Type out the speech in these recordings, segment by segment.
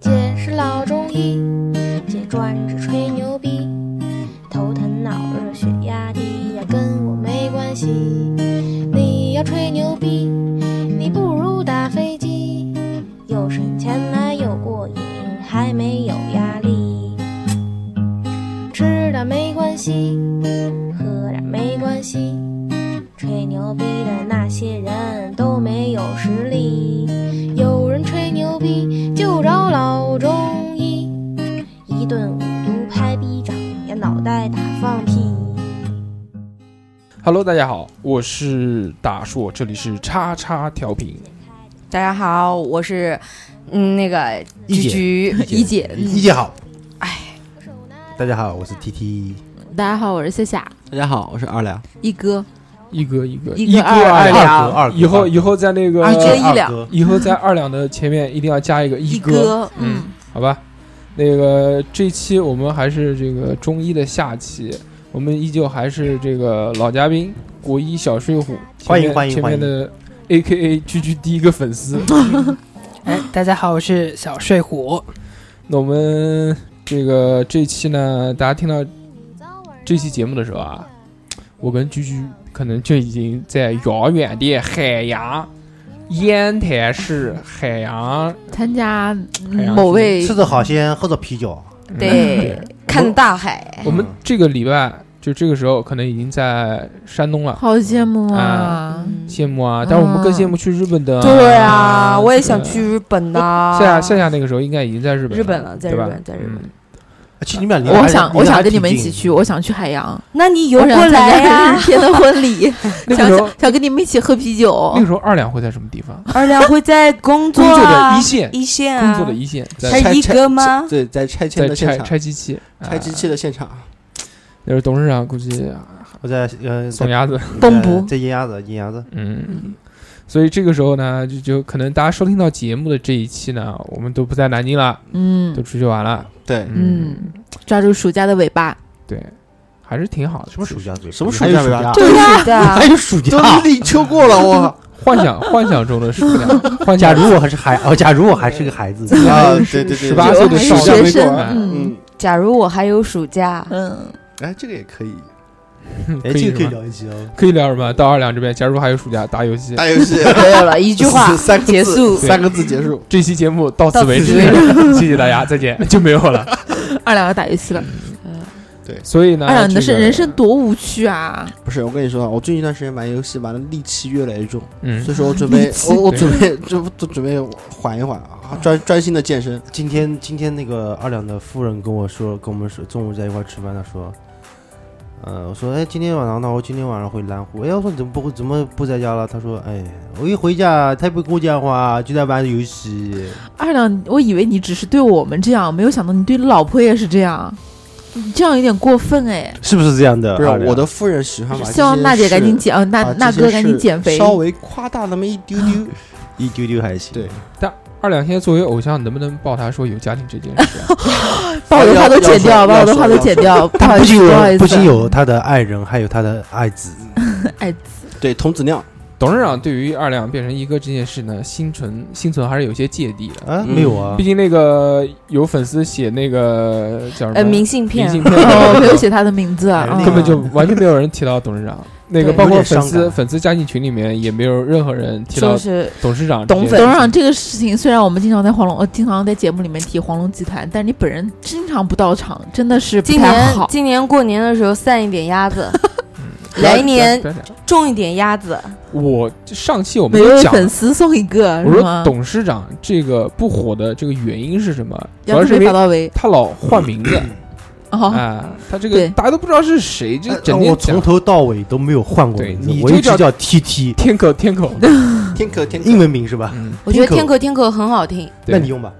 姐是老中医，姐专治吹牛逼，头疼脑热血压低呀，跟我没关系。你要吹牛逼，你不如打飞机，又省钱来又过瘾，还没有压力。吃点没关系，喝点没关系，吹牛逼的那些人都没有实力。有人吹牛逼，就找老中医，一顿五毒拍逼掌，呀，脑袋打放屁。 Hello，大家好，我是大硕，这里是叉叉调频。大家好，我是嗯那个一居姐居一姐。嗯一姐好，大大家好，我是 T T。大家好，我是夏夏，大家好，我是二两。一哥，一哥一哥一哥哥二二两二哥以后二哥以后在那个二哥一二两，哥，以后在二两的前面一定要加一个一一哥，哥，嗯，好吧？那个这期我们还是这个中医的下期，我们依旧还是这个老嘉宾国医小睡虎，前欢迎面欢迎前欢面迎的 A K A 居居第一个粉丝。哎，大家好，我是小睡虎。那我们这个这期呢，大家听到这期节目的时候啊，我跟居居可能就已经在遥远的海洋。烟台市海洋，参加海洋嗯某位吃着好鲜，喝着啤酒，啊嗯对，看大海，我们这个礼拜就这个时候可能已经在山东了，好羡慕啊！羡慕啊！但是我们更羡慕去日本的。嗯嗯对啊，我也想对去日本呐。夏夏夏夏那个时候应该已经在日本，日本了，在日啊对吧本，在日本嗯。去你们俩离得我还想，离我得还想跟挺你们一近起去，我想去海洋，那你游我过想参来啊加呀？日天的 婚礼，嗯那个想时候想，想跟你们一起喝啤酒那个。时候二两会在什么地方？二两会在工作工作的啊一线，一线工啊，作的一线，在还哎是一哥吗？对，在拆迁在的拆现场，拆机器，啊拆机器。的现场，那时候董事长估计我在呃怂鸭子，东部这阴鸭子，阴鸭子，嗯。所以这个时候呢，就就可能大家收听到节目的这一期呢，我们都不在南京了，嗯都出去玩了。对，嗯，抓住暑假的尾巴，对，还是挺好的。什么暑假最？什么暑还有假尾巴对呀，还有暑假都？立秋过 了，我幻想幻想中的暑 假，幻假想如我还是孩哦，假如我还是个孩子，啊，对对对，十八岁的少还是学生过来，嗯嗯，假如我还有暑假，嗯，哎，这个也可以 可哎，以这是个可以吧聊一期哦。嗯可以聊什么？到二两这边，假如还有暑假打游哎戏，打游 戏，没有了，一句话 三个字结束。三个字结束，这期节目到此为止到， 谢谢大家，再见，就没有了。嗯二两要打游戏了。所 以呢，二啊两，你的这生个人生，多无趣啊！不是，我跟你说啊，我最近一段时间玩游戏玩的戾气越来越重，嗯所，以说我准戾，备气我我对准备就就准备缓一缓啊，专专心的健身，今天今天那个二两的夫人跟我说，跟我们说中午在一块儿吃饭，她说，呃，我说，哎，今天晚上呢，我今天晚上回南湖。哎，我说你怎么不怎么不在家了？她说，哎，我一回家，她不跟我讲话，就在玩游戏。二两，我以为你只是对我们这样，没有想到你对老婆也是这样，你这样有点过分哎。是不是这样的？不是二两我的夫人喜欢把这些希望娜姐赶紧事减，啊呃娜把这娜些哥赶紧事减肥。稍微夸大那么一 丢丢，一丢丢还行。对，二两现在作为偶像，能不能抱他说有家庭这件事啊？把我的话都剪掉，要把我的要话都剪掉，不好他意不仅思，不好有意思，不仅有他的爱人，还有他的爱子。对，童子尿，董事长对于二两变成一哥这件事呢，心存心存还是有些芥蒂的。啊，嗯没有啊毕，竟那个有粉丝写那个叫什么 呃，明信明片，信片的时 哦，候，没有写他的名字啊，哎嗯那根本就完全没有人提到董事长。那个对包括有点粉伤丝感粉丝加进群里面也没有任何人提到就是董事长这董件粉事董事长这个事情，虽然我们经常在黄龙，呃，经常在节目里面提黄龙集团，但是你本人经常不到场，真的是不今太年好。今年过年的时候散一点鸭子，不要来年不要不要种一点鸭子，我上期我们每都位讲粉了，丝送一个，我是说吗？董事长这个不火的这个原因是什么？主杨要是志因没法为到为他老换名字 哦，啊，他这个对大家都不知道是谁，就哎整我天从讲头到尾都没有换过对名字你，我就一直叫叫 TT，天口天口，天可天英文名是吧？嗯，我觉得天天可天可很好听，对 那你用吧，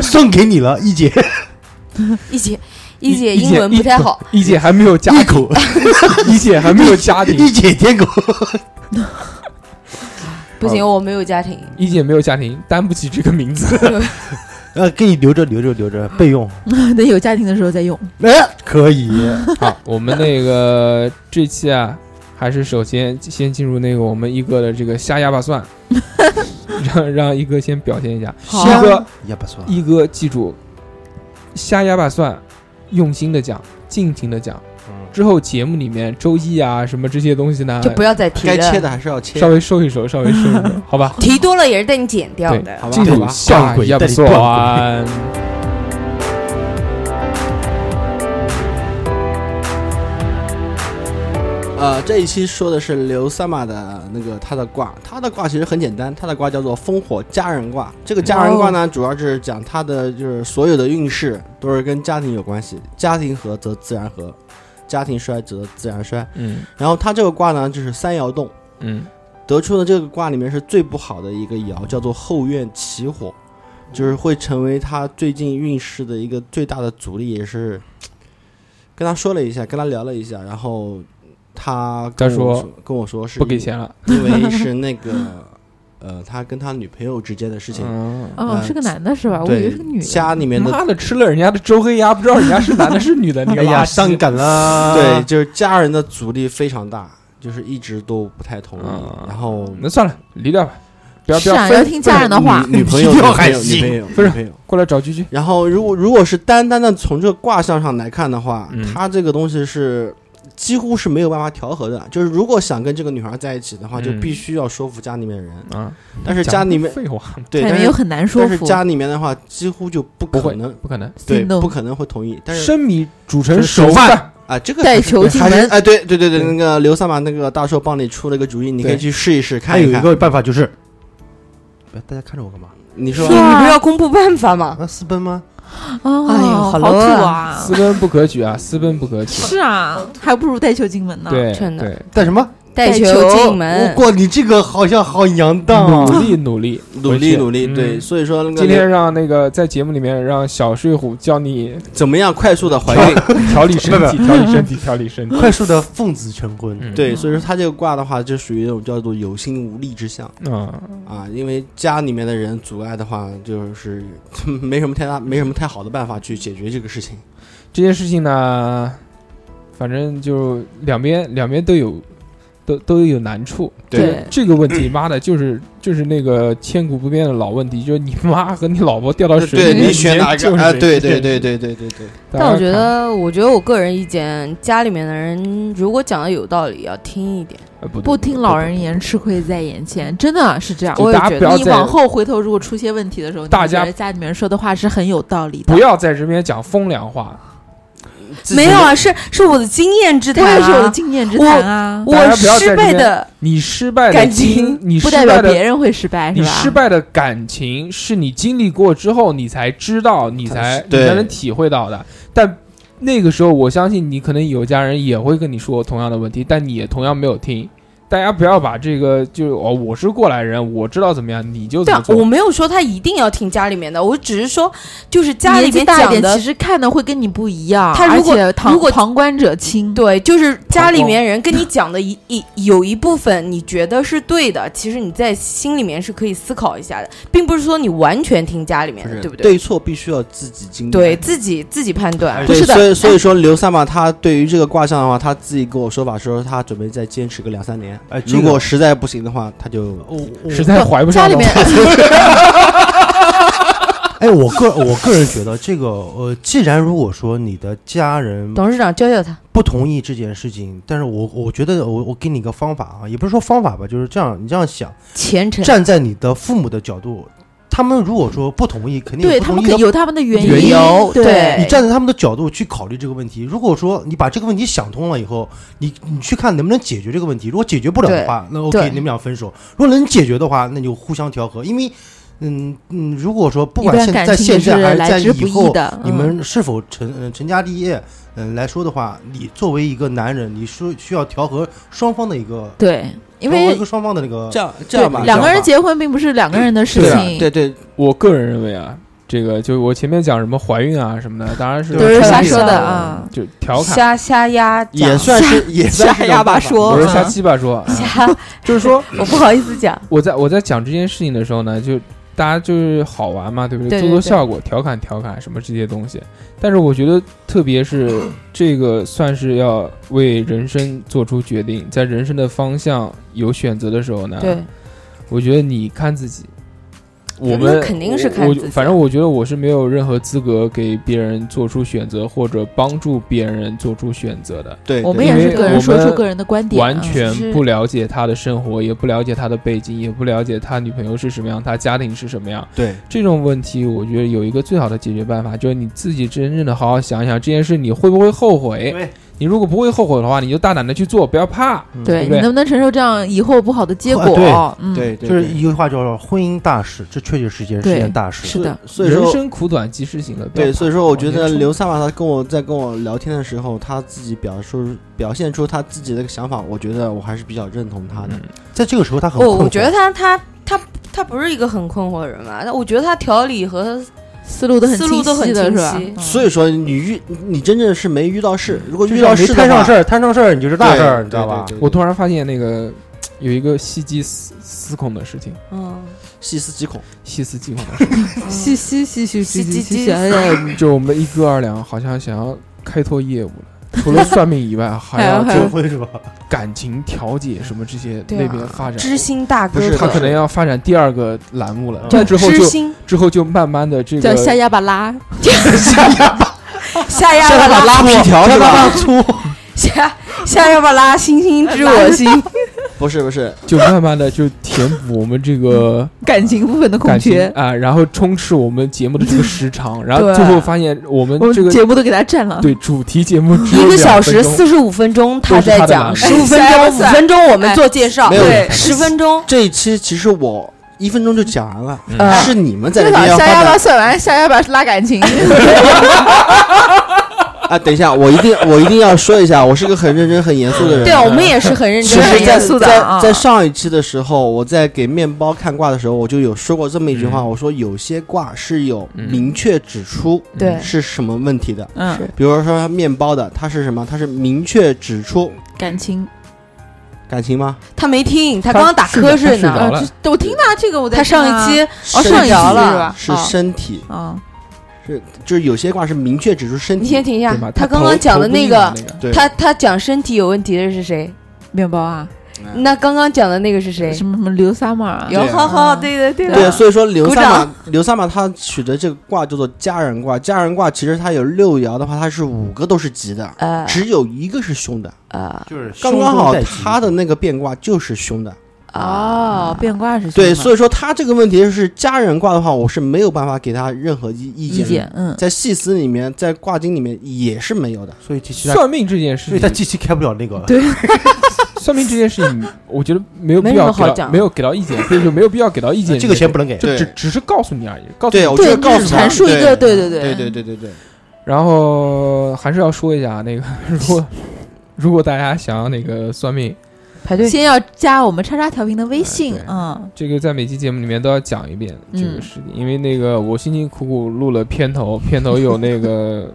送给你了，一 姐，一姐一姐姐英文不太好，一姐还没有 家一庭，口，一姐还没有家庭，一姐天狗，不行，我没有家庭，一姐没有家庭，担不起这个名字。 呃，给你留着，留着，留着备用。等有家庭的时候再用。哎，可以，好， 我们那个这期啊，还是首先先进入那个我们一哥的这个瞎哑巴 算，让让一哥先表现一下。好一哥，也不错。一哥记住，瞎哑巴算，用心的讲，尽情的讲。之后节目里面周易啊什么这些东西呢，就不要再提该切了，的还是要切稍。微收一收，稍微收一 收，好吧？提多了也是带你剪掉的。好吧进好入吧下哑巴算。呃，这一期说的是刘三马的那个他的卦，他的卦其实很简单，他的卦叫做烽火家人卦。这个家人卦呢，主要是讲他的就是所有的运势都是跟家庭有关系，家庭和则自然和，家庭衰则自然衰。嗯然后他这个卦呢，就是三爻动，嗯，得出的这个卦里面是最不好的一个爻，叫做后院起火，就是会成为他最近运势的一个最大的阻力，也是跟他说了一下，跟他聊了一下，然后他跟他我说说跟我说是不给钱了。因为，因为是那个 呃，他跟他女朋友之间的事情。嗯哦，嗯是个男的是吧？我以为对是个女，的。家里面的妈的，吃了人家的周黑鸭，不知道人家是男的是女的，你个哎呀，垃伤圾！嗯感啦！对，，就是家人的阻力非常大，就是一直都不太同意。嗯然后那算了，离掉吧，不要不是要啊，分要听家人的话。女 女朋友低女调朋还友女行朋友不是女朋友。过来找居居。然后，如果如果是单单的从这个卦象上来看的话，嗯它这个东西是几乎是没有办法调和的。就是如果想跟这个女孩在一起的话，嗯就必须要说服家里面人。啊，但是家里面废话 嘛，对，感但觉又是很难说但是服。家里面的话，几乎就不不可会能，不可能。对， no 不可能会同意。但是生米煮成熟饭，啊，这个带还是球进还是门哎，对对对对，对那个刘三马那个大寿帮你出了个主意，你可以对去试一试还看有一一看。个办法就是，哎大家看着我干嘛？你你说是啊你不是要公布办法吗？啊，私奔吗？哦，哎呦好好 low 土啊啊！私奔不可取 啊，私奔不可取。是啊，还不如带球进门呢。对真的对，带什么？带球进我门，过，你这个好像好阳荡努啊！力努力努力努回去力，对，嗯所以说那个今天让那个在节目里面让小睡虎教 你怎么样快速的怀孕？调调理身体，调理身体，调理身体。 快速的奉子成婚，嗯 对，所以说他这个卦的话，就属于那种叫做有心无力之象。啊，啊，因为家里面的人阻碍的话，就是 没什么太大、没什么太好的办法去解决这个事情。这件事情呢，反正就两边两边都有，都都有难处。对这个问题， 妈的，就是就是那个千古不变的老问题，就是你妈和你老婆掉到水里对面，你选哪 就个？是啊，对对对。对对对对，大家但我觉看得，我觉得我个人意见，家里面的人如果讲的有道理，要听一点。呃不不听老人，言，吃亏在眼前，真的啊是这样。就我也大家觉不得要你往再后回头，如果出些问题的时候，你大会觉家得家里面说的话是很有道理的。不要在这边讲风凉话，自己没有啊，是是我的经验之我谈也是有啊，经验之谈啊，大我家不要在失这败边的你失败的感经情你失不代表败的别人会失败，是你吧？失败的感情是你经历过之后，你才知道，你才你对才能体会到的。但那个时候，我相信你可能有家人也会跟你说同样的问题，但你也同样没有听。大家不要把这个就哦，我是过来人，我知道怎么样，你就怎对么啊，我做。没有说他一定要听家里面的，我只是说，就是家里年纪面大一讲点，其的，实看的会跟你不一样。他如果而且旁如果旁观者清，对，就是家里面人跟你讲的一一有一部分你觉得是对的，其实你在心里面是可以思考一下的，并不是说你完全听家里面不的，是对不对？对错必须要自己经历。啊对自己自己判断，对，是的所以所以说刘三马他对于这个卦象的话，他自己跟我说法说他准备再坚持个两三年，哎，这如个果实在不行的话，他就我我实在怀不上家里的话面哎，我个我个人觉得这个呃，既然如果说你的家人董事长教教他，不同意这件事情，但是我我觉得我我给你个方法啊，也不是说方法吧，就是这样，你这样想，虔诚，站在你的父母的角度，他们如果说不同意，肯定有对不他同们意可的有他们的原原因由，对你站在他们的角度去考虑这个问题。如果说你把这个问题想通了以后，你你去看能不能解决这个问题。如果解决不了的话，那 OK，对你们俩分手；如果能解决的话，那就互相调和。因为，嗯嗯，如果说不一管段现感在情现是在还是在来之不以易后，的，你嗯们是否成呃成家立业，嗯、来说的话，你作为一个男人，你是需要调和双方的一个，对，因调和为一个双方的那个这样呃这样吧，对两个人这结婚并不是两个人的事样吧情，对啊对对，我个人认为啊，这个就我前面讲什么怀孕啊什么的，当然是对都是瞎瞎说说的的啊啊，就调侃，瞎瞎压讲也算是也算是瞎一种哑巴办法说我是嗯瞎鸡巴说，啊瞎，就是说我不好意思讲，我在我在讲这件事情的时候呢，就大家就是好玩嘛，对不对？对对做做对效果，调侃调侃什么这些东西。但是我觉得，特别是这个，算是要为人生做出决定，在人生的方向有选择的时候呢，对，我觉得你看自己。我那们肯定是我看我自己啊反正我觉得我是没有任何资格给别人做出选择，或者帮助别人做出选择的。对，我们对因也是为个我人说出们个人的观点啊，完全是不了解他的生活，也不了解他的背景，也不了解他女朋友是什么样，他家庭是什么样。对这种问题，我觉得有一个最好的解决办法，就是你自己真正的好好想想这件事，你会不会后悔？对你如果不会后悔的话，你就大胆的去做，不要怕。嗯对对你不对能不能承受这样以后不好的结啊果？对嗯，对，对就是对一句话叫做“婚姻大事”，这确确实实是对件大事。是的，所以人说。生苦短，及时行乐。不要对，怕所以说我觉得往前冲刘三马他跟我在跟我聊天的时候，他自己表述表现出他自己的想法，我觉得我还是比较认同嗯他嗯的。在这个时候，他很我困惑。哦我觉得他他他他不是一个很困惑的人嘛，但我觉得他条理和思路都很思路都晰很的是清吧晰？嗯所以说你遇你真正是没遇到事，如果嗯就遇是到没事的摊上话事，儿，摊上事儿你就是大对事儿，你对知道吧？对对对我突然发现那个有一个细击思思恐的事情，嗯，细思极恐，细思极恐的事情，嘻嘻嘻嘻嘻嘻嘻嘻嘻嘻 嘻，就我们一哥二两好像想要开拓业务了，除了算命以外，还要还就有结婚是吧？感情调解什么这些对啊那边发展。知心大哥不是哥他可能要发展第二个栏目了，叫之后知就心之后就慢慢的这叫个下哑巴拉， 下压巴拉皮条是吧？下下压巴拉星星知我心，不是不是，就慢慢的就填补我们这个感情部分的空感情缺，啊，然后充斥我们节目的这个时长，然后最后发现我们我这们个节目都给他占了。 对主题节目只有一个两小分时钟四十五分钟都是他在的讲，栏十目五分哎钟哎五分钟我们做介绍没，有对十分钟这一期其实我一分钟就讲 完了，啊呃是你们在哎最那好边要下发哑巴展算完，下哑巴拉感情，啊！等一下，我一定我一定要说一下，我是个很认真很严肃的人。对，我们也是很认其真很实很在，严肃肃的的。在啊在上一期的时候，我在给面包看卦的时候，我就有说过这么一句话，嗯我说有些卦是有嗯明确指出对是什么问题的，嗯，比如说面包的，它是什么？它是明确指出感情感情吗？他没听，他刚刚打是的瞌他睡睡着呢嗯了。啊，这我听到这个我在他上一期身哦体上一期是吧是哦身体，啊，就是有些卦是明确指出身你体先。停一下对吧？，啊他头刚刚讲的头不那硬个的，那对，他他讲身体有问题的是谁？面包啊，嗯那刚刚讲的那个是谁什？么什么刘三毛啊，有，对好好，对的，对啊对，的。所以说刘鼓三马刘三马他取的这个卦叫做家人卦，家人卦其实它有六爻的话，它是五个都是吉的，呃只有一个是凶的，呃就是刚刚好他的那个变卦就是凶的。啊哦，变卦是对，所以以说他这个问题是家人卦的话，我是没有办法给他任何意意意见的，见，嗯，在细思里面，在卦经里面也是没有的。所以这期他，算命这件事所以他情，这期开不了那个。对算命这件事情，我觉得没有没必什要么给好到讲没有给到意见，所以就没有必要给到意见。这个钱不能给，就只对只是告诉你而已，告诉对，你我对就就是告诉他阐述一个对对对对对对对对对，然后还是要说一下啊那个，如果如果大家想要那个算命，排队先要加我们叉叉调频的微信哎，对嗯，这个在每期节目里面都要讲一遍嗯这个事情，因为那个我辛辛苦苦录了片头，片头有那 个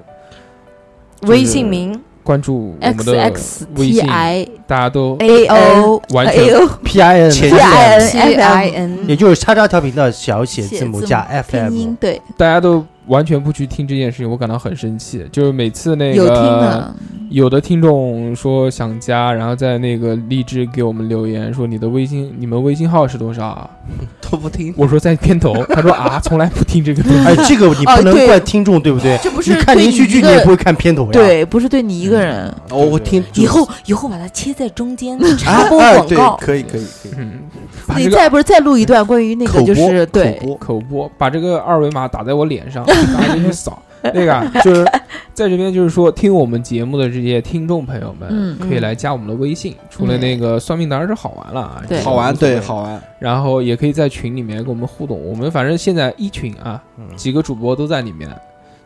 就是微信名关注我们 x 的 x 微 t 信， i 哎大家都 A O 完 a 全 o P I N，前 p i n 哎 P I f m N 也就是叉叉调频的小写字母加拼 FM 音。对，大家都完全不去听这件事情，我感到很生气。就是每次那个有听啊的，有的听众说想加，然后在那个荔枝给我们留言说你的微信，你们微信号是多少啊？都不听。我说在片头，他说啊，从来不听这个东西。 哎，这个你不哦能对怪听众，对不对？这不你是看对连续你一剧，你个也不会看片头呀。对，不是对你一个人。哦我听以后以后把它切在中间插啊，播哎广对告，可以可以可以。嗯，把你这个再不是再录一段关于那个口就播是对口播，口播，把这个二维码打在我脸上，大家就去扫。那个啊就是在这边，就是说听我们节目的这些听众朋友们嗯，可以来加我们的微信。除了那个算命男是好玩了啊，对好玩，嗯对，无所谓。好玩。然后也可以在群里面跟我们互动。我们反正现在一群啊，嗯几个主播都在里面。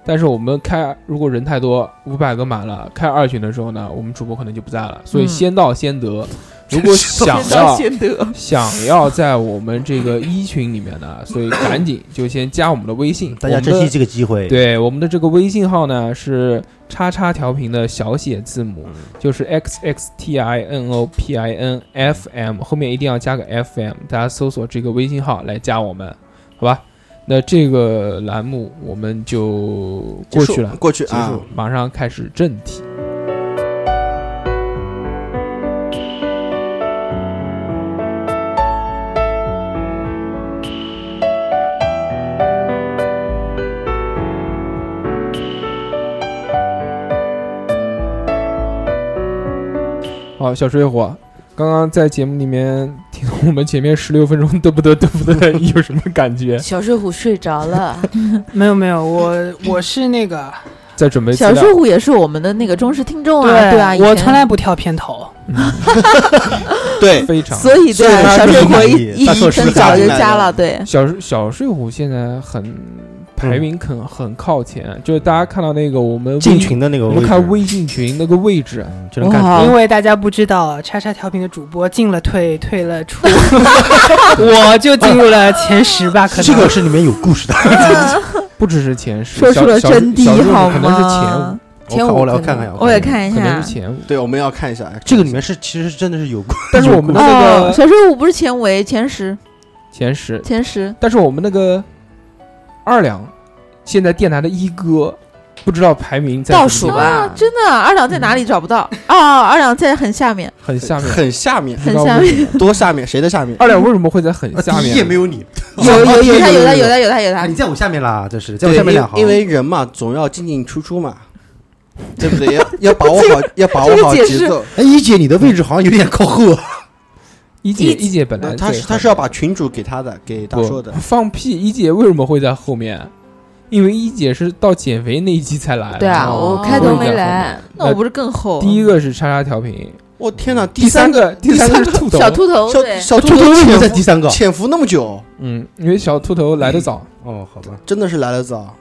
但是我们开，如果人太多，五百个满了，开二群的时候呢，我们主播可能就不在了，所以嗯先到先 得。如果想要先得。想要在我们这个一群里面呢，所以赶紧就先加我们的微信，大家我珍惜们的这个机会。对我们的这个微信号呢是叉叉调频的小写字母，嗯就是 x x t i n o p i n f m，后面一定要加个 f m，大家搜索这个微信号来加我们，好吧？那这个栏目我们就过去了，过去结啊束，马上开始正题。好，小水火，刚刚在节目里面听我们前面十六分钟嘚不嘚嘚不嘚，有什么感觉？ 小水虎睡着了，没有没有，我我是 那个，在准备资小料树虎也是我们的那个忠实听众啊，对啊，以我前从来不挑片头，对，非常所以所对以啊，他小是水不虎满一意一他说一是很不早满就意加了，对，小小睡虎现在很排名很很靠前，啊就是大家看到那个我们微进，群的那个我位置，们看微信群那个位置，啊嗯就能看出哇来。因为大家不知道叉叉调频的主播进了退，退 了出， 我就进入了前十吧，可能这个是里面有故事的。不只是前十， 说出了小小真谛小睡虎好可能是前吗？我看我来我看看呀，我也看一五，可能下是。前五，对，我们要看一下哎这个里面是其实真的是有故，但是我们的哦那，个小水虎不是前五哎，前十，前十，前十。但是我们那个二两，现在电台的一哥，不知道排名在倒什数么地方吧啊，，真的，二两在哪里找不到？啊，二两在很下面，很下面，很下 面，不知很道下为什面。么多下面，谁的下面？二两为什么会在很下呃第面一呢？也没有你有有有他有他有的。他有他有啊！他你，在我下面啦，这是在我对，下面因两行。因为人嘛，总要进进出出嘛，对不对？要要把握好，要把握好这个解节释奏。哎，一姐你的位置好像有点靠后啊。一姐一姐本来那他哎对是他是要把群主给他的，给大不硕的。放屁！一姐为什么会在后面？因为一姐是到减肥那一期才来。对啊，哦我开头没来，那我不是更厚？第一个是叉叉调频，我天哪！第第三三个个第三个是兔头。小秃哦头，小对，小 这兔这头为什么在潜第伏三个？潜伏那么久，嗯，因为小秃头来的早，哦，好吧，真的是来得早。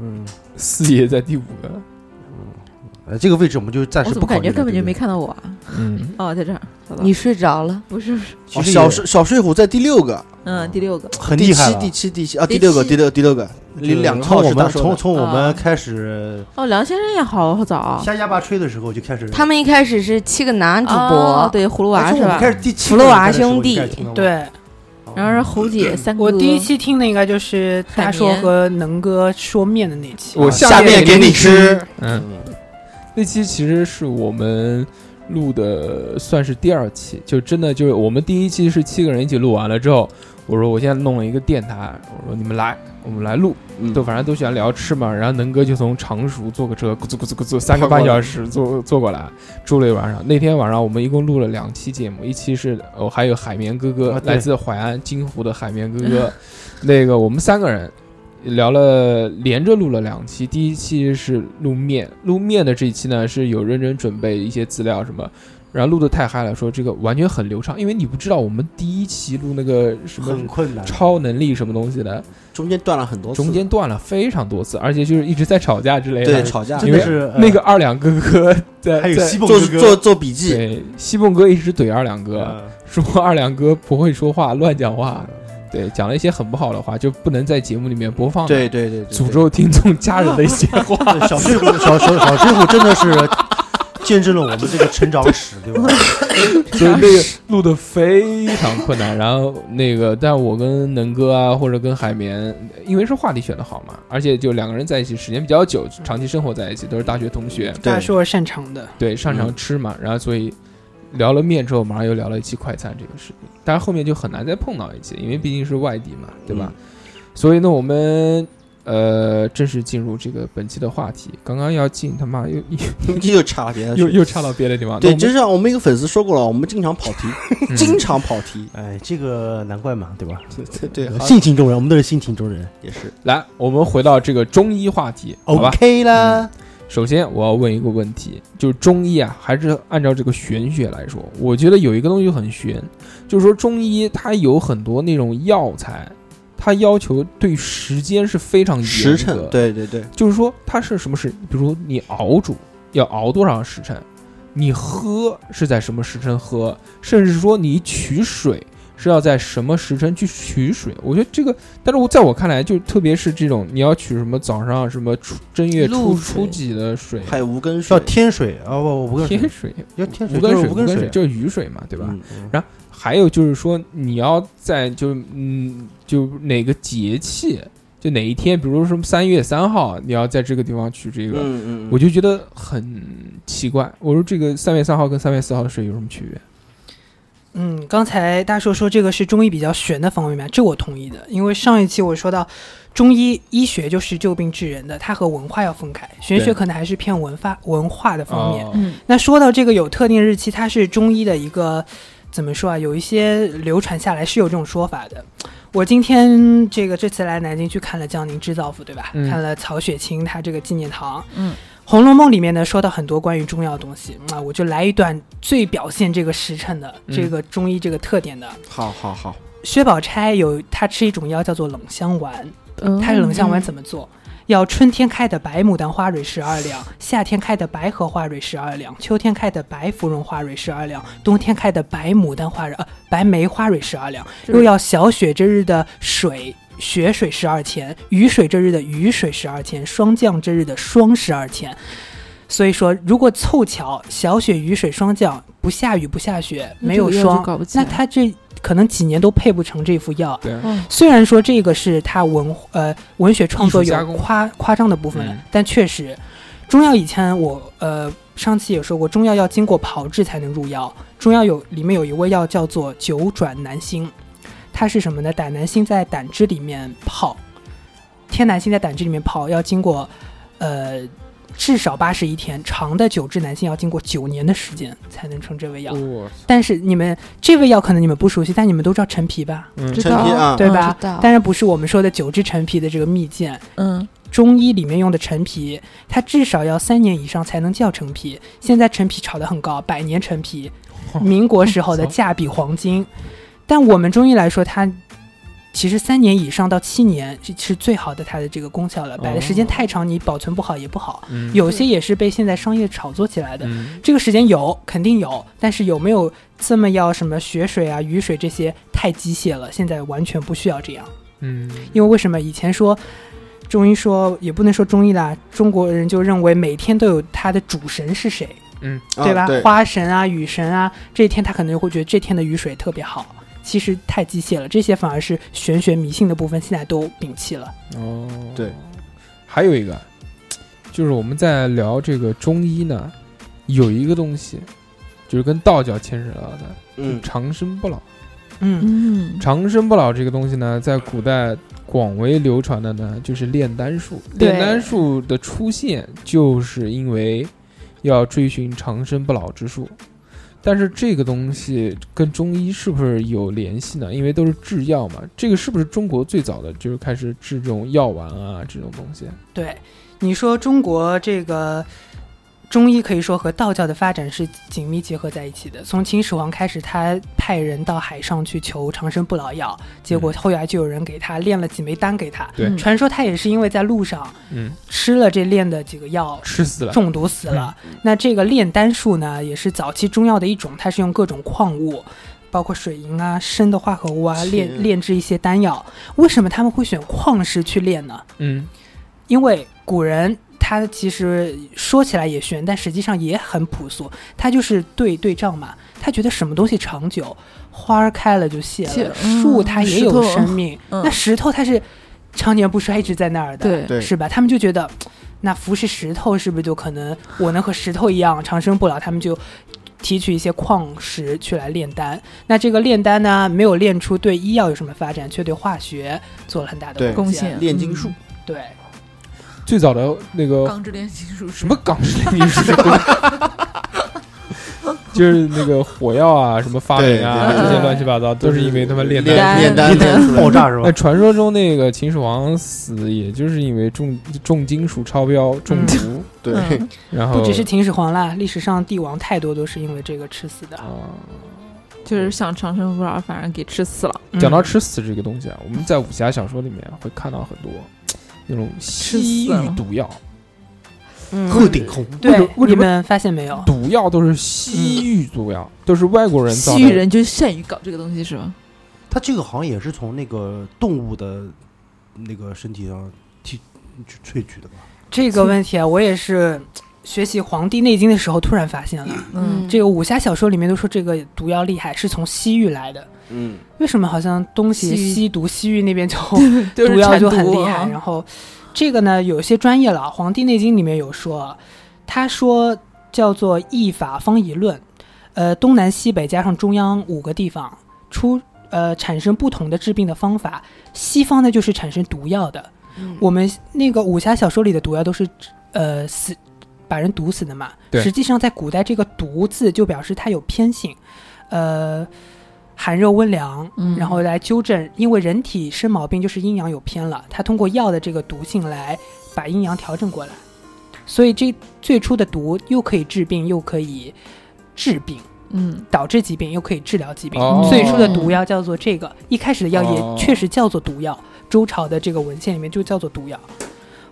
嗯，四爷在第五个。呃，这个位置我们就暂我时怎不么考感虑觉了。根本就没对看到我啊？嗯，哦，在这儿，好吧你睡着了，不是不是，不对，其实哦啊小也睡小睡虎在第六个，嗯，第六个，很第厉害七了。第七第七啊，第第六个七第六第六个，离就是两个从号我是大们硕从的。从我啊们开始哦，梁先生也好早，瞎哑巴吹的时候就开始，哎他们一开始是七个男主哦播，对葫芦从娃是我们吧开？始第七葫芦个人娃开始的时候兄就开弟始听到我们，对然后是侯姐三哥，我第一期听的应该就是大硕和能哥说面的那期，我下面给你吃，嗯，那期其实是我们录的，算是第二期，就真的就是我们第一期是七个人一起录完了之后，我说我现在弄了一个电台，我说你们来，我们来录，嗯都反正都喜欢聊吃嘛。然后能哥就从常熟坐个车，咕嘟咕嘟咕嘟，三个半小时坐坐过来，住了一晚上。那天晚上我们一共录了两期节目，一期是哦还有海绵哥哥啊，对来自淮安金湖的海绵哥 哥，那个我们三个人聊了连着录了两期，第一期是录面，录面的这一期呢是有认真准备一些资料什么，然后录的太嗨了，说这个完全很流畅，因为你不知道我们第一期录那个什么很困难。超能力什么东西的，中间断了很多次，中间断了非常多次，而且就是一直在吵架之类对嗯的。吵架，真因的为是呃那个二两哥哥 在还有在西蹦做哥哥做做笔记，对西凤哥一直怼二两哥，呃 说二两哥不会说话，乱讲啊话，对，讲了一些很不好的话，就不能在节目里面播放的。对对对，对诅咒听众家人的一 些话。对小水虎，小小小水虎真的是见证了我们这个成长史，对 吧？所以 那个录的非常困难。然后那个，但我跟能哥啊，或者跟海绵，因为是话题选的好嘛，而且就两个人在一起时间比较久，长期生活在一起，都是大学同学，对大硕擅长的，嗯对，擅长吃嘛，然后所以聊了面之后，马上又聊了一期快餐这个事情，但是后面就很难再碰到一起，因为毕竟是外地嘛，对吧？嗯所以呢，我们呃正式进入这个本期的话题。刚刚要进，他妈又又这又差了别的去又了。嗯又岔到别的地方。对，这就像我们一个粉丝说过了，我们经常跑题，嗯经常跑题。哎，这个难怪嘛，对吧？对对，好性情中人，我们都是性情中人。也是来，我们回到这个中医话题，好吧？ OK 啦，首先，我要问一个问题，就是中医啊，还是按照这个玄学来说，我觉得有一个东西很玄，就是说中医它有很多那种药材，它要求对时间是非常时严格辰。，，对对对，就是说它是什么时，比如说你熬煮要熬多少时辰，你喝是在什么时辰喝，甚至说你取水是要在什么时辰去取水。我觉得这个，但是我在我看来，就特别是这种你要取什么早上什么初正月初露初水几的水。还有无根水嗯叫，天水啊，不，不跟天水，水、要天水，无根就是水、无根水水，就是雨水嘛，对吧？嗯还有就是说，你要在就嗯，就哪个节气，就哪一天，比如说什么三月三号，你要在这个地方取这个，嗯嗯，我就觉得很奇怪。我说这个三月三号跟三月四号的水有什么区别？嗯，刚才大硕说这个是中医比较玄的方面嘛，这我同意的。因为上一期我说到，中医医学就是救病治人的，它和文化要分开，玄对学可能还是偏文化文化的方面。哦嗯，那说到这个有特定日期，它是中医的一个怎么说啊？有一些流传下来是有这种说法的。我今天这个这次来南京去看了江宁织造府，对吧？嗯看了曹雪芹他这个纪念堂。嗯， 《红楼梦》里面呢说到很多关于中药的东西，那我就来一段最表现这个时辰的、嗯这个中医这个特点的。好好好，薛宝钗有她吃一种药叫做冷香丸，它冷香丸怎么做？要春天开的白牡丹花蕊十二两，夏天开的白荷花蕊十二两，秋天开的白芙蓉花蕊十二两，冬天开的白牡丹花蕊呃白梅花蕊十二两，这又要小雪这日的水。雪水十二钱，雨水这日的雨水十二钱，霜降这日的霜十二钱。所以说，如果凑巧小雪、雨水、霜降不下雨不下雪，没有霜，搞不起那来。他这可能几年都配不成这副药。对啊，哦虽然说这个是他文呃文学创作艺术加有工夸夸张的部分了，嗯但确实，中药以前我呃上期也说过，中药要经过炮制才能入药。中药有里面有一味药叫做九转南星，它是什么呢？胆南星在胆汁里面泡，天南星在胆汁里面泡，要经过呃至少八十一天，长的九制南星要经过九年的时间才能成这味药。我但是你们这味药可能你们不熟悉，但你们都知道陈皮吧？嗯知陈皮啊道对吧？嗯知道当然不是我们说的九制陈皮的这个蜜饯，嗯，中医里面用的陈皮，它至少要三年以上才能叫陈皮。现在陈皮炒得很高，百年陈皮，民国时候的价比黄金。但我们中医来说，它其实三年以上到七年是是最好的它的这个功效了。摆的时间太长，你保存不好也不好。嗯有些也是被现在商业炒作起来的。嗯这个时间有，肯定有，但是有没有这么要什么血水啊、雨水这些太机械了，现在完全不需要这样。嗯，因为为什么以前说中医说也不能说中医啦，中国人就认为每天都有他的主神是谁，啊吧？对，花神啊、雨神啊，这一天他可能会觉得这天的雨水特别好。其实太机械了，这些反而是玄学迷信的部分，现在都摒弃了。哦，对，还有一个就是我们在聊这个中医呢，有一个东西就是跟道教牵扯到的，嗯，长生不老。嗯，嗯，长生不老这个东西呢，在古代广为流传的呢，就是炼丹术。对炼丹术的出现，就是因为要追寻长生不老之术。但是这个东西跟中医是不是有联系呢？因为都是制药嘛，这个是不是中国最早的就是开始制这种药丸啊这种东西？对，你说中国这个中医可以说和道教的发展是紧密结合在一起的。从秦始皇开始，他派人到海上去求长生不老药，结果嗯后来就有人给他炼了几枚丹给他。对嗯传说他也是因为在路上嗯，吃了这炼的几个药。吃死了。中毒死了。嗯那这个炼丹术呢，也是早期中药的一种，它是用各种矿物，包括水银啊、砷的化合物啊，是炼炼制一些丹药。为什么他们会选矿石去炼呢？嗯，因为古人他其实说起来也玄，但实际上也很朴素。他就是对对仗嘛，他觉得什么东西长久，花儿开了就谢谢了，嗯树它也有石头生命，嗯那石头它是常年不衰，一直在那儿的，对，对，是吧？他们就觉得，那服食石头是不是就可能我能和石头一样长生不老？他们就提取一些矿石去来炼丹。那这个炼丹呢，没有炼出对医药有什么发展，却对化学做了很大的对贡献献。炼金术嗯对，最早的那个钢之炼金术什么港式炼金术， 就是那个火药啊，什么发明啊，对对对这些乱七八糟，都是因为他们炼炼丹。炼丹炼丹炼出来爆的。炸是吧哎，？传说中那个秦始皇死，也就是因为重重金属超标中毒，对，嗯然后不只是秦始皇啦，历史上帝王太多都是因为这个吃死的。啊。就是想长生不老，反正给吃死了。嗯讲到吃死这个东西啊，我们在武侠小说里面会看到很多那种西域死了毒药，嗯，顶空，为什对么为什你么们发现没有？毒药都是西域毒药，都是外国人造西域的。人就善于搞这个东西是吧？它这个好像也是从那个动物的那个身体上提去萃取的吧？这个问题啊，我也是学习《黄帝内经》的时候突然发现了。嗯，这个武侠小说里面都说这个毒药厉害，是从西域来的。嗯，为什么好像东邪西域西 毒西域那边就都毒是药产就很毒厉害？啊然后这个呢，有些专业了，《黄帝内经》里面有说，啊，他说叫做易法方以论，呃，东南西北加上中央五个地方出呃产生不同的治病的方法。西方呢就是产生毒药的，嗯我们那个武侠小说里的毒药都是呃死把人毒死的嘛。对实际上在古代，这个“毒”字就表示它有偏性，呃，寒热温凉，嗯然后来纠正，因为人体生毛病就是阴阳有偏了，它通过药的这个毒性来把阴阳调整过来。所以这最初的毒又可以治病，又可以治病，嗯，导致疾病，又可以治疗疾病。哦最初的毒药叫做这个，一开始的药也确实叫做毒药，周朝的这个文献里面就叫做毒药。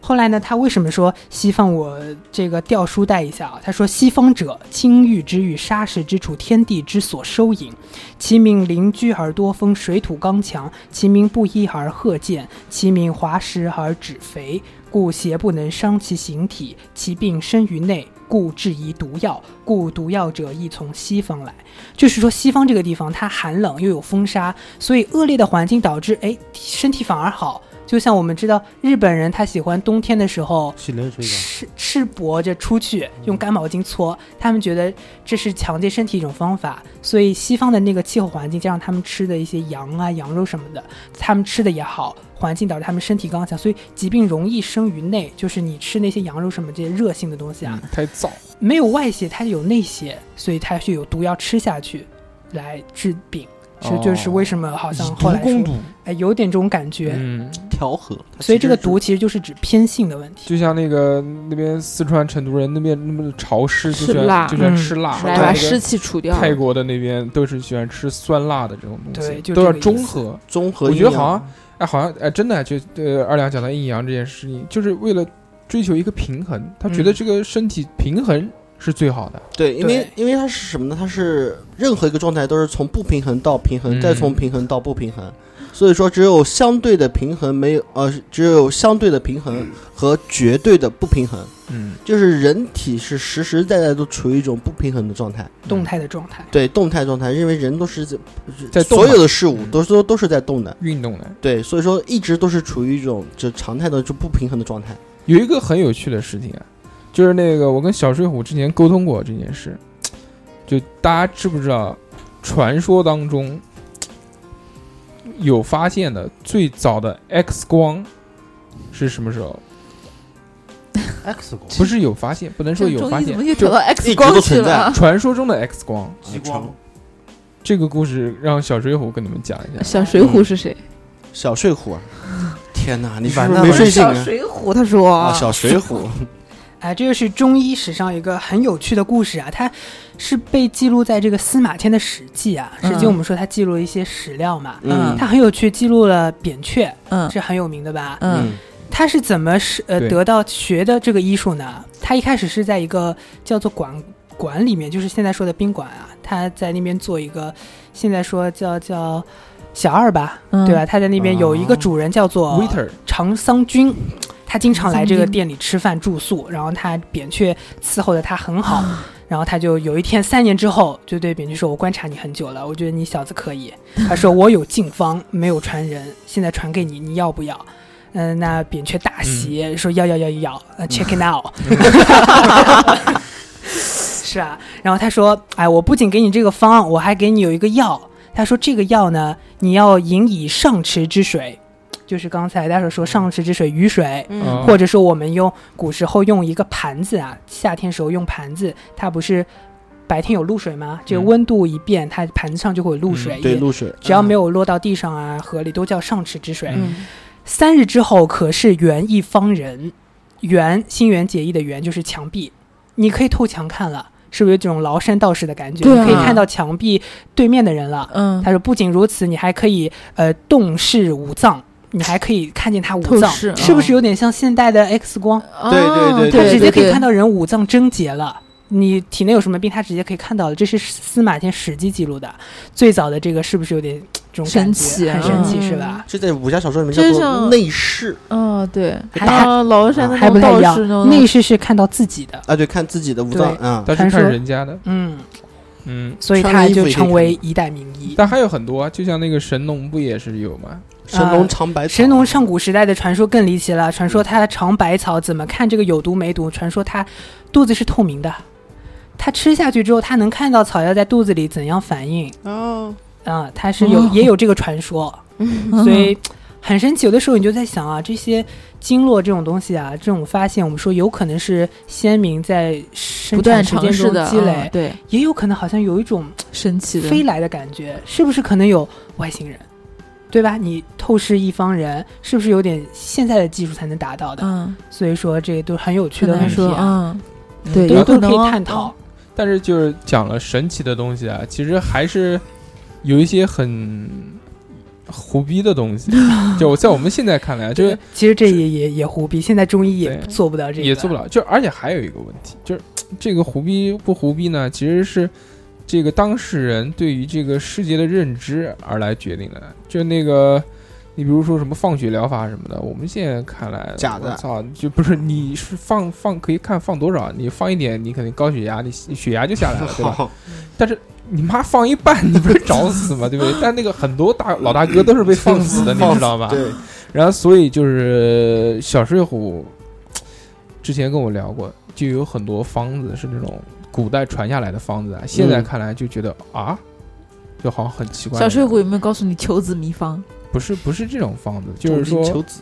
后来呢，他为什么说西方？我这个调书带一下啊，他说西方者，金玉之玉，沙石之处，天地之所收引，其民邻居而多风，水土刚强；其民不衣而褐健，其民滑食而脂肥。故邪不能伤其形体，其病生于内，故治宜毒药。故毒药者亦从西方来。就是说，西方这个地方它寒冷又有风沙，所以恶劣的环境导致，哎，身体反而好。就像我们知道，日本人他喜欢冬天的时候洗冷水的，赤赤膊着出去，用干毛巾搓，他们觉得这是强健身体一种方法。所以西方的那个气候环境，加上他们吃的一些羊啊、羊肉什么的，他们吃的也好，环境导致他们身体刚强，所以疾病容易生于内，就是你吃那些羊肉什么这些热性的东西啊，嗯太燥，没有外邪，它有内邪，所以它是有毒药吃下去来治病。这哦就是为什么好像以后毒来攻说，毒。哎，有点这种感觉。嗯，调和。所以这个毒其实就是指偏性的问题。就像那个那边四川成都人那边那么潮湿，就喜吃辣欢就喜欢嗯吃辣，来对把那个湿气除掉。泰国的那边都是喜欢吃酸辣的这种东西对，就都要这个意思中和。综合我阴觉阳，得好像，哎，好像，哎，真的就呃，二两讲到阴阳这件事情，就是为了追求一个平衡，他觉得嗯这个身体平衡是最好的。对，因为对因为它是什么呢？它是任何一个状态都是从不平衡到平衡，嗯再从平衡到不平衡。所以说，只有相对的平衡没有，呃，只有相对的平衡和绝对的不平衡，嗯，就是人体是实实在在都处于一种不平衡的状态，动态的状态。对，动态状态，因为人都是在在动嘛所有的事物嗯都都都是在动的，运动的。对，所以说一直都是处于一种就常态的就不平衡的状态。有一个很有趣的事情啊，就是那个我跟小水虎之前沟通过这件事，就大家知不知道，传说当中有发现的最早的 X 光是什么时候？ X 光不是有发现，不能这说有中发医怎现么，又就调到 X 一直光都去存在了？传说中的 X 光。激光，这个故事让小水虎跟你们讲一下。小水浒是谁？小睡 虎啊，天哪，你是不完是蛋没了睡醒小啊？水浒，他说啊，小水虎，哎，这就是中医史上一个很有趣的故事啊，它是被记录在这个司马迁的《史记》啊，《史记》嗯我们说它记录了一些史料嘛，嗯它很有趣，记录了扁鹊，嗯是很有名的吧？嗯，他是怎么是呃对得到学的这个医术呢？他一开始是在一个叫做馆馆里面，就是现在说的宾馆啊，他在那边做一个，现在说叫叫小二吧，嗯对吧？？他在那边有一个主人叫做 Waiter，长桑君，他经常来这个店里吃饭住宿，然后他扁鹊伺候的他很好，然后他就有一天三年之后就对扁鹊说：“我观察你很久了，我觉得你小子可以。”他说：“我有禁方，没有传人，现在传给你，你要不要？”嗯、那扁鹊大喜，说要要要要要、呃、，check it out， 是啊，然后他说，哎，我不仅给你这个方案，我还给你有一个药。他说这个药呢，你要饮以上池之水，就是刚才大手说上池之水雨水，嗯或者说我们用古时候用一个盘子啊，夏天时候用盘子，它不是白天有露水吗？这个嗯温度一变，它盘子上就会有露水，对也露水，嗯只要没有有落到地上啊、河里，都叫上池之水。嗯三日之后，可是圆一方人，圆心猿结义的圆就是墙壁，你可以透墙看了，是不是有这种崂山道士的感觉？对啊你可以看到墙壁对面的人了。嗯，他说，不仅如此，你还可以呃洞视五脏，你还可以看见他五透脏，视是不是有点像现代的 X 光？对对对他直接可以看到到人五脏贞结了。你体内有什么病，他直接可以看到了。这是司马迁《史记》记录的，最早的这个是不是有点这种感神觉啊奇很神嗯奇是吧？这在武侠小说里面真叫做像内视嗯，对，还然后崂山的嗯还那不种太道一样士那，种内视是看到自己的，啊，对，看自己的五脏啊，但是传看说人家的，嗯，嗯，所以穿他着衣服就也可以成看为到一代名医。但还有很多啊，就像那个神农不也是有吗？神农尝百草，神农上古时代的传说更离奇了，传说他尝百草怎么看这个有毒没毒？传说他肚子是透明的，他吃下去之后，他能看到草药在肚子里怎样反应哦，啊、他是有、哦也有这个 传说，所以很神奇。有的时候你就在想啊，这些经络这种东西啊，这种发现，我们说有可能是先民在生不产断时尝间试中的积累，嗯对，也有可能好像有一种神奇的飞来的感觉，是不是可能有外星人，对吧？你透视一方人，是不是有点现在的技术才能达到的？嗯，所以说这个都很有趣可的问能题说啊，嗯，对，都有可都能可以哦探讨。。但是就是讲了神奇的东西啊，其实还是有一些很胡逼的东西。就我在我们现在看来啊，就是其实这也也也胡逼，现在中医也对做不到这个，也做不。了。就而且还有一个问题，就是这个胡逼不胡逼呢，其实是这个当事人对于这个世界的认知而来决定的。就那个，你比如说什么放血疗法什么的，我们现在看来假的我操，就不是你是放放可以看放多少，你放一点，你肯定高血压，你你血压就下来啊了，对 吧？ 但是你妈放一半， 你不是找死吗？对不对？但那个很多大老大哥都是被放死的，你知道吧？对，然后所以就是小睡虎之前跟我聊过，就有很多方子是那种古代传下来的方子啊，现在看来就觉得、啊，就好像很奇怪。小睡虎有没有告诉你求子秘方？不是不是这种方子，就是种地说求子，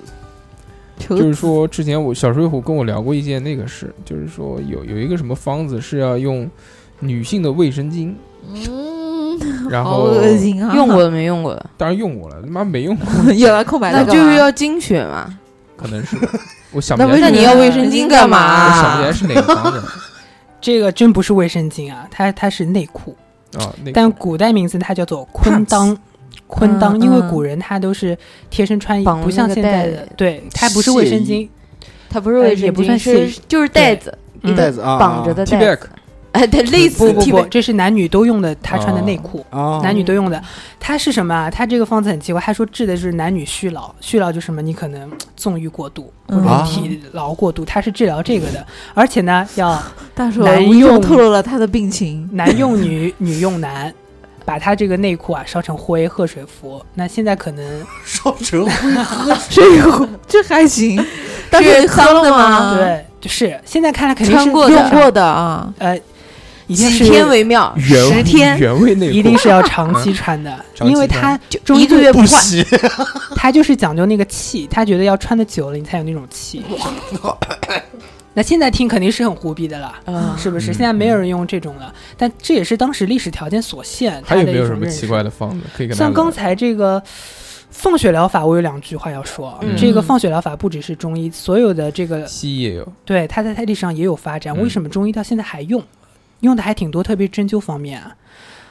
求就是子说之前我小睡虎跟我聊过一件那个事，就是说有有一个什么方子是要用女性的卫生巾，嗯，然好后恶心 啊！用过的没用过的，当然用过了，他妈没用过，有了空白那的干嘛，就是要精血嘛。可能是我想不那起为来那是，什么你要卫生巾干我想不起嘛来？是哪个方子这个真不是卫生巾啊，它它是内裤，啊？那个但古代名字它叫做坤裆。坤裆，嗯因为嗯古人他都是贴身穿衣，绑不像那个现在带的，对，它不是卫生亵巾衣，它哎不是卫呃也生不算巾，是是就是袋子，嗯袋子啊，绑着的 T 袋 back 子。哎，对，类似不不 T 不， back，这是男女都用的，他哦穿的内裤。哦啊，男女都用的，它是什么啊？它这个方子很奇怪，它说治的就是男女虚劳，虚劳就是什么？你可能纵欲过度或嗯者啊体劳过度，它是治疗这个的。而且呢，要大手男无意中用透露了他的病情。男用 女，女用男，把它这个内裤啊烧成灰，喝水服。那现在可能烧成这个这还行，但是你喝了脏的吗吗？对，就是现在看来肯定是啊穿过用的，过的啊，呃，一定几是天嗯为妙，原十天原味内裤，一定是要长期穿的，长期因为穿它就中医一个月不不 换。洗，他就是讲究那个气，他觉得要穿的久了，你才有那种气。 那现在听肯定是很胡逼的了，啊是不是？嗯现在没有人用这种了，但这也是当时历史条件所限。还有没有它的一什种么认识奇怪？的方子可以跟大家像聊刚才这个放血疗法，我有两句话要说。嗯这个放血疗法不只是中医，所有的这个西医也有，对它在它历史上也有发展。嗯为什么中医到现在还用？用的还挺多，特别针灸方面啊。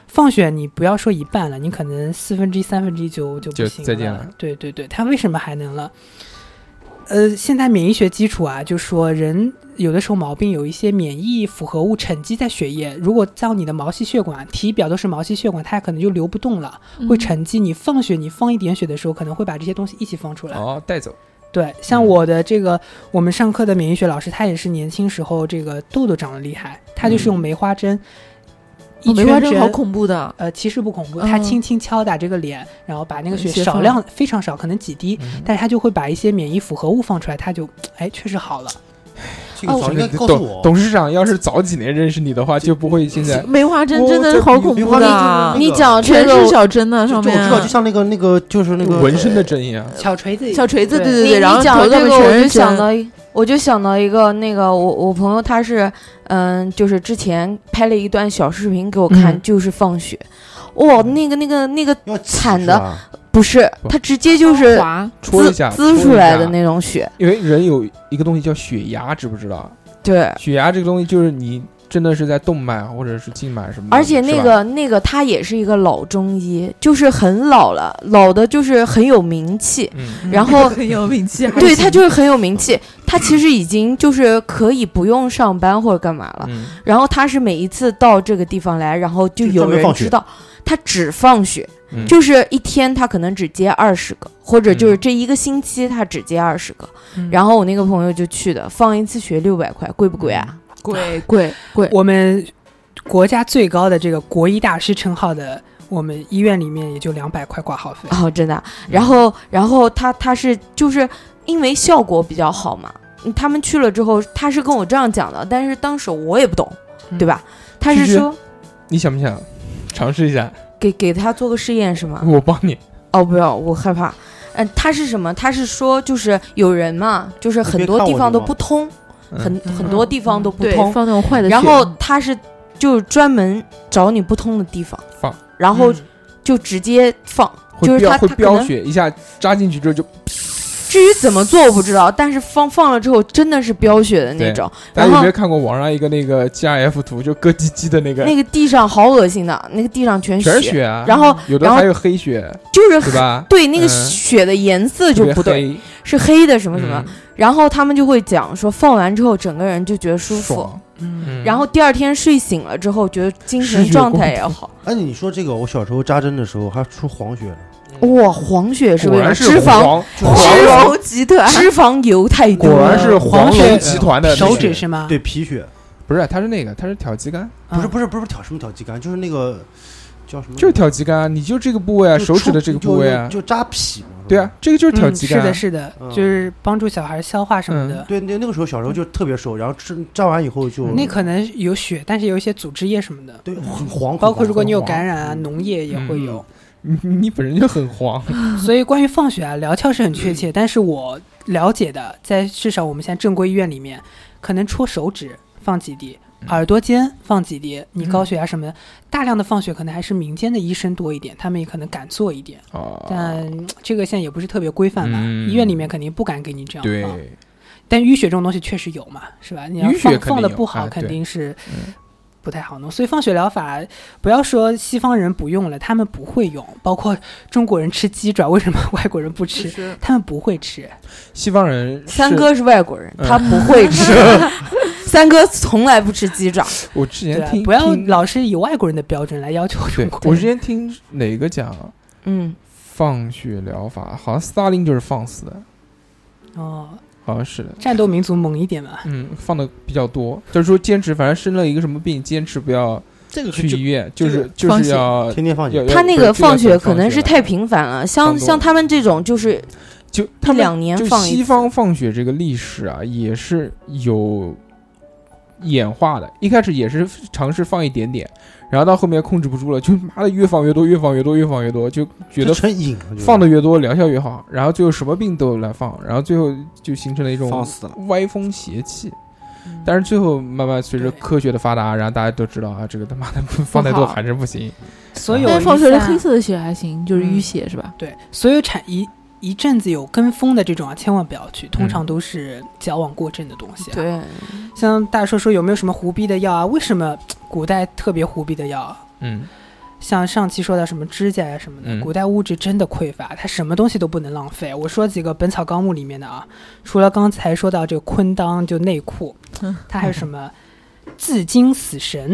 放血你不要说一半了，你可能四分之一、三分之一就就不就行再见了对对对，它为什么还能了？呃，现在免疫学基础啊，就说人有的时候毛病有一些免疫复合物沉积在血液，如果到你的毛细血管、体表都是毛细血管，它可能就流不动了，嗯会沉积。你放血，你放一点血的时候，可能会把这些东西一起放出来。哦，带走，对，像嗯我的这个，我们上课的免疫学老师，他也是年轻时候这个痘痘长得厉害，他就是用梅花针，一嗯哦梅花针好圈针恐怖的，呃，其实不恐怖，他嗯轻轻敲打这个脸，然后把那个血血少放量非常少，可能几滴，嗯但是他就会把一些免疫复合物放出来，他就哎确实好了。这哦个早应该告诉董我。董事长要是早几年认识你的话，就不会现在梅花针我真的这是好恐梅怖花针的就是啊那，你个讲这全个是小针呢，就上就面我啊知道，就像那个那个就是那个纹身的啊针一样。呃小锤子，小锤子，对对对你对，然后你讲头这上个，面我全就是想针。到一，我就想到一个那个，我我朋友他是，嗯，就是之前拍了一段小视频给我看，嗯就是放血，哇、那个那个那个要惨是的吧不是啊不，他直接就是滑呃戳一滋下滋戳出一来下的那种血，因为人有一个东西叫血压，知不知道？对。血压这个东西就是你真的是在动脉啊或者是静脉什么的，而且那是吧个那个他也是一个老中医，就是很老了，老的就是很有名气，嗯，然后很有名气，还对行他就是很有名气，他其实已经就是可以不用上班或者干嘛了。嗯然后他是每一次到这个地方来，然后就就有专门人放知血道他只放血，嗯就是一天他可能只接二十个，或者就是嗯这一个星期他只接二十个。嗯然后我那个朋友就去的，放一次血六百块，贵不贵啊？嗯贵贵贵，我们国家最高的这个国医大师称号的，我们医院里面也就两百块挂号费。 哦，真的嗯啊。然后，然后他他是就是因为效果比较好嘛，嗯他们去了之后，他是跟我这样讲的，但是当时我也不懂，嗯对吧？他其是实说你想不想尝试一下？给给他做个试验是吗？我帮你，哦，不要，我害怕。嗯，他是什么？他是说就是有人嘛，就是很别多看地我方就都好不通，嗯很很多地方都不嗯对，通。放那种坏的血，然后他是就专门找你不通的地方放，然后嗯就直接放。就会是飙他会他可飙能血，一下扎进去之后就，至于怎么做我不知道，但是放放了之后真的是飙血的那对种，大然家有后没有看过网上一个那个 GIF 图，就咯叽叽的那个，那个地上好恶心的，那个地上全全是血啊，然后有的然后还有黑血，就是对很吧？对那个嗯血的颜色特就别不对，黑，是黑的什么什么嗯，，然后他们就会讲说放完之后整个人就觉得舒服，爽，嗯，嗯然后第二天睡醒了之后觉得精神失血状过态多也好。哎，你说这个，我小时候扎针的时候还出黄血呢，哇，黄血嗯是果为了然是脂肪，黄，就黄脂肉肪集团，脂肪油太多果了。然是黄黄血龙集团嗯的那手个指是吗？对皮血，不是，它是那个，它是挑鸡肝，嗯，不是不是不是挑什么挑肌酐，就是那个叫什么，啊就是挑鸡肝，你就这个部位啊，就手指的出这个就部位啊，就就扎脾嘛，是吧对啊，，这个就是挑嗯鸡是肝啊，嗯的，是的，嗯就是帮助小孩消化什么的。对，那那个时候小时候就特别瘦，然后吃扎完以后就那可能有血，但是有一些组织液什么的，对很黄，包括很如果黄你有很黄感染啊，嗯脓液也会有。你你本身就很 黄， 所以关于放血啊，疗效是很嗯确切，但是我了解的，在至少我们现在正规医院里面，可能戳手指放几滴，嗯耳朵尖放几滴，你高血压什么的，大量的放血可能还是民间的医生多一点，他们也可能敢做一点，啊，但这个现在也不是特别规范嘛，嗯医院里面肯定不敢给你这样对，放。但淤血这种东西确实有嘛，是吧？你要淤血放肯定放的有不好，哎肯对定是嗯不太好弄。所以放血疗法，不要说西方人不用了，他们不会用，包括中国人吃鸡爪，为什么 外国人不吃？他们不会吃，西方人是三，哥是外国人，嗯他不会吃。 三哥从来不吃鸡爪，我之对前啊吧听？不要听老是以外国人的标准来要求中对国，人。我之前听哪个讲嗯，放血疗法，好像斯大林就是放死的，哦，好像是的。战斗民族猛一点嘛。嗯，放的比较多，就是说坚持，反正生了一个什么病，坚持不要这个去就医院，就是这个就放是血要天天要放血，要他那不是个就要放去血可能是了太频繁了，放像多像他们这种就是就一他们两年就放一西次。方放血这个历史啊，也是有演化的。一开始也是尝试放一点点，然后到后面控制不住了，就妈的越放越多，越放越多，越放越多，就觉就得成瘾了，就是放的越多疗效越好，然后最后什么病都来放，然后最后就形成了一放种死了。歪风邪气。但是最后慢慢随着对科学的发达，然后大家都知道啊，这个他妈的 不放太多好还是不行。所有但离是放血的散黑色的血还行，就是嗯淤血是吧？对，所有产一一阵子有跟风的这种啊，千万不要去，嗯通常都是矫枉过正的东西、啊。对，像大家说说有没有什么胡逼的药啊？为什么古代特别胡逼的药啊？嗯，像上期说到什么指甲呀、什么的，嗯古代物质真的匮乏，它什么东西都不能浪费。我说几个《本草纲目》里面的啊，除了刚才说到这个昆裆就内裤，它还有什么自经死绳，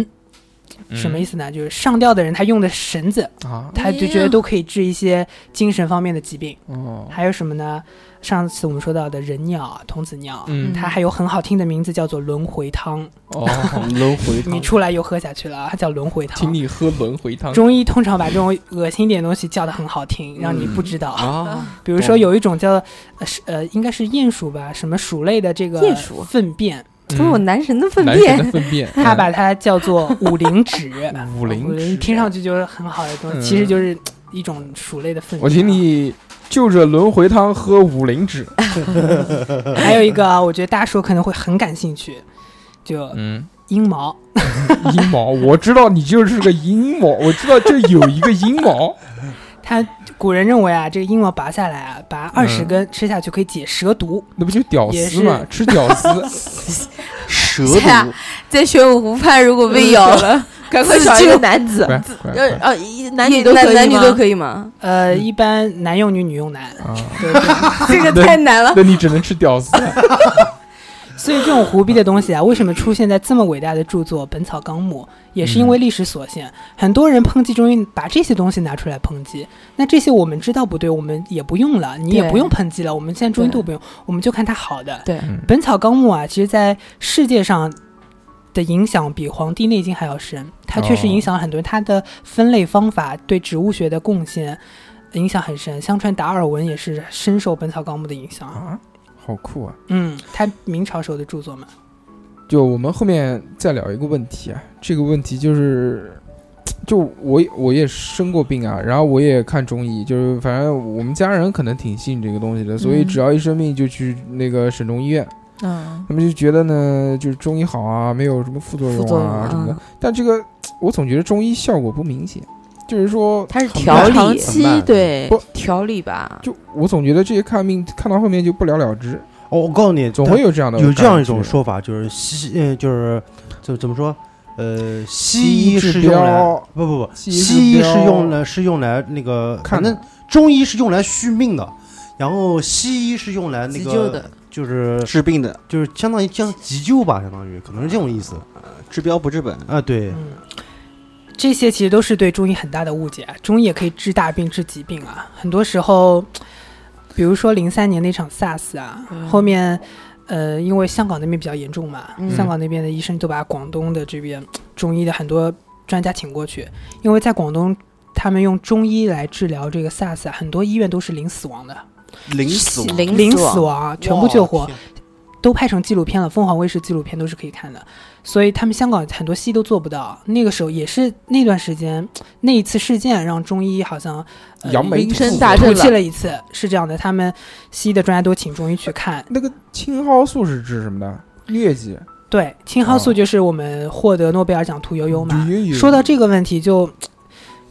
嗯什么意思呢？就是上吊的人他用的绳子，思啊？他就觉得都可以治一些精神方面的疾病。哦，还有什么呢？上次我们说到的人尿啊、童子尿啊，嗯，它还有很好听的名字叫做轮回汤。哦，轮回你汤，出来又喝下去了啊，它叫轮回请汤。你喝轮回汤。中医通常把这种恶心一点的东西叫的很好嗯听，让你不知道。啊，比如哦说有一种叫呃是呃，应该是鼹鼠吧，什么鼠类的这个鼹鼠粪便，所以我男神的嗯粪男神便的粪嗯便，他把它 叫做五灵脂，嗯五五灵灵听上去就是很好的东西，嗯其实就是一种鼠类的粪便。啊我请你就着轮回汤喝五灵脂。还有一个啊，我觉得大叔可能会很感兴趣，就嗯，阴毛。阴毛，我知道你就是个阴毛，我知道这有一个阴毛。他古人认为啊，这个阴毛拔下来啊，拔二嗯十根吃下去可以解蛇毒。 那不就屌丝嘛也？吃屌丝，蛇是啊毒， 在玄武湖畔如果被咬了，赶快找一个男子快快 呃快呃，一男女 都男可以男女吗都可以吗？呃，嗯一般男用女，女用男。啊！对对 这个太难了。 那你只能吃屌丝。所以这种胡逼的东西啊，为什么出现在这么伟大的著作《本草纲目》，也是嗯因为历史所限，很多人抨击中医把这些东西拿出来抨击。那这些我们知道不对，我们也不用了，你也对不用抨击了，我们现在中医对都不用，我们就看它好的。对嗯《本草纲目》啊，其实在世界上的影响比《黄帝内经》还要深，它确实哦影响了很多人，它的分类方法对植物学的贡献影响很深。相传达尔文也是深受《本草纲目》的影响。啊，好酷啊！嗯，他明朝时候的著作嘛，就我们后面再聊一个问题啊，这个问题就是，就我我也生过病啊，然后我也看中医，就是反正我们家人可能挺信这个东西的，所以嗯只要一生病就去那个省中医院，嗯，他们就觉得呢，就是中医好啊，没有什么副作用副作用啊啊什么的。但这个我总觉得中医效果不明显，就是说它是调调理长期慢对不调理吧，就我总觉得这些看病看到后面就不了了之，哦，我告诉你，总它会有这样的有这样一种感觉说法，就是西，呃，就是怎怎么说？呃，西西医治是用来标不不不，西医治西医是标用来是用来那个，看反正中医是用来续命的，然后西医是用来那急救个的。就是治病的，就是相当于将急救吧，相当于可能是这种意思治标不治本。啊。对，嗯，这些其实都是对中医很大的误解啊。中医也可以治大病、治疾病啊。很多时候，比如说零三年那场 SARS 啊，嗯后面呃，因为香港那边比较严重嘛，嗯香港那边的医生都把广东的这边中医的很多专家请过去，因为在广东。他们用中医来治疗这个 SARS，啊，很多医院都是零死亡的，零死亡，零零死死亡啊，全部救活哇。，天都拍成纪录片了，凤凰卫视纪录片都是可以看的，所以他们香港很多戏都做不到。那个时候也是那段时间，那一次事件让中医好像、呃、扬眉名声吐大气振吐了气了一次，是这样的。他们西医的专家都请中医去看，那个青蒿素是治什么的？疟疾。对，青蒿素哦就是我们获得诺贝尔奖屠呦呦嘛。旅游说到这个问题就。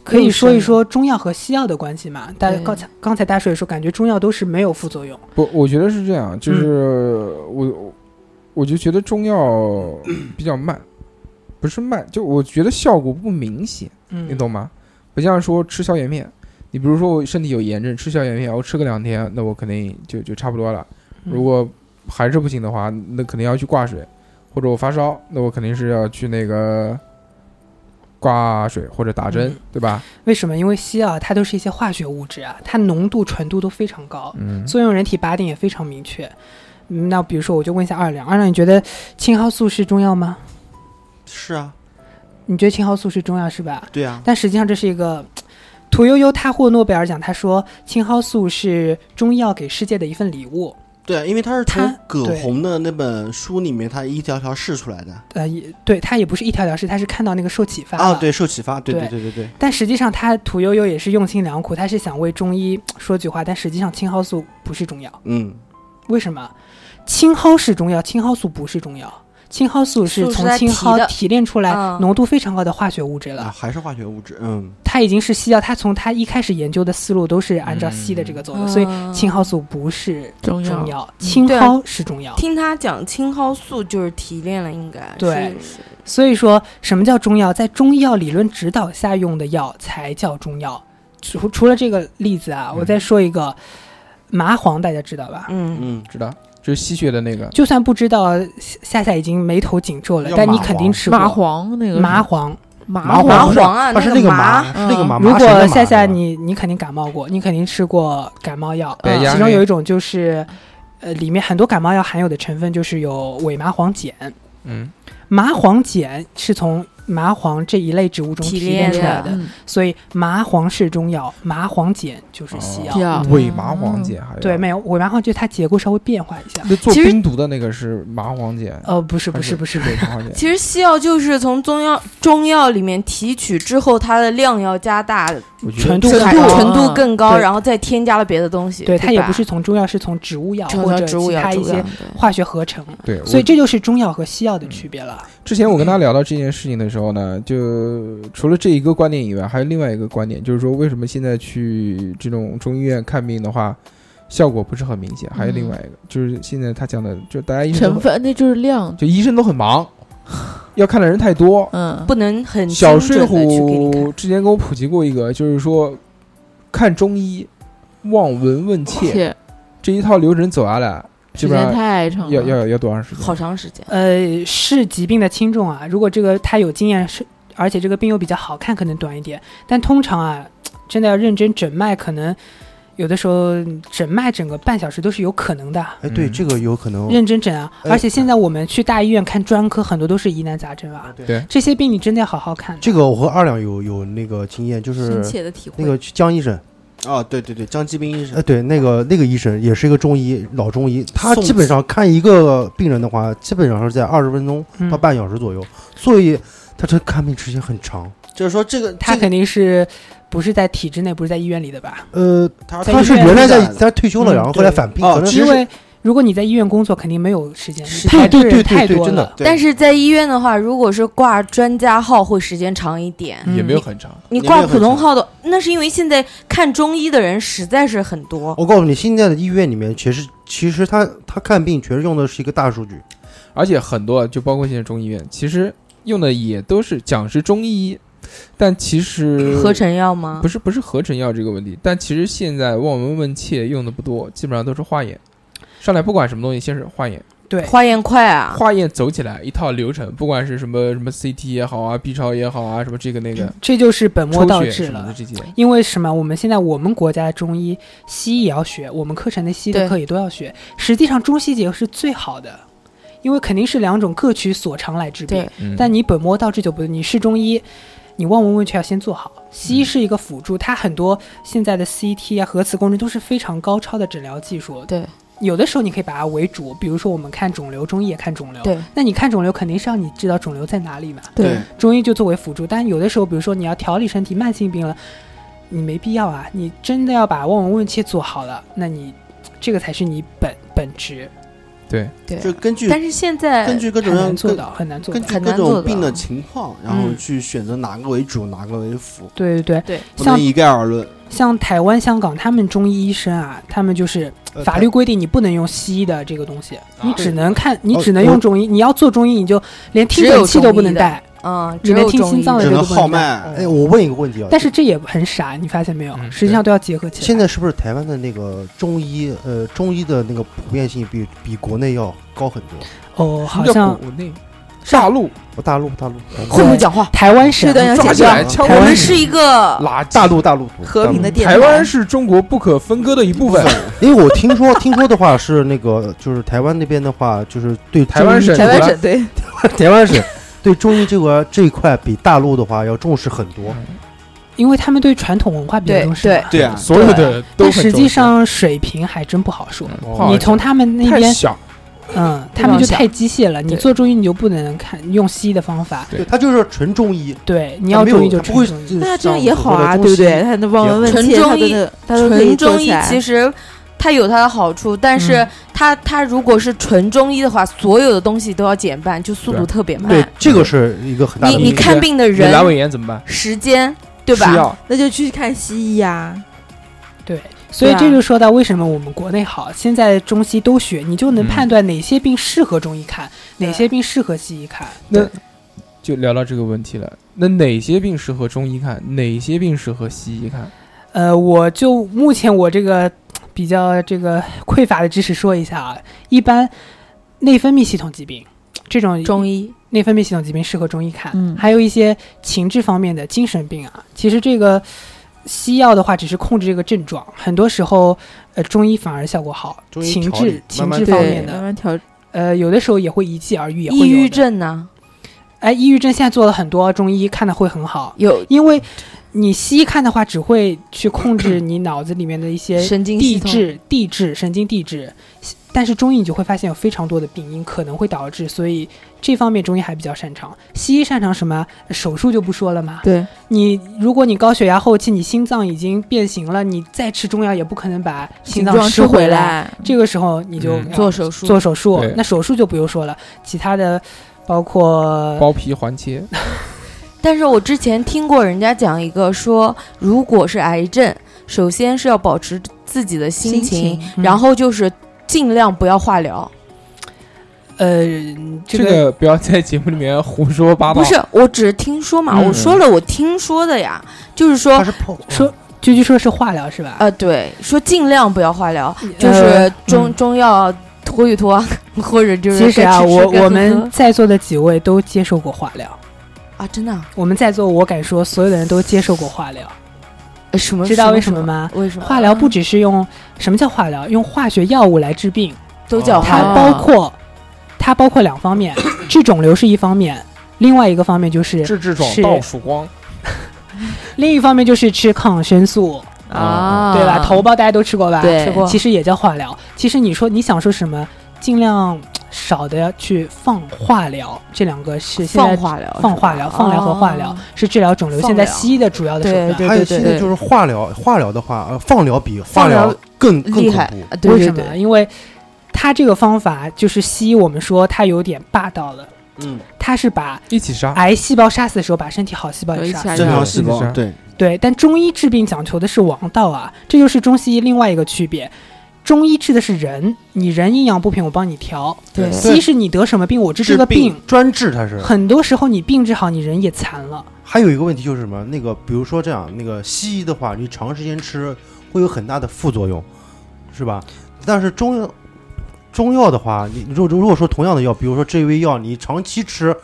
可以说一说中药和西药的关系嘛？大对刚才刚才大水说，感觉中药都是没有副作用。不，我觉得是这样，就是我我就觉得中药 比较慢，不是慢，就我觉得效果不明显，嗯，你懂吗？不像说吃消炎片，你比如说我身体有炎症，吃消炎片，我吃个两天，那我肯定就就差不多了。嗯如果还是不行的话，那肯定要去挂水，或者我发烧，那我肯定是要去那个挂水或者打针，嗯对吧？为什么？因为西药啊它都是一些化学物质啊，它浓度、纯度都非常高，嗯，作用人体靶点也非常明确。嗯那比如说，我就问一下二两，二两，你觉得青蒿素是中药吗？是啊，你觉得青蒿素是中药是吧？对啊，但实际上这是一个，屠呦呦她获诺贝尔奖，她说青蒿素是中药给世界的一份礼物。对啊，因为它是从它葛对洪的那本书里面，它一条条试出来的呃，也对，她也不是一条条是，她是看到那个受启发啊，了对，受启发，对对对对对对，但实际上，她屠呦呦也是用心良苦，她是想为中医说句话，但实际上青蒿素不是中药。嗯，为什么？青蒿是中药，青蒿素不是中药。青蒿素是素是从它青蒿提的提炼出来嗯浓度非常高的化学物质啊，了，还是化学物质，嗯，它已经是西药，它从它一开始研究的思路都是按照西的这个走嗯嗯的，所以青蒿素不是中中药，青对啊蒿是中药。听他讲青蒿素就是提炼了，应该对是是所以说什么叫中药？在中医药理论指导下用的药才叫中药。除除了这个例子啊，嗯我再说一个麻黄，大家知道吧？嗯，嗯，知道，就是吸血的那个，就算不知道，夏夏已经眉头紧皱了要，但你麻肯定黄吃过麻黄那个麻黄。麻麻黄是黄啊它是那个那个麻嗯麻，是那个麻。如啊麻绳的果麻夏夏是吧你你肯定感冒过，你肯定吃过感冒药，啊白嗯鸭其中那有一种就是，呃，里面很多感冒药含有的成分就是有伪麻黄碱，嗯麻黄碱是从麻黄这一类植物中提提炼炼出来的，嗯所以麻黄是中药，麻黄碱就是西哦药。嗯西药哦伪麻黄碱还有对，没有，我麻黄就它结构稍微变化一下。嗯那做其实冰毒的那个是麻黄碱，呃，不是，还不是，不是，伪麻黄 碱。其实西药就是从中药中药里面提取之后，它的量要加大，我觉得纯度程海度高程度更高，对然后再添加了别的东西。对，对，它也不是从中药，是从植物药成或者植物其药他一主要些的化学合成，对，我所以这就是中药和西药的区别了。之前我跟他聊到这件事情的时候呢，就除了这一个观点以外，还有另外一个观点，就是说为什么现在去这种中医院看病的话，效果不是很明显。还嗯有另外一个，就是现在他讲的，就大家嗯医生都成很分那就是量，就医生都很忙，要看的人太多。嗯，不能很小精睡准地去给你看虎之前给我普及过一个，就是说看中医望闻问切且这一套流程走下来，基时本间上太长了，要要要多长时间？好长时间。呃，视疾病的轻重啊，如果这个他有经验是，而且这个病又比较好看，可能短一点。但通常啊，真的要认真诊脉，可能有的时候诊脉整个半小时都是有可能的。哎，对，嗯这个有可能。认真诊啊，哎而且现在我们去大医院看专科，很多都是疑难杂症啊。对这些病你真的要好好看。这个我和二两有有那个经验，就是深切的体会那个江医生，哦，对对对，张继兵医生呃，，对，那个那个医生也是一个中医，老中医，他宋基本上看一个病人的话，基本上是在二十分钟嗯到半小时左右，所以他这看病时间很长。就是说这个他这个肯定是不是在体制内，不是在医院里的吧？呃，他在他医是院原来在在他退休了，嗯然后后来返聘，对可能是哦其实因为如果你在医院工作，肯定没有时间，是排对队对对太对多真的了。对但是在医院的话，如果是挂专家号，会时间长一点。嗯也没有很长。你也没挂有普很通长号的，那是因为现在看中医的人实在是很多。我告诉你，现在的医院里面，其实其实他他看病全是用的是一个大数据，而且很多就包括现在中医院，其实用的也都是讲是中医，但其实合成药吗呃不？是不是合成药这个问题，但其实现在望闻问切用的不多，基本上都是化验。上来不管什么东西，先是化验，对，化验快啊！化验走起来一套流程，不管是什么什么 CT 也好啊，B 超也好啊，什么这个那个这就是本末抽倒血置什么的了。这些，因为什么？我们现在我们国家的中医、西医也要学，我们课程的西医的对课也都要学。实际上，中西结合是最好的，因为肯定是两种各取所长来治病对。嗯但你本末倒置就不，你是中医，你望闻问切要先做好。嗯西医是一个辅助，它很多现在的 CT 啊、核磁共振都是非常高超的诊疗技术。对，有的时候你可以把它为主，比如说我们看肿瘤，中医也看肿瘤。对，那你看肿瘤肯定是要你知道肿瘤在哪里嘛。对，中医就作为辅助，但有的时候，比如说你要调理身体，慢性病了，你没必要啊，你真的要把望闻问切做好了，那你这个才是你本本职，对啊就根据但是现在根据各种很各样难做各到，很难做根到。据很各难做种到病的情况，然后嗯去选择哪个为主，哪个为辅，对对对对，不能像一概而论。像台湾、香港，他们中医医生啊，他们就是呃法律规定你不能用西医的这个东西，你只啊能看，你哦只能我用中医。你要做中医，你就连听只有诊器都不中能医的带，嗯，你只能有听中心医脏的只这能个号脉。哎，我问一个问题啊，嗯但是这也很傻，你发现没有？嗯实际上都要结合起现来。在是不是台湾的那个中医，呃，中医的那个普遍性比比国内要高很多？哦，好叫像国内大陆我大陆大陆啊会不会讲话？台湾省这段要抓剪起掉。来敲我台湾们人是一个垃圾大陆大陆和平的电台。台湾是中国不可分割的一部分，因为我听说 听说的话是那个，就是台湾那边的话，就是对台湾中省医台湾省对，台湾省对中医这个这一块比大陆的话要重视很多。因为他们对传统文化比较对重视嘛对对啊，所有的都但很实重际视嗯上水平还真不好说。不好讲你从他们那太边，小，嗯，非他们常就小太机械了。你对做中医，你就不能看用西医的方法，对，他就是纯中医，对，你你要中医就不会纯中医。那这像样也好啊，我对说的不中西对？他那望闻问纯切，中他医的他都可以纯做中起医来其实它有它的好处，但是嗯它它如果是纯中医的话，所有的东西都要减半，就速度对特别对慢。，这个是一个很大你的你问题。看病的有阑人尾炎怎么办？时间对吃吧？药那就去看西医啊。对，所以对啊这就说到为什么我们国内好，现在中西都学，你就能嗯判断哪些病适合中医看，哪对些病适合西医看。那就聊到这个问题了。那哪些病适合中医看，哪些病适合西医看？呃，我就目前我这个比较这个匮乏的知识说一下啊，一般内分泌系统疾病这种中医内分泌系统疾病适合中医看，嗯还有一些情志方面的精神病啊。其实这个西药的话，只是控制这个症状，很多时候呃中医反而效果好。中医情调理志情慢慢志调方理对，面慢的，慢调。呃有的时候也会一剂而愈，也会抑有郁啊的。症呢？哎，抑郁症现在做了很多中医，看的会很好，有因为你西医看的话，只会去控制你脑子里面的一些神经地系统，质、地质、神经递质，但是中医你就会发现有非常多的病因可能会导致，所以这方面中医还比较擅长。西医擅长什么？手术就不说了嘛。对，你如果你高血压后期，你心脏已经变形了，你再吃中药也不可能把心脏装吃吃回回。来，这个时候你就嗯要做手术，做手术对，那手术就不用说了，其他的包括包皮环切，呃但是我之前听过人家讲一个说，如果是癌症，首先是要保持自己的心情，嗯然后就是尽量不要化疗。呃这这个不要在节目里面胡说八道。不，是，我只是听说嘛，嗯我说了我听说的呀，就是说他，是碰说居居说是化疗是吧？呃，对，说尽量不要化疗，就呃是中、嗯中药拖一拖， 或者就是其实啊，该吃吃我该喝我们喝在座的几位都接受过化疗。啊，真的啊、我们在座，我敢说，所有的人都接受过化疗。呃什么知道为什么？吗？为什么化疗不只是用什么叫化疗，用化学药物来治病，嗯都叫化它疗？包括它包括两 方面，治肿瘤是一方面，另外一个方面就是治痔疮、是倒曙光，另一方面就是吃抗生素，啊，对吧？头孢大家都吃过吧？对吃过其实也叫化疗。其实你说你想说什么，尽量少的去放化疗，这两个是现在放化疗，放化疗、放疗和化疗哦是治疗肿瘤放现在疗西医的主要的手对段。对还有对现对对，在就是化疗，化疗的话，呃，放疗比化放疗疗更更厉恐害怖。啊！对为对什么？对，因为他这个方法就是西医，我们说他有点霸道了，嗯，他是把一起啊杀。癌细胞杀死的时候，把身体好细胞也杀死。正常细是胞是对，对，但中医治病讲求的是王道啊，这就是中西医另外一个区别。中医治的是人，你人营养不平，我帮你调；对西医是你得什么病，我治这个病。专治它是。很多时候你病治好，你人也残了。还有一个问题就是什么？那个比如说这样，那个西医的话，你长时间吃会有很大的副作用，是吧？但是中药中药的话，你如如果说同样的药，比如说这味药，你长期吃，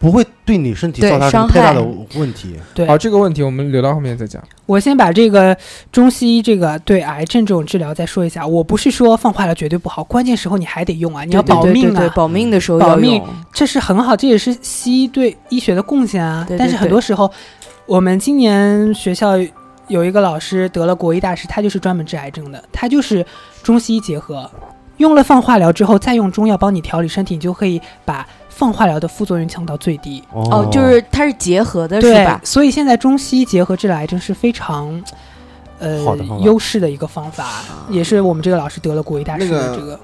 不会对你身体对造成什伤么害太大的问题。对，好，这个问题我们留到后面再讲。我先把这个中西医这个对癌症这种治疗再说一下。我不是说放化疗绝对不好，关键时候你还得用啊，你要对对保对命对对啊，保命的时候保要命用这是很好，这也是西医对医学的贡献啊。对对但是很多时候，我们今年学校有一个老师得了国医大师，他就是专门治癌症的，他就是中西医结合，用了放化疗之后，再用中药帮你调理身体，你就可以把放化疗的副作用降到最低。哦，就是它是结合的是对吧？所以现在中西医结合治疗癌症是非常。呃好的方，法优势的一个方法，也是我们这个老师得了国医大师那的个这个。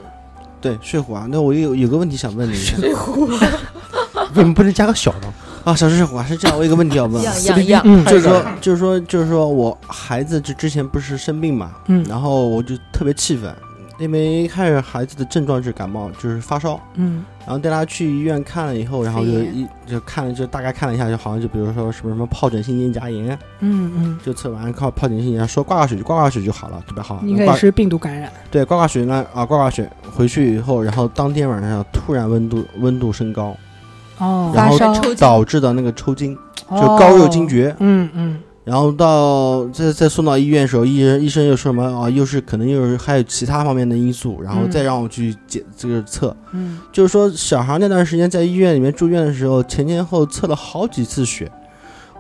对，睡虎啊，那我有有个问题想问你一下为什么不能加个小呢？啊，小睡虎啊，是这样，我有个问题要问，样样样，嗯，就是说，就是说，就是说我孩子就之前不是生病嘛，嗯然后我就特别气愤，因为一开始孩子的症状是感冒，就是发烧，嗯，然后带他去医院看了以后，然后就肺炎一就看了就大概看了一下，就好像就比如说什么什么疱疹性咽颊炎，嗯嗯，就测完靠疱疹性咽颊说挂挂水就挂挂水就好了，特别好，应该挂也是病毒感染。对，挂挂水呢啊，挂挂水回去以后，然后当天晚上突然温度温度升高，哦，然后发烧导致的那个抽筋，就高热惊厥。嗯嗯，然后到再再送到医院的时候，医生医生又说什么啊，又是可能又是还有其他方面的因素，然后嗯再让我去检这个测，嗯，就是说小孩那段时间在医院里面住院的时候，前前后后测了好几次血，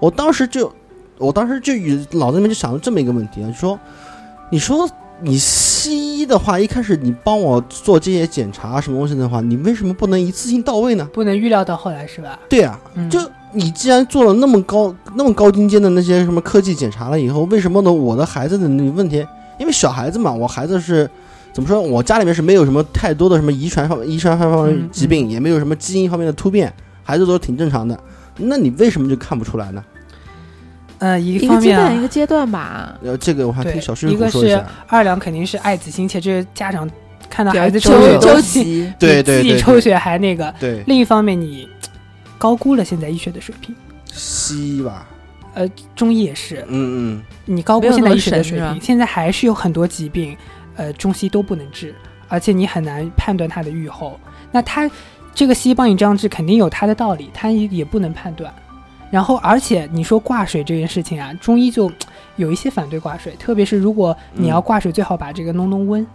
我当时就，我当时就与脑子里面就想了这么一个问题啊，就说，你说你西医的话，一开始你帮我做这些检查什么东西的话，你为什么不能一次性到位呢？不能预料到后来是吧？对啊，嗯就你既然做了那么高、那么高精尖的那些什么科技检查了以后，为什么呢？我的孩子的那个问题，因为小孩子嘛，我孩子是怎么说？我家里面是没有什么太多的什么遗传方、遗传方面嗯的疾病，也没有什么基因方面的突嗯变，孩子都挺正常的。那你为什么就看不出来呢？呃，一一方个阶面段一啊，个阶段吧，呃，这个我还对听小师傅一个说一是下。呃二两肯定是爱子心切，这是家长看到比较孩子周抽血有都周心，琦对比对自己对抽血还那个。对，另一方面，你高估了现在医学的水平，呃西医吧，中医也是，嗯嗯，你高没估有现在那么医学的神水是吧平，现在还是有很多疾病，呃，中西都不能治，而且你很难判断它的预后。那他这个西医帮你这样治，肯定有他的道理，他也也不能判断。然后，而且你说挂水这件事情啊，中医就嘖有一些反对挂水，特别是如果你要挂水，最好把这个弄弄温，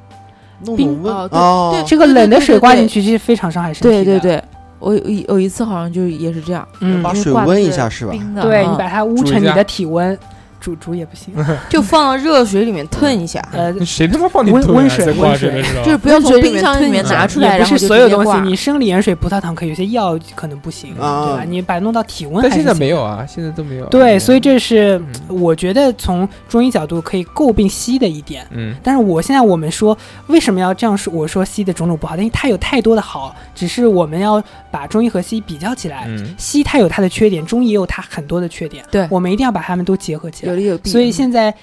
弄冰懂嗯问哦对哦，这个冷的水挂对对进去是非常伤害身体对的。对对，我有一有一次好像就是也是这样，嗯，把因为水挂的温一是下是吧？冰的，对嗯你把它捂煮一成你下的体温，煮煮也 不行，就放到热水里面腾一下。呃，谁他妈帮你温啊偷温呀水在温挂水真的是吧就是不要温从水里冰面箱里吞面一拿下出来，嗯也不然后是就所直有接东西，挂你生理盐水、葡萄糖可以，有些药可能不行，啊对吧？你把它弄到体温还但是现在没有。有啊，现在都没有啊。对，所以这是嗯我觉得从中医角度可以诟病西的一点。嗯，但是我现在我们说为什么要这样说？我说西的种种不好，但是它有太多的好，只是我们要把中医和西比较起来。嗯，西它有它的缺点，中医也有它很多的缺点。对我们一定要把它们都结合起有来。利有弊。所以现在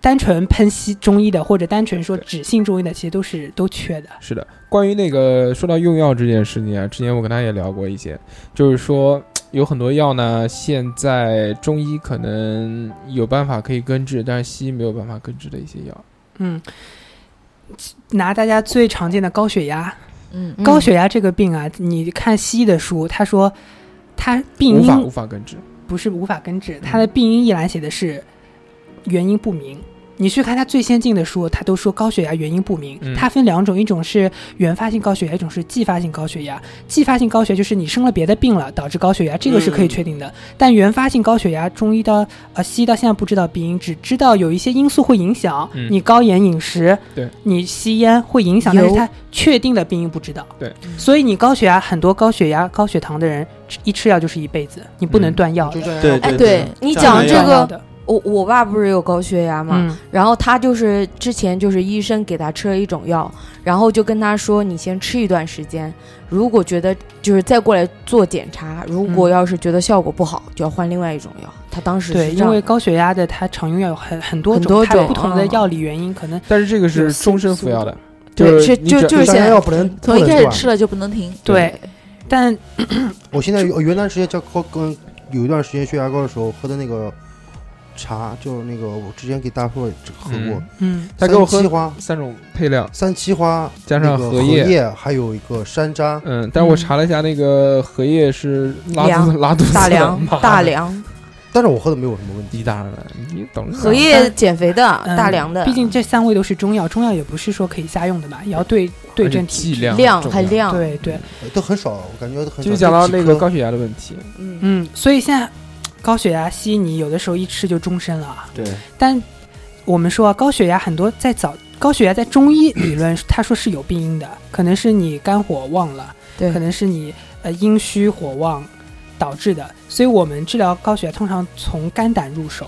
单纯喷西中医的，或者单纯说只信中医的，其实都是都缺的。是的。关于那个说到用药这件事情啊，之前我跟他也聊过一些，就是说有很多药呢，现在中医可能有办法可以根治，但是西医没有办法根治的一些药。嗯，拿大家最常见的高血压，嗯，高血压这个病啊，你看西医的书，他说他病无法因无法根治。不是无法根治，嗯它的病因一栏写的是原因不明。你去看它最先进的书，它都说高血压原因不明。嗯它分两种，一种是原发性高血压，一种是继发性高血压。继发性高血压就是你生了别的病了导致高血压，这个是可以确定的。嗯但原发性高血压，中医到呃西医到现在不知道病因，只知道有一些因素会影响、嗯你高盐饮食，对，你吸烟会影响，但是它确定的病因不知道。对，所以你高血压很多高血压、高血糖的人吃一吃药就是一辈子，你不能嗯断药的。就这样，对哎，对对，你这样讲也这有个，我我爸不是有高血压吗？嗯然后他就是之前就是医生给他吃了一种药，然后就跟他说你先吃一段时间，如果觉得就是再过来做检查，如果嗯要是觉得效果不好，就要换另外一种药。他当时对，是这因样为高血压的它常用药有很很多很种，多它有种不同的嗯药理原因，可能但是这个有是终身色服药素的，对是是你就只就是降现压在药不能从一不能开始断吃了就不能停，对。但我现在有有一段时间叫高跟有一段时间血压高的时候喝的那个茶，就是那个我之前给大硕喝过嗯，嗯他给我三喝七花、三种配料，三七花加上那个荷叶。还有一个山楂。嗯，但我嗯查了一下，那个荷叶是拉肚子凉拉肚子的大梁妈大 梁但是我喝的没有什么问题。你当然了，你懂荷叶减肥的嗯大梁的，毕竟这三味都是中药，中药也不是说可以瞎用的嘛，也要对对症体剂质。量量重还要。量，对对，呃都很少，我感觉都很少。就讲到几颗那个高血压的问题，嗯，嗯，所以现在高血压西你有的时候一吃就终身了啊。对，但我们说啊，高血压很多在早高血压在中医理论，他说是有病因的，可能是你肝火旺了，对可能是你呃阴虚火旺导致的。所以我们治疗高血压通常从肝胆入手。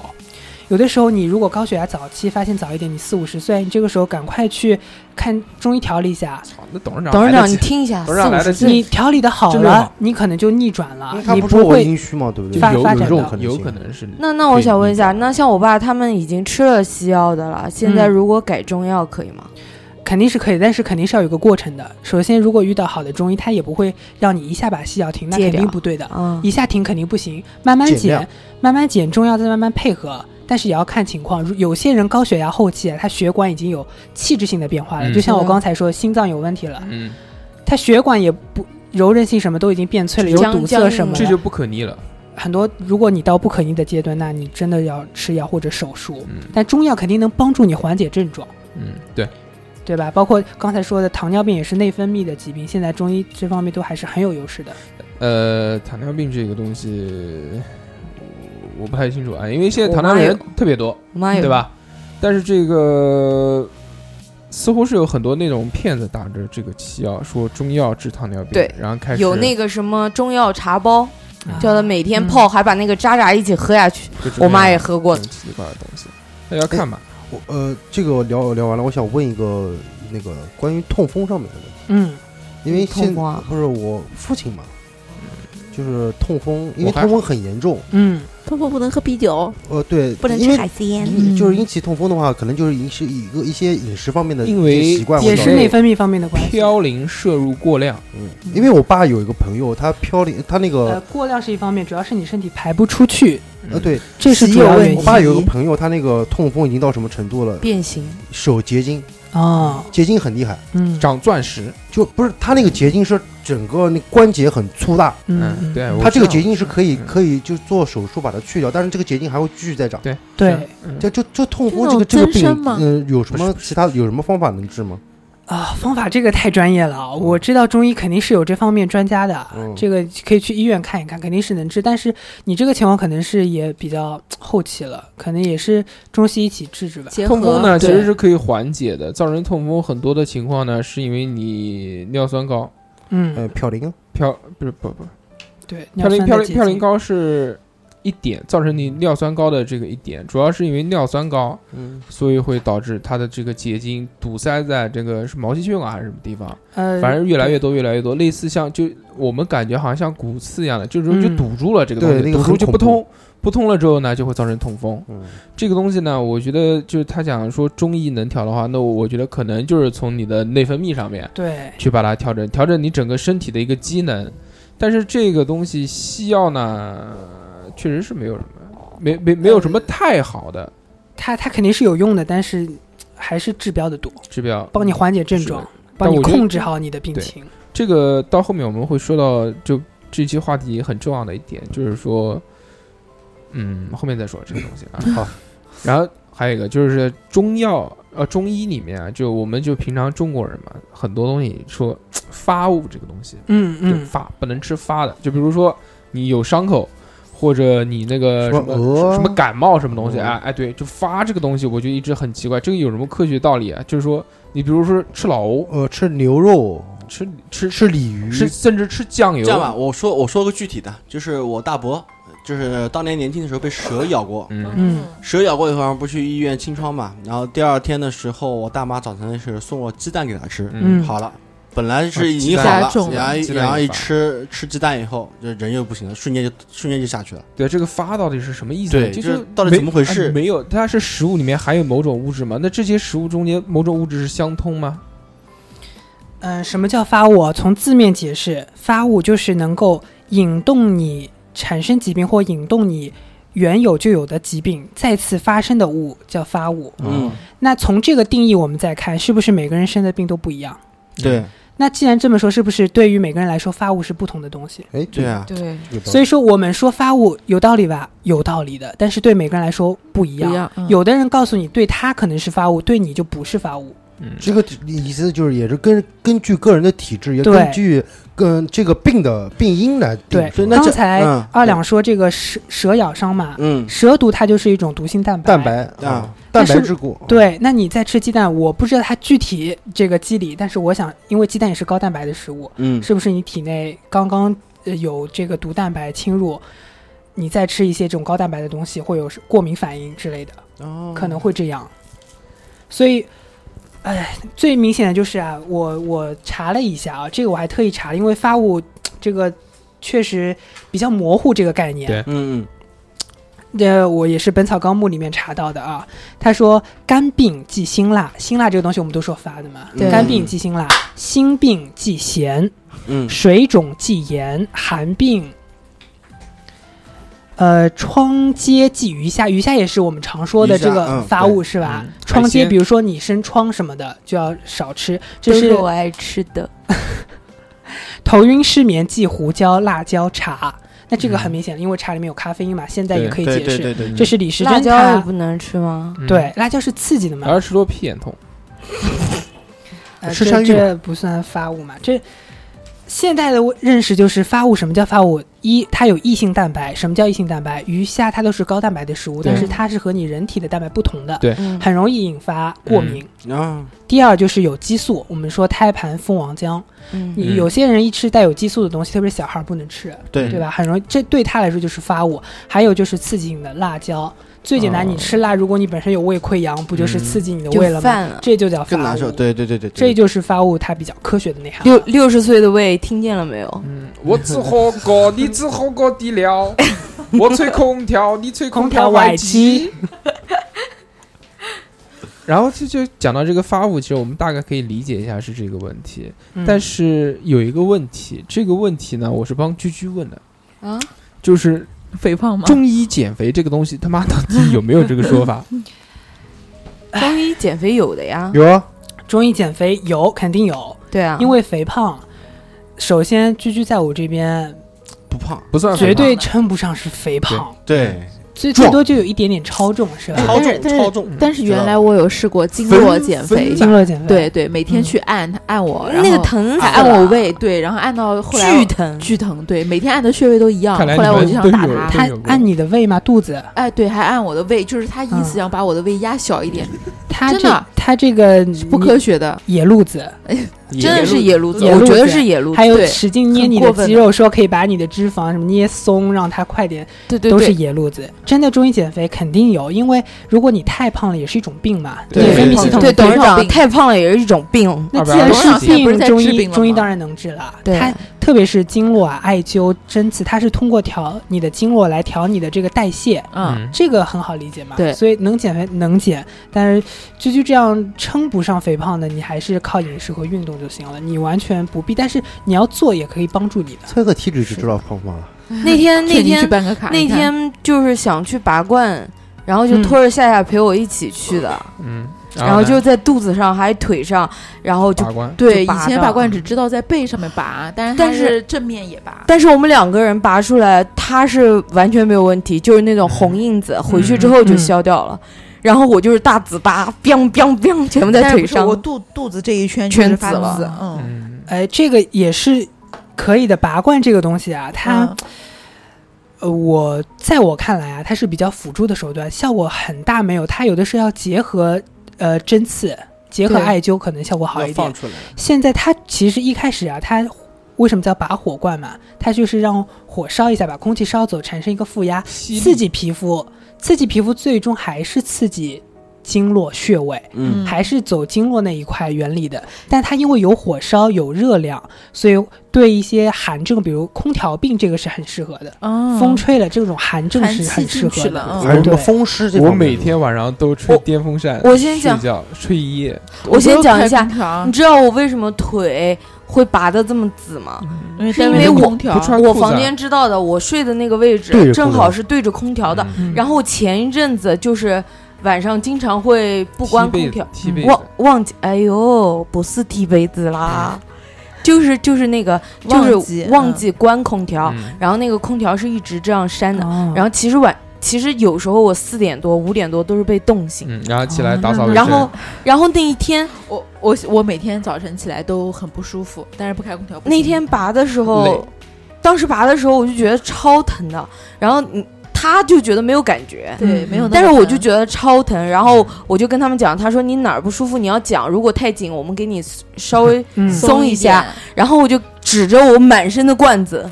有的时候，你如果高血压早期发现早一点，你四五十岁，你这个时候赶快去看中医调理一下。操，那董事长董事来得长你及听一下，董四事长五来得十及岁你调理的好真的了好，你可能就逆转因为啊了，他你不是我会阴虚嘛，对不对？发有发有展这种到可能性，有可能嗯是那那我对想问逆一下，转那像我爸他们已经吃了西药的了，现在嗯如果改中药可以吗？肯定是可以，但是肯定是要有个过程的。首先，如果遇到好的中医，他也不会让你一下把西药停，那戒肯定掉不对的。啊，一下停肯定不行，慢慢减量减，慢慢减，中药再慢慢配合，但是也要看情况。如有些人高血压后期啊，他血管已经有器质性的变化了，嗯就像我是的刚才说，心脏有问题了，嗯，他血管也不柔韧性什么都已经变脆了，有僵堵塞僵什么硬这的。就不可逆了。很多，如果你到不可逆的阶段，那你真的要吃药或者手术。嗯但中药肯定能帮助你缓解症状，嗯，对，对吧？包括刚才说的糖尿病也是内分泌的疾病，现在中医这方面都还是很有优势的。呃，糖尿病这个东西，我不太清楚啊，因为现在糖我尿妈病有人特别多，我妈有对吧？但是这个似乎是有很多那种骗子打着这个旗啊，说中药治糖尿病，对然后开始有那个什么中药茶包，叫他他每天嗯泡，还把那个渣渣一起喝下去。各种我妈各样嗯也喝过各种奇怪的东西，那要看吧。我呃，这个聊聊完了，我想问一个那个关于痛风上面的问题，嗯，因为现痛风啊不是我父亲嘛，就是痛风，因为我还痛风很严重。嗯痛风不能喝啤酒，呃，对，不能因吃为海鲜，因就是引起痛风的话，可能就是饮食一个一些饮食方面的因为一些习惯也会也导是致。内分泌方面的关系。嘌呤摄入过量，嗯，因为我爸有一个朋友，他嘌呤，他那呃，个过量是一方面，主要是你身体排不出去，呃，对，这是主要原因。我爸有一个朋友，他那个痛风已经到什么程度了？变形，手结晶，啊，结晶很厉害，嗯，长钻石。就不是他那个结晶是整个那关节很粗大，嗯，对，我他这个知道结晶是可以嗯可以就做手术把它去掉，但是这个结晶还会继续再长。对是，就就就痛这风这种个这增个生病，吗嗯，有什不是么其他有什么方法能治吗？啊，方法这个太专业了，啊我知道中医肯定是有这方面专家的，啊嗯这个可以去医院看一看，肯定是能治。但是你这个情况可能是也比较后期了，可能也是中西一起治治吧。结痛风合呢，其对实是可以缓解的。造成痛风很多的情况呢，是因为你尿酸高，嗯呃，，嘌呤嘌不是不不，对，嘌呤嘌尿酸的呤结嘌呤晶，高是一点，造成你尿酸高的这个一点，主要是因为尿酸高，嗯，所以会导致它的这个结晶堵塞在这个是毛细血管还是什么地方，呃，反正越来越多，越来越多，类似像就我们感觉好像像骨刺一样的，就是说嗯就堵住了这个对东西，堵那个住很就不恐怖通，不通了之后呢，就会造成痛风。嗯这个东西呢，我觉得就是他讲说中医能调的话，那我觉得可能就是从你的内分泌上面对，去把它调整，调整你整个身体的一个机能。但是这个东西西药呢，确实是没有什么，没没没有什么太好的它它肯定是有用的，但是还是治标的多，指标。帮你缓解症是的状，但帮你我觉得控制好你的病对情。这个到后面我们会说到，就这期话题很重要的一点就是说，嗯，后面再说这个东西啊。 好，然后还有一个就是中药，呃，中医里面啊，就我们就平常中国人嘛，很多东西说发物这个东西，嗯就嗯，发不能吃发的，就比如说你有伤口，或者你那个什什么么鹅什么感冒什么东西，嗯哎哎，对，就发这个东西，我就一直很奇怪，这个有什么科学道理啊？就是说，你比如说吃老藕，呃，吃牛肉，吃吃吃鲤鱼，吃，甚至吃酱油，这样吧，我说我说个具体的，就是我大伯，就是当年年轻的时候被蛇咬过，嗯，嗯蛇咬过以后然后不去医院清创嘛，然后第二天的时候，我大妈早晨是送我鸡蛋给他吃，嗯好了。本来是已鸡经好蛋了加重，了然后一鸡蛋然后也一发吃吃鸡蛋以后，就人又不行了，瞬间就瞬间就下去了。对，这个发到底是什么意思呢？对，就就是是到底没怎么回哎事？没有，它是食物里面含有某种物质吗？那这些食物中间某种物质是相通吗？嗯，什么叫发物啊？从字面解释，发物就是能够引动你产生疾病或引动你原有就有的疾病再次发生的物叫发物。嗯，那从这个定义，我们再看是不是每个人生的病都不一样？对那既然这么说，是不是对于每个人来说，发物是不同的东西？哎，对，啊，对，所以以说，我们说发物有道理吧？有道理的，但是对每个人来说不一一样。样，嗯有的人告诉你，对他可能是发物，对你就不是发物。嗯，这个意思就是也是根根据个人的体质，也对根据跟这这个病的病因来定对是吧那刚这才嗯二两说这个蛇蛇咬伤嘛，嗯，蛇毒它就是一种毒性蛋白。蛋白啊啊，蛋但是白之故，对，那你在吃鸡蛋，我不知道它具体这个机理，但是我想，因为鸡蛋也是高蛋白的食物，嗯，是不是你体内刚刚呃有这个毒蛋白侵入，你再吃一些这种高蛋白的东西，会有是过敏反应之类的，哦可能会这样。所以，哎，最明显的就是啊，我我查了一下啊，这个我还特意查了，因为发物这个确实比较模糊这个概念。对嗯这我也是《本草纲目》里面查到的啊。他说肝病忌辛辣，辛辣这个东西我们都说发的嘛。对肝病忌辛辣，心病忌咸，嗯水肿忌盐，寒病。呃，窗疖忌鱼虾，鱼虾也是我们常说的鱼虾这个嗯发物、是吧？嗯窗海疖，鲜比如说你生疮什么的，就要少吃。这都是是我爱吃的。头晕失眠忌胡椒、辣椒、茶。那这个很嗯明显，因为茶里面有咖啡因嘛，现在也对可以对解对释。对对，啊这是李时辣珍椒也他不能吃吗？嗯对，，辣椒是刺激的嘛还，是说屁眼痛，呃吃这山芋这不算发物嘛？这现代的认识就是发物，什么叫发物？一，它有异性蛋白。什么叫异性蛋白？鱼虾它都是高蛋白的食物，对但是它是和你人体的蛋白不同的，对嗯嗯，很容易引发过敏。对啊，第二就是有激素，我们说胎盘、蜂王浆，嗯你有些人一吃带有激素的东西，特别是小孩儿不能吃，嗯对对吧？很容易，这对他来说就是发物。还有就是刺激性的辣椒，最简单，哦你吃辣，如果你本身有胃溃疡，不就是嗯刺激你的就胃了吗？犯了。这就叫更发难受，物。对对对对，这对就是发物它比较科学的内涵。六六十岁的胃听见了没有？嗯， 我吃火锅，你吃火锅底 料；我吹空调，你吹空调调外机。 然后这就讲到这个发物，其实我们大概可以理解一下是这个问题，但是是有一个问题，这个问题呢，我是帮居居问的，啊，就是肥胖吗？中医减肥这个东西，他妈到底有没有这个说 法？中医减肥有的呀，有啊，中医减肥有肯定有，对啊，因为肥胖，首先居居在我这边不胖，不算绝嗯肥胖对称不上是肥胖，对，最最多就有一点点超重是吧？超但是重但是超重，但是原知来道我有试过经分络减分肥，经络减肥，对对，每天嗯去按它按我，然那个后疼死还按我了，胃，对，然后按到后来巨我疼，巨疼，对，每天按的穴位都一样。看来后来你我们就想都打有他，都他有过按你的胃吗？肚子？哎，对，还按我的胃，就是他意思嗯想把我的胃压小一点，他真这的他这个是不科学的。野路子，真的是野路子，野我路觉得子是野路子还，有对使劲捏很你的过分肌肉，说可以把你的脂肪什么捏松，让它快点，对对都是对，野路子。真的中医减肥肯定有，因为如果你太胖了也是一种病嘛，对你分泌系统对，的董事病长病太胖了也是一种病，那既220然多少是钱不是在中治医病了中医吗当然能治了。对，它特别是经络啊、艾灸、针刺，它是通过调你的经络来调你的这个代谢，嗯，这个很好理解嘛。对所以能减肥能减，但是就就这样称不上肥胖的，你还是靠饮食和运动就行了，你完全不必。但是你要做也可以帮助你的。测个体脂就知道胖不胖了。 那天那劝你去天办个卡，那你看天就是想去拔罐，然后就嗯拖着夏夏陪我一起去的，嗯，然后就在肚子上还腿上，然后就法官对就拔以前的拔罐只知道在背上面拔，但是它但是正面也拔。但是我们两个人拔出来，它是完全没有问题，就是那种红印子，回去之后就消掉了。然后我就是大紫疤，biang biang biang，全部在但是腿不是上我。肚肚子这一圈全全发紫紫了，嗯，嗯哎，这个也是可以的。拔罐这个东西啊，它、嗯呃，我在我看来啊，它是比较辅助的手段，效果很大没有。它有的是要结合呃针刺，结合对艾灸，可能效果好要一点放。出来，现在它其实一开始啊，它为什么叫拔火罐嘛？它就是让火烧一下，把空气烧走，产生一个负压，刺激皮肤，刺激皮肤，最终还是刺激经络穴位。嗯，还是走经络那一块原理的，但它因为有火烧有热量，所以对一些寒症，比如空调病，这个是很适合的。哦风吹了，这种寒症寒是气很适进合去了的。嗯还有什么对风湿这方我面每的天晚上都吹我电风扇，我先讲睡觉吹一夜，我先讲一下，下嗯你，知道我为什么腿会拔的这么紫吗？因为是因单位为有我空调不穿我裤子啊房间知道的，我睡的那个位置对着空调正好是对着空调的。嗯然后前一阵子就是晚上经常会不关空调，嗯踢被子，踢被忘子忘记，哎呦，不是踢被子啦，就是就是那个忘就记是忘记嗯关空调，嗯然后那个空调是一直这样嗯扇的，哦然后其实晚其实有时候我四点多五点多都是被冻醒，嗯，然后起来打扫卫生，然后然后那一天我我我每天早晨起来都很不舒服，但是不开空调不行。那天拔的时累候，当时拔的时候我就觉得超疼的，然后嗯他就觉得没有感觉，对嗯没有那么但烦，是我就觉得超疼，然嗯后我就跟他们讲，他说你哪儿不舒服你要讲，如果太紧我们给你稍微，嗯松一一下，然后我就指着我满身的罐子，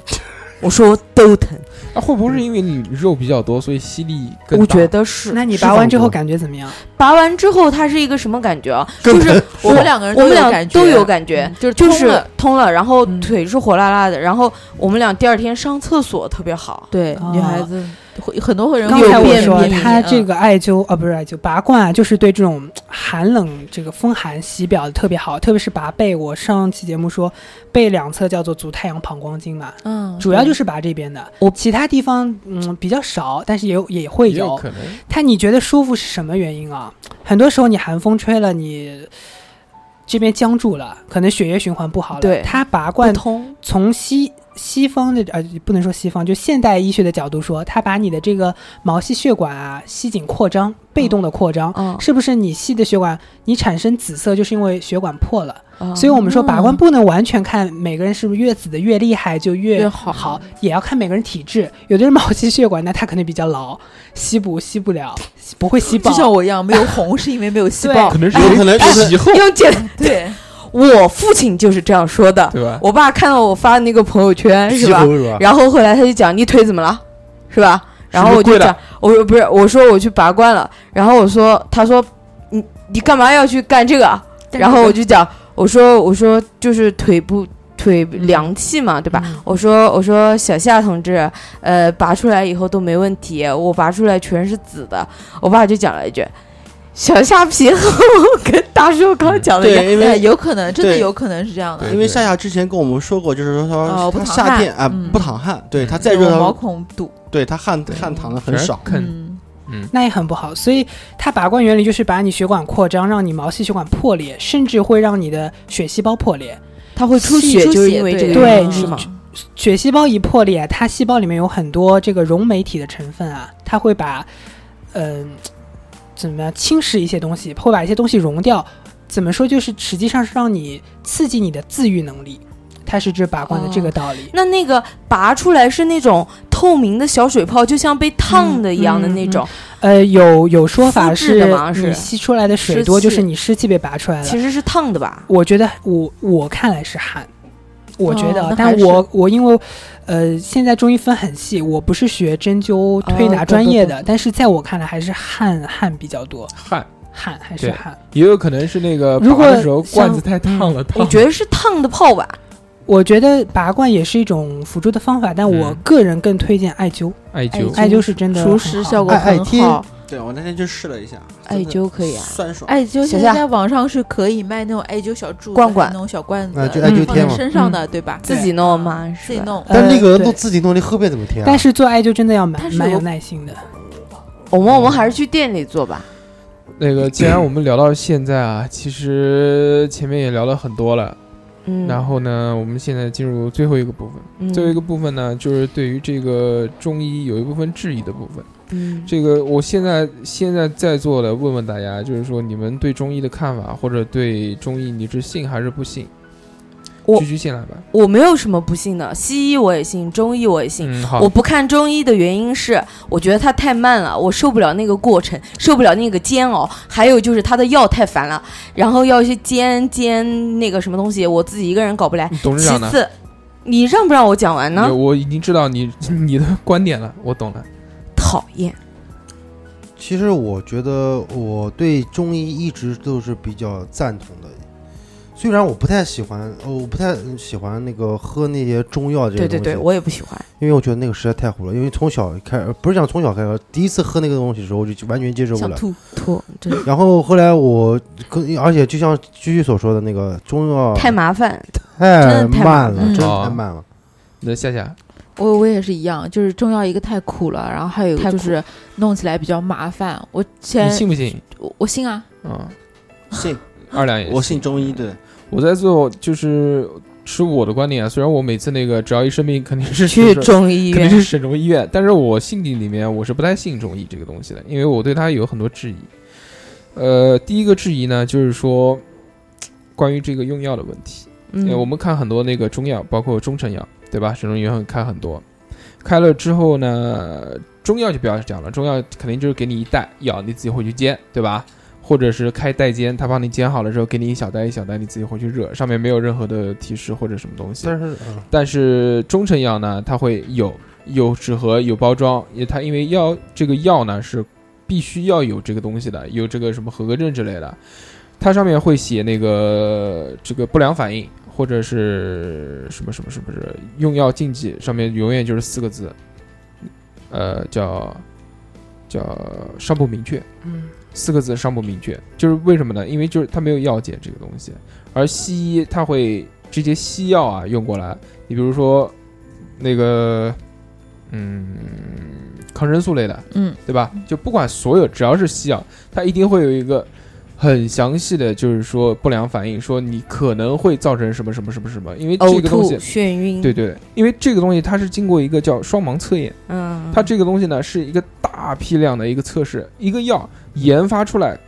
我说都疼，啊，会不会是因为你肉比较多，所以吸力更大？我觉得是。嗯那你释拔放完之后过感觉怎么样？拔完之后它是一个什么感觉啊？就是我们两个人我们有俩感觉都有感觉，嗯就是就通是了通了，然后嗯腿是火辣辣的，然后我们俩第二天上厕所特别好。对哦女孩子会很多人刚会才嗯有我便说秘它嗯这个艾灸啊，不是艾灸，拔罐啊，就是对这种寒冷、这个风寒洗表的特别好，特别是拔背。我上期节目说，背两侧叫做足太阳膀胱经嘛，嗯，主要就是是拔这边的，我其他地方嗯比较少，但是也有也会也有可能，它你觉得舒服是什么原因啊？很多时候你寒风吹了，你这边僵住了，可能血液循环不好了。对它拔不罐通，从西西方的呃不能说西方，就现代医学的角度说，它把你的这个毛细血管啊吸紧扩张，被动的扩张。嗯，是不是你细的血管，你产生紫色，就是因为血管破了。嗯所以我们说拔罐不能完全看每个人是不是越紫的越厉害就越越好好也要看每个人体质。有的人毛细血管，那他可能比较牢，吸补吸不了，吸不会吸就饱。像我一样没有红是因为没有细胞可，能是有可能就是以 后用简，对，我父亲就是这样说的。对吧？我爸看到我发的那个朋友圈是西吧葫？芦啊，然后后来他就讲你腿怎么了，是吧？然后我是不就跪是了讲，我说不是，我说我去拔罐了。然后我说，他说你你干嘛要去干这个啊？然后我就讲，我说我说就是腿部腿凉气嘛，对吧？嗯我说我说小夏同志，呃，拔出来以后都没问题，我拔出来全是紫的。我爸就讲了一句，小夏皮和我跟大叔刚讲的一样，对，因哎为有可能真的对有可能是这样的，对因为夏夏之前跟我们说过，就是说哦他不他淌夏汗天啊嗯不淌汗，对他再有热毛他孔堵，对他汗汗淌的很少，肯嗯那也很不好。所以它拔罐原理就是把你血管扩张，让你毛细血管破裂，甚至会让你的血细胞破裂。他会出血血，出就是血因为对这个对原因你是吗？血细胞一破裂，它细胞里面有很多这个溶酶体的成分啊，它会把，嗯、怎么样侵蚀一些东西，会把一些东西溶掉。怎么说，就是实际上是让你刺激你的自愈能力，它是指拔罐的这个道理。那那个拔出来是那种透明的小水泡，就像被烫的一样的那种，嗯呃，有有说法复制是的吗是你吸出来的水多，湿气就是你湿气被拔嗯出来了其。实是烫的吧？我觉得我我看来是汗，我觉得，啊哦那还但是我我因为呃，现在中医分很细，我不是学针灸推拿哦对专对业对的，但是在我看来还是汗汗比较多，汗，汗还是对汗。也有可能是那个如果拔的时候像罐子太烫了，烫我觉得是烫的泡吧。我觉得拔罐也是一种辅助的方法，但我嗯个人更推荐艾灸，艾灸嗯艾灸是真的除很湿好效果哎哎很贴好。对我那天去试了一下，哎艾真灸的可以啊酸爽。艾灸小哎现夏在在网上是可以卖那种艾灸小柱子罐罐还有那种小罐子，啊就艾灸哎放贴在嘛身上的，对吧？自己弄吗？自己是吧。弄。但呃那个对都自己弄，你后面怎么贴啊？但是做艾灸真的要蛮但是蛮我有耐心的。我嗯们我们还是去店里做吧。那个，既然我们聊到现在啊，其实前面也聊了很多了，嗯，然后呢，我们现在进入最后一个部分。嗯最后一个部分呢，就是对于这个中医有一部分质疑的部分。嗯这个我现在现在在座的，问问大家，就是说你们对中医的看法，或者对中医你是信还是不信？我居居先来吧。我没有什么不信的，西医我也信，中医我也信。嗯，好我，不看中医的原因是，我觉得它太慢了，我受不了那个过程，受不了那个煎熬。还有就是它的药太烦了，然后要去煎煎那个什么东西，我自己一个人搞不来。董事其长呢？次，你让不让我讲完呢有？我已经知道你你的观点了，我懂了。讨厌，其实我觉得我对中医一直都是比较赞同的，虽然我不太喜欢，呃我不太喜欢那个喝那些中药这对些东对西，对，我也不喜欢。因为我觉得那个实在太糊了。因为从小开始，不是讲从小开始，第一次喝那个东西的时候，我就完全接受不想了。吐，吐，真的然后后来我跟，而且就像居居所说的那个中药太麻烦。太真的太慢慢了，了真的嗯太慢了。那夏夏，我我也是一样，就是中药一个太苦了，然后还有一个太就苦是弄起来比较麻烦。我前你信不信？我我信啊，嗯，信，二两也我信中医的，我在做就是是我的观点啊，虽然我每次那个只要一生病肯定是去省中医医肯定院，是省中医院，但是我心底里面我是不太信中医这个东西的，因为我对它有很多质疑。呃，第一个质疑呢，就是说关于这个用药的问题。呃我嗯，们看很多那个中药，包括中成药，对吧？沈中医院开很多，开了之后呢，中药就不要讲了，中药肯定就是给你一袋药，你自己回去煎，对吧？或者是开袋煎，他帮你煎好了之后，给你一小袋一小袋，你自己回去热，上面没有任何的提示或者什么东西。但是，嗯但是中成药呢，它会有有纸盒、有包装，也它因为药这个药呢是必须要有这个东西的，有这个什么合格证之类的，它上面会写那个这个不良反应或者是什么什么什么什么用药禁忌，上面永远就是四个字，呃，叫叫尚不明确。嗯，四个字尚不明确，就是为什么呢？因为就是它没有药检这个东西，而西医它会这些西药啊用过来，你比如说那个嗯抗生素类的，嗯，对吧？就不管所有只要是西药，它一定会有一个很详细的，就是说不良反应，说你可能会造成什么什么什么什么，因为这呕个东西，吐、眩晕，对对对，因为这个东西它是经过一个叫双盲测验。嗯，它这个东西呢是一个大批量的一个测试，一个药研发出来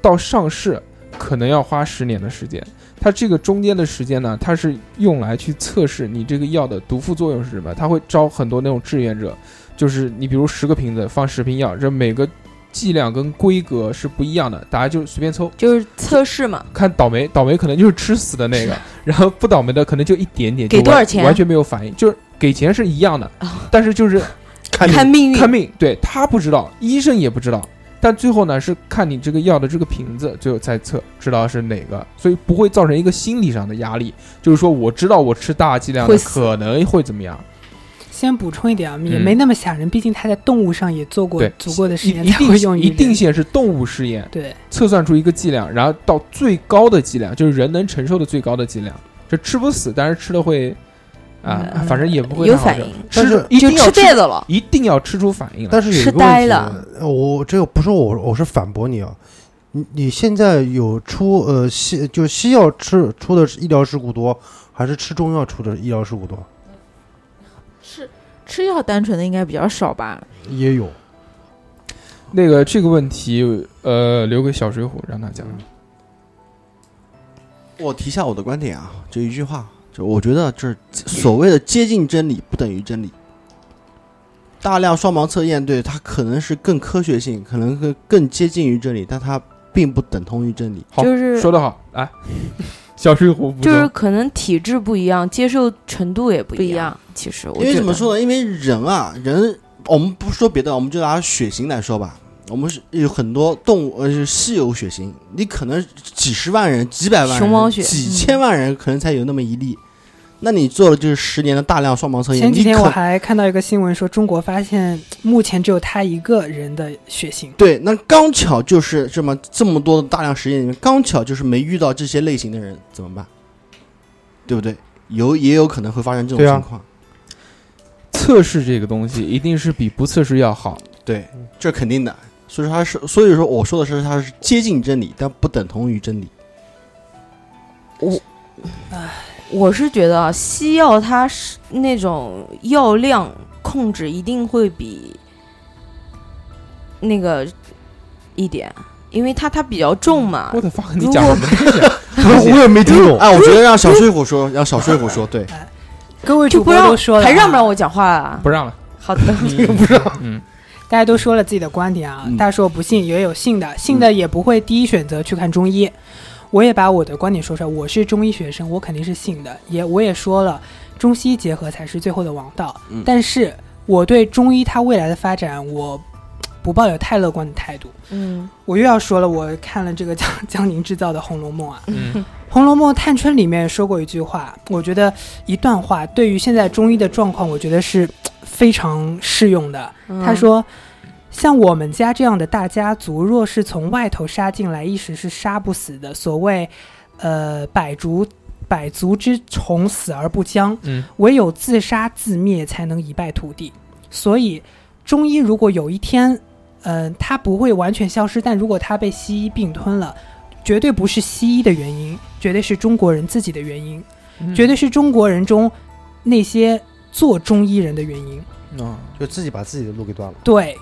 到上市可能要花十年的时间。它这个中间的时间呢，它是用来去测试你这个药的毒副作用是什么。它会招很多那种志愿者，就是你比如十个瓶子放十瓶药，这每个剂量跟规格是不一样的，大家就随便抽，就是测试嘛，看倒霉，倒霉可能就是吃死的 那个，然后不倒霉的可能就一点点，给就多完少钱啊完全没有反应，就是给钱是一样 的，但是就是看看命运，看病，对他不知道，医生也不知道，但最后呢是看你这个药的这个瓶子，最后再测知道是哪个，所以不会造成一个心理上的压力，就是说我知道我吃大剂量的会死可能会怎么样，先补充一点啊，也嗯没那么吓人，毕竟他在动物上也做过对足够的实一验一才会定用于一定人线是动物试验，对，测算出一个剂量，然后到最高的剂量，就是人能承受的最高的剂量，这吃不死，但是吃了会啊，嗯反正也不会有太好反受应，但是吃一就定要吃吃袋子了。一定要吃出反应来，但是有一痴个呆问题了，呃我这个不是我，我是反驳你啊。你你现在有出呃西就西药吃出的医疗事故多，还是吃中药出的医疗事故多？是吃药单纯的应该比较少吧？也有，那个这个问题，呃，留给小水浒让他讲。我提一下我的观点啊，就一句话，就我觉得这所谓的接近真理不等于真理。大量双盲测验对它可能是更科学性，可能更更接近于真理，但它并不等同于真理。好，就是说得好，来， 小水浒补充就是可能体质不一样，接受程度也不不一样。样，其实我因为觉怎么得说呢？因为人啊，人我们不说别的，我们就拿血型来说吧。我们是有很多动物，呃，是稀有血型，你可能几十万人、几百万人、熊猫血嗯几千万人可能才有那么一例。那你做了就是十年的大量嗯双盲测验，前几天你我可还看到一个新闻说，中国发现目前只有他一个人的血型。对，那刚巧就是这么这么多的大量实验里面，刚巧就是没遇到这些类型的人，怎么办？对不对？有也有可能会发生这种对啊情况，测试这个东西，一定是比不测试要好。对，这肯定的。所以说它是，所以说我说的是它是接近真理，但不等同于真理。我是觉得啊，西药它是那种药量控制一定会比那个一点，因为它它比较重啊嘛嗯我。的 fuck，你如讲果我们听讲。我也没听懂。哎，我觉得让小睡虎说， 让小睡虎说，对，各位就不主播让都说了，啊还让不让？我讲话啊？不让了，好的，不让。嗯，大家都说了自己的观点啊嗯，大家说不信也有信的，信的也不会第一选择去看中医。我也把我的观点说出来，我是中医学生，我肯定是信的。也我也说了，中西医结合才是最后的王道。嗯但是我对中医它未来的发展，我嘖不抱有太乐观的态度。嗯，我又要说了，我看了这个江 江宁制造的《红楼梦》啊，嗯《红楼梦》探春里面说过一句话，我觉得一段话对于现在中医的状况，我觉得是嘖非常适用的。他嗯说，像我们家这样的大家族，若是从外头杀进来，一时是杀不死的。所谓，呃，百足百足之虫，死而不僵。嗯，唯有自杀自灭，才能一败涂地。所以，中医如果有一天，嗯、它不会完全消失，但如果它被西医并吞了，绝对不是西医的原因，绝对是中国人自己的原因，嗯绝对是中国人中那些做中医人的原因。啊， 嗯就自己把自己的路给断了。对，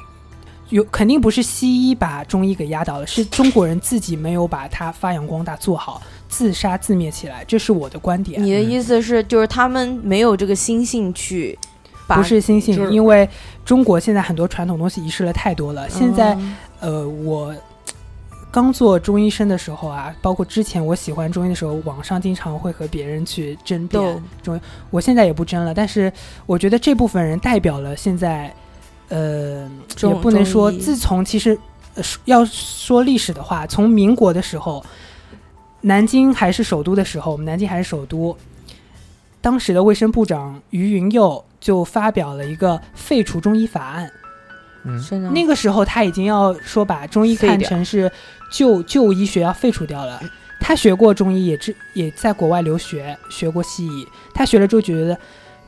有肯定不是西医把中医给压倒了，是中国人自己没有把它发扬光大做好，自杀自灭起来，这是我的观点。嗯你的意思是，就是他们没有这个心性去把，不是心性，就是因为中国现在很多传统东西遗失了太多了。现在，嗯呃，我刚做中医生的时候啊，包括之前我喜欢中医的时候，网上经常会和别人去争斗辩中医。我现在也不争了，但是我觉得这部分人代表了现在，呃，中也不能说，中医自从其实、呃说要说历史的话，从民国的时候，南京还是首都的时候，我们南京还是首都，当时的卫生部长于云佑就发表了一个废除中医法案。嗯，是的那个时候他已经要说把中医看成是旧旧医学要废除掉了。他学过中医，也知也在国外留学，学过西医。他学了之后觉得，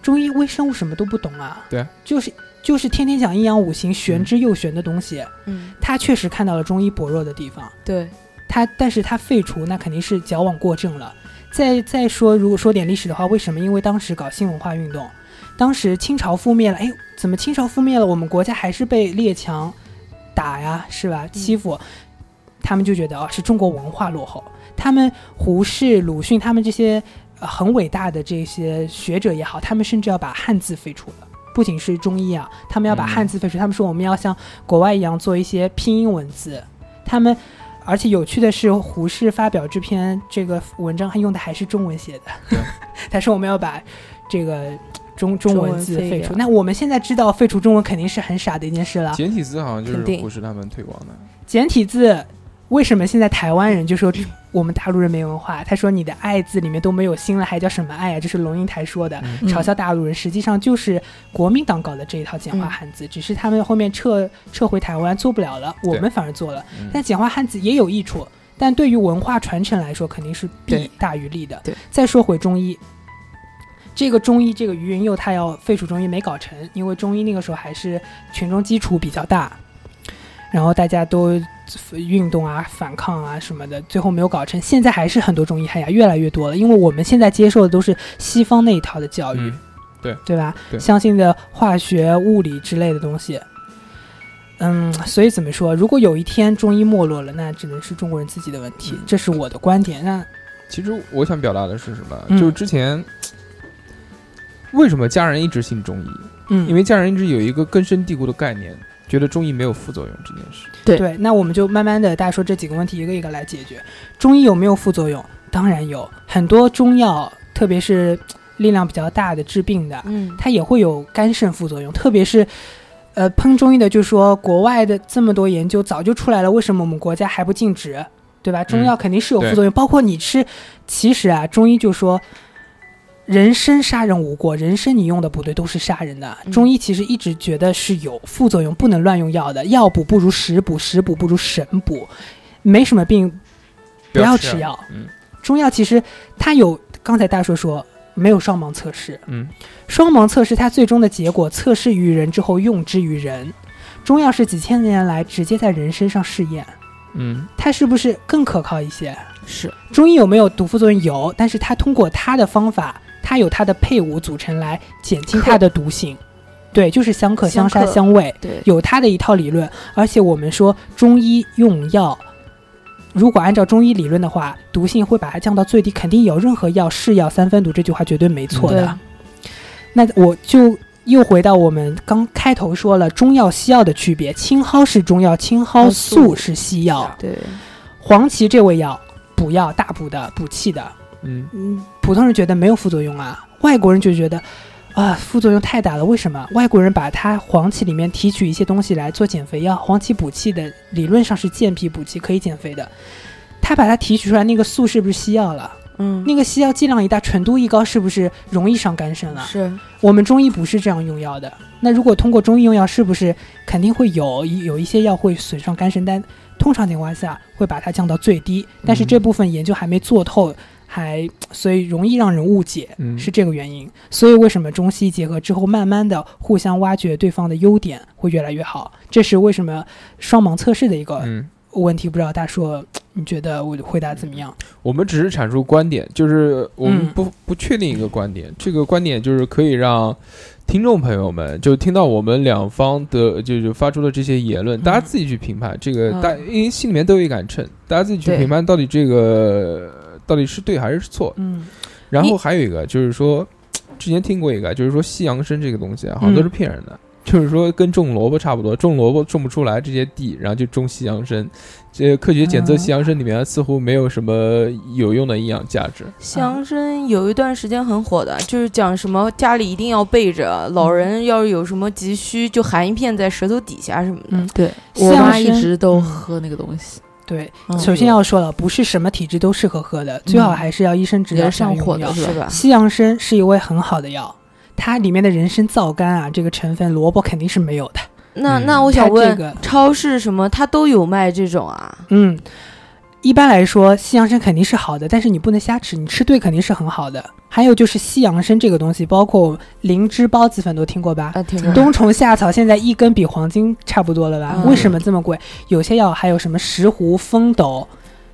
中医微生物什么都不懂啊，对啊，嗯就是就是天天讲阴阳五行，玄之又玄的东西。嗯，他确实看到了中医薄弱的地方。对，他，但是他废除，那肯定是矫枉过正了。再再说，如果说点历史的话，为什么？因为当时搞新文化运动，当时清朝覆灭了，哎，怎么清朝覆灭了，我们国家还是被列强打呀，是吧？欺负，他们就觉得啊、哦，是中国文化落后。他们胡适、鲁迅他们这些、呃很伟大的这些学者也好，他们甚至要把汉字废除了。不仅是中医啊，他们要把嗯汉字废除，他们说我们要像国外一样做一些拼音文字。他们，而且有趣的是，胡适发表这篇这个文章，他用的还是中文写的对。 他说我们要把这个中中中文文字废废掉除。那我们现在知道废除中文肯定是很傻的一件事了。简体字好像就是肯定胡适他们推广的。简体字为什么现在台湾人就说我们大陆人没文化？他说你的“爱”字里面都没有“心”了，还叫什么“爱”啊？这是龙应台说的，嗯嘲笑大陆人，实际上就是国民党搞的这一套简化嗯汉字，只是他们后面撤撤回台湾做不了了，我们反而做了。嗯但简化汉字也有益处，但对于文化传承来说，肯定是弊对大于利的对。再说回中医，这个中医这个于云佑他要废除中医没搞成，因为中医那个时候还是群众基础比较大，然后大家都运动啊、反抗啊什么的，最后没有搞成。现在还是很多中医，哎呀，越来越多了，因为我们现在接受的都是西方那一套的教育。嗯对对吧？对相信的化学、物理之类的东西。嗯，所以怎么说？如果有一天中医没落了，那只能是中国人自己的问题，嗯这是我的观点。那其实我想表达的是什么？嗯就是之前为什么家人一直信中医？嗯，因为家人一直有一个根深蒂固的概念，觉得中医没有副作用这件事。对，那我们就慢慢的，大家说这几个问题一个一个来解决。中医有没有副作用？当然有，很多中药，特别是力量比较大的治病的，嗯，它也会有肝肾副作用。特别是，呃，喷中医的就说国外的这么多研究早就出来了，为什么我们国家还不禁止？对吧？中药肯定是有副作用，包括你吃，其实啊，中医就说。人参杀人无过，人参你用的不对都是杀人的。嗯中医其实一直觉得是有副作用，不能乱用药的。药补不如食补，食补不如神补。没什么病不要吃药。嗯中药其实它有，刚才大叔说没有双盲测试，嗯，双盲测试它最终的结果测试于人之后用之于人。中药是几千年来直接在人身上试验，嗯，它是不是更可靠一些？是中医有没有毒副作用？有，但是它通过它的方法，它有它的配伍组成来减轻它的毒性。对，就是相克、相相克杀、相畏，对，有它的一套理论。而且我们说中医用药，如果按照中医理论的话，毒性会把它降到最低，肯定有。任何药是药三分毒，这句话绝对没错的。那我就又回到我们刚开头说了中药西药的区别，青蒿是中药，青蒿素是西药。对对黄芪这味药补药大补的补气的，嗯，嗯，普通人觉得没有副作用啊，外国人就觉得。啊，副作用太大了，为什么？外国人把它黄芪里面提取一些东西来做减肥药，黄芪补气的，理论上是健脾补气，可以减肥的。他把它提取出来，那个素是不是西药了？嗯，那个西药剂量一大，纯度一高，是不是容易伤肝肾了？啊是我们中医不是这样用药的。那如果通过中医用药，是不是肯定会有有一些药会损伤肝肾？但通常情况下会把它降到最低，但是这部分研究还没做透，还所以容易让人误解，嗯是这个原因。所以为什么中西结合之后，慢慢的互相挖掘对方的优点，会越来越好？这是为什么双盲测试的一个嗯，问题。不知道大硕，你觉得我的回答怎么样？我们只是阐述观点，就是我们嗯不、不确定一个观点，这个观点就是可以让听众朋友们就听到我们两方的就是发出的这些言论，大家自己去评判这个，嗯大因为心里面都有一杆秤，大家自己去对评判到底这个到底是对还是错。嗯然一后还有一个就是说，之前听过一个，就是说西洋参这个东西啊，好像嗯都是骗人的。就是说，跟种萝卜差不多，种萝卜种不出来这些地，然后就种西洋参。这科学检测嗯西洋参里面似乎没有什么有用的营养价值。香参有一段时间很火的，就是讲什么家里一定要备着，老人要是有什么急需，就含一片在舌头底下什么的。嗯，对，像我妈一是直都嗯喝那个东西，对。嗯首先要说了，不是什么体质都适合喝的，最好还是要医生指导人下上用火的药是吧？西洋参是一味很好的药，它里面的人参皂苷啊，这个成分萝卜肯定是没有的。那嗯那我想它这问，个超市什么它都有卖这种啊？嗯，一般来说，西洋参肯定是好的，但是你不能瞎吃，你吃对肯定是很好的。还有就是西洋参这个东西，包括灵芝、孢子粉都听过吧？啊，挺多冬虫夏草现在一根比黄金差不多了吧？嗯为什么这么贵？有些药还有什么石斛、蜂斗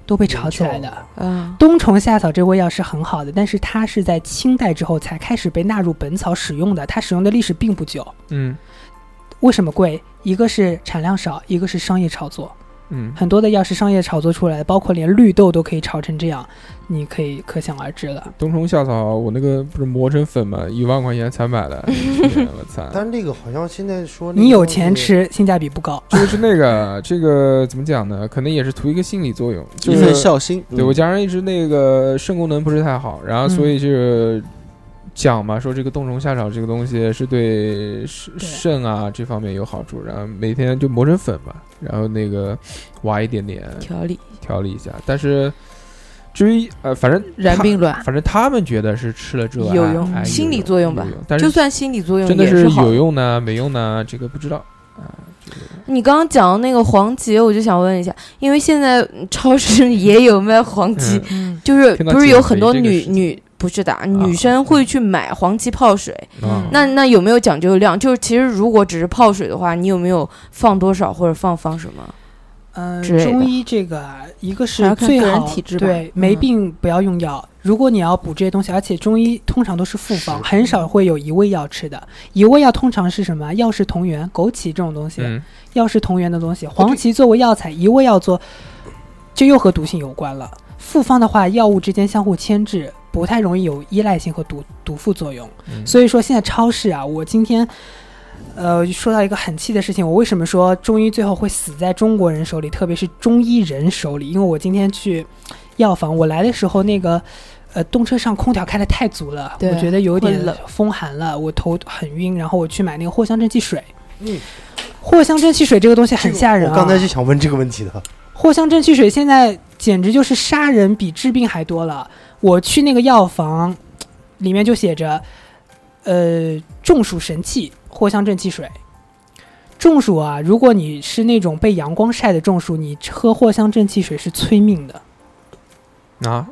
都被炒起来的。啊，冬虫夏草这味药是很好的，但是它是在清代之后才开始被纳入本草使用的，它使用的历史并不久。嗯为什么贵？一个是产量少，一个是商业炒作，嗯很多的药是商业炒作出来的，包括连绿豆都可以炒成这样，你可以可想而知了。冬虫夏草，我那个不是磨成粉嘛，一万块钱才买的，啊我操！但这个好像现在说那个你有东西钱，吃，性价比不高。就是那个这个怎么讲呢？可能也是图一个心理作用，就一是份孝心。对嗯我家人一直那个肾功能不是太好，然后所以就是讲嘛，说这个冬虫夏草这个东西是对肾对肾啊这方面有好处，然后每天就磨成粉嘛，然后那个挖一点点调理调理一下。但是至于呃，反正燃他，病卵，反正他们觉得是吃了之后有哎用哎心理有作用有吧但就是算心理作用真的也是好有用呢没用呢，这个不知道啊。这个你刚刚讲的那个黄芪，我就想问一下，因为现在嗯超市也有卖黄芪，嗯嗯，就是听到不是减有肥很多这个女事情女不是的啊，女生会去买黄芪泡水。啊嗯那那有没有讲究量？就是其实如果只是泡水的话，你有没有放多少或者放放什么？嗯、之类的中医这个啊一还个是要看最个人好体质吧对没嗯病不要用药。如果你要补这些东西，而且中医通常都是复方，是很少会有一味药吃的。一味药通常是什么？药是同源，枸杞这种东西，嗯，药是同源的东西，黄芪作为药材，一味药做，就又和毒性有关了。复方的话，药物之间相互牵制，不太容易有依赖性和毒毒副作用。嗯嗯所以说现在超市啊，我今天。呃，说到一个很气的事情，我为什么说中医最后会死在中国人手里，特别是中医人手里？因为我今天去药房，我来的时候那个呃动车上空调开的太足了，对我觉得有点会冷风寒了，我头很晕，然后我去买那个藿香正气水。藿香正气水这个东西很吓人、啊，我刚才就想问这个问题的，藿香正气水现在简直就是杀人比治病还多了。我去那个药房，里面就写着，呃，中暑神器藿香正气水。中暑啊，如果你是那种被阳光晒的中暑，你喝藿香正气水是催命的。啊，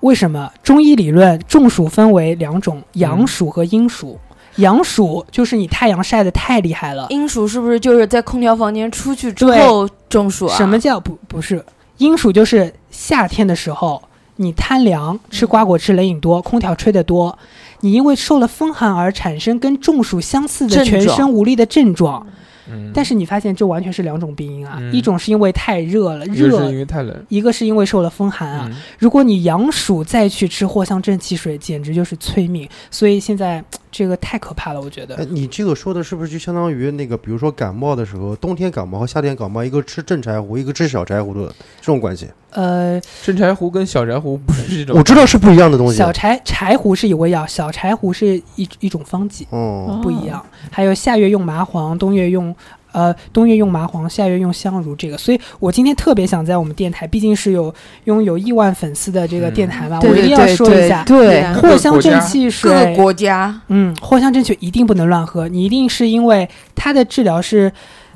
为什么？中医理论，中暑分为两种，阳暑和阴暑。阳暑就是你太阳晒得太厉害了，阴暑是不是就是在空调房间出去之对后中暑啊？什么叫不不是阴暑？就是夏天的时候，你贪凉，吃瓜果吃冷饮多，空调吹得多，你因为受了风寒而产生跟中暑相似的症全状身无力的症状。嗯，但是你发现这完全是两种病因啊，嗯一种是因为太热了，一个是热因。为太冷，一个是因为受了风寒啊，嗯如果你阳暑再去吃藿香正气水，简直就是催命。所以现在这个太可怕了，我觉哎，得。你这个说的是不是就相当于那个，比如说感冒的时候，冬天感冒和夏天感冒，一个吃正柴胡，一个吃小柴胡的这种关系？呃，真柴胡跟小柴胡不是这种，我知道是不一样的东西啊小。柴柴胡是一味药，小柴胡是一一种方剂。哦，不一样。还有夏月用麻黄，冬月用呃冬月用麻黄，夏月用香茹。这个，所以我今天特别想在我们电台，毕竟是有拥有亿万粉丝的这个电台嘛，对我一对定要对说一下，对对对啊藿香正气各个水，国家嗯，藿香正气水一定不能乱喝，你一定是因为它的治疗是。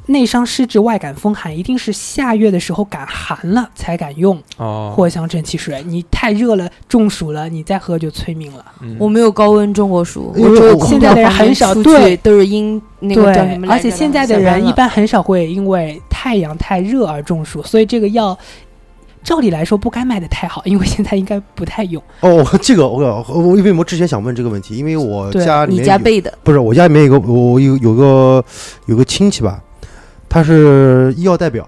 内伤湿滞，外感风寒，一定是下月的时候感寒了才敢用哦，藿香正气水。你太热了，中暑了，你再喝就催命了。嗯我没有高温中过暑，因哎我为只有我空现调在的人房间嗯很少出去对都是阴那个对，叫什么来着的，而且现在下的班人了一般很少会因为太阳太热而中暑，所以这个药照理来说不该卖的太好，因为现在应该不太用。哦，我这个我我我因为我之前想问这个问题，因为我对家里你面家有备的不是我家里面有个我我有有个有个亲戚吧，他是医药代表，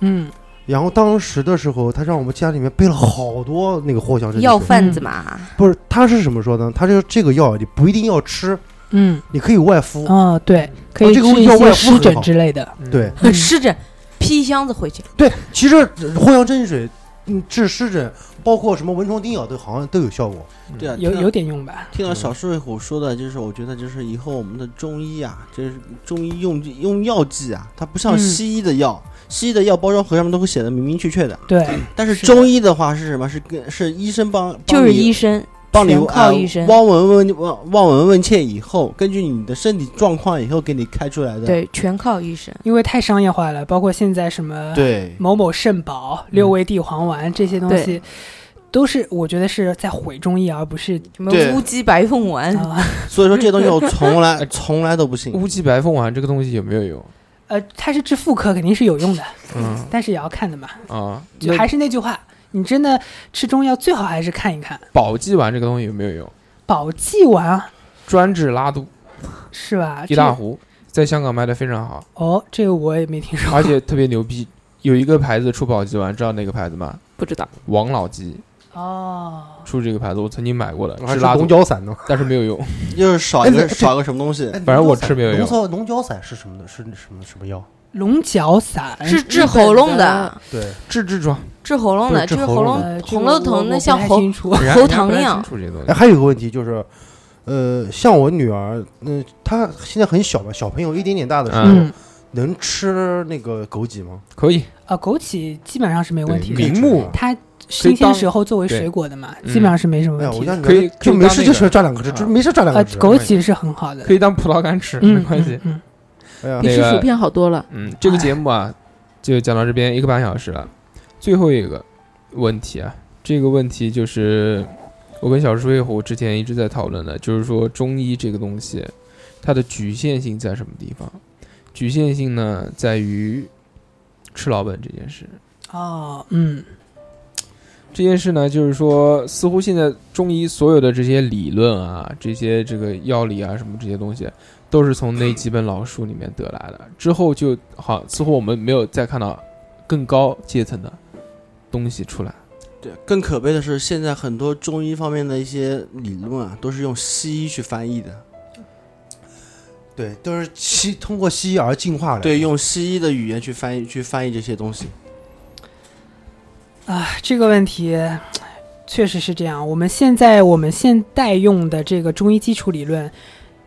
嗯，然后当时的时候，他让我们家里面备了好多那个藿香正气药水。嗯贩子嘛，不是，他是什么说呢？他就这个药你不一定要吃，嗯，你可以外敷。哦，对，可以这个治一药味些儿湿很疹好 之类的。对，嗯嗯湿疹，披箱子回去。对，其实呃藿香正气水，嗯，治湿疹，包括什么蚊虫叮咬，都好像都有效果。嗯对啊，有听到有点用吧？听到小睡虎说的，就是我觉得就是以后我们的中医啊，就是中医用用药剂啊，它不像嗯西医的药，西医的药包装盒上面都会写的明明确确嗯的，对，但是是中医的话是什么？是跟是医生帮，就是医。医生，帮你全靠呃医生望闻问望望闻问切以后，根据你的身体状况以后给你开出来的。对，全靠医生。因为太商业化了，包括现在什么对某某肾宝、嗯六味地黄丸这些东西。都是我觉得是在毁中医，而不是什么对乌鸡白凤丸，啊、所以说这东西我从来从来都不信。乌鸡白凤丸这个东西有没有用？呃，它是治妇科肯定是有 用的，嗯但是也要看的嘛。啊，就还是那句话，你真的吃中药最好还是看一看保济丸这个东西有没有用？保济丸啊，专治拉肚、是吧？地这大糊，在香港卖的非常好， 哦，这个我也没听说过。而且特别牛逼。有一个牌子出保济丸，知道哪个牌子吗？不知道。王老吉哦，出这个牌子，我曾经买过的，还治是拉龙肚，角散呢？但是没有用。就是少一哎个对少一个什么东西，反反正我吃没有用龙角龙角散是什么的？是什么什么药？龙角散是治喉咙的，对，治痔疮，治喉咙的，对治治喉喉咙咙呃这红个了我我疼，不那太像喉 清楚。人家喉糖人家不太一样清楚这些东西哎，。还有一个问题就是，呃，像我女儿，嗯、她现在很小嘛，小朋友一点点大的时候，嗯能吃那个枸杞吗？可以，啊，枸杞基本上是没问题对的，明目它新鲜当时候作为对水果的嘛，嗯基本上是没什么哎呀，问我题家的。女儿可以就没事就喜是欢抓两颗吃，就啊没事抓两呃颗，吃。枸杞是很好的可，以当葡萄干吃，嗯没关系。。嗯嗯哎呀比，吃薯片好多了。嗯，这个节目啊，就讲到这边一个半小时了。最后一个问题啊，这个问题就是我跟小睡虎之前一直在讨论的，就是说中医这个东西，它的局限性在什么地方？局限性呢，在于吃老本这件事。哦，嗯，这件事呢，就是说，似乎现在中医所有的这些理论啊，这些这个药理啊，什么这些东西，都是从那几本老书里面得来的。之后就好，似乎我们没有再看到更高阶层的东西出来。对，更可悲的是，现在很多中医方面的一些理论啊，都是用西医去翻译的。对，都是西通过西医而进化的。》。对，用西医的语言去翻译，去翻译这些东西。啊，这个问题确实是这样。我们现在我们现代用的这个中医基础理论，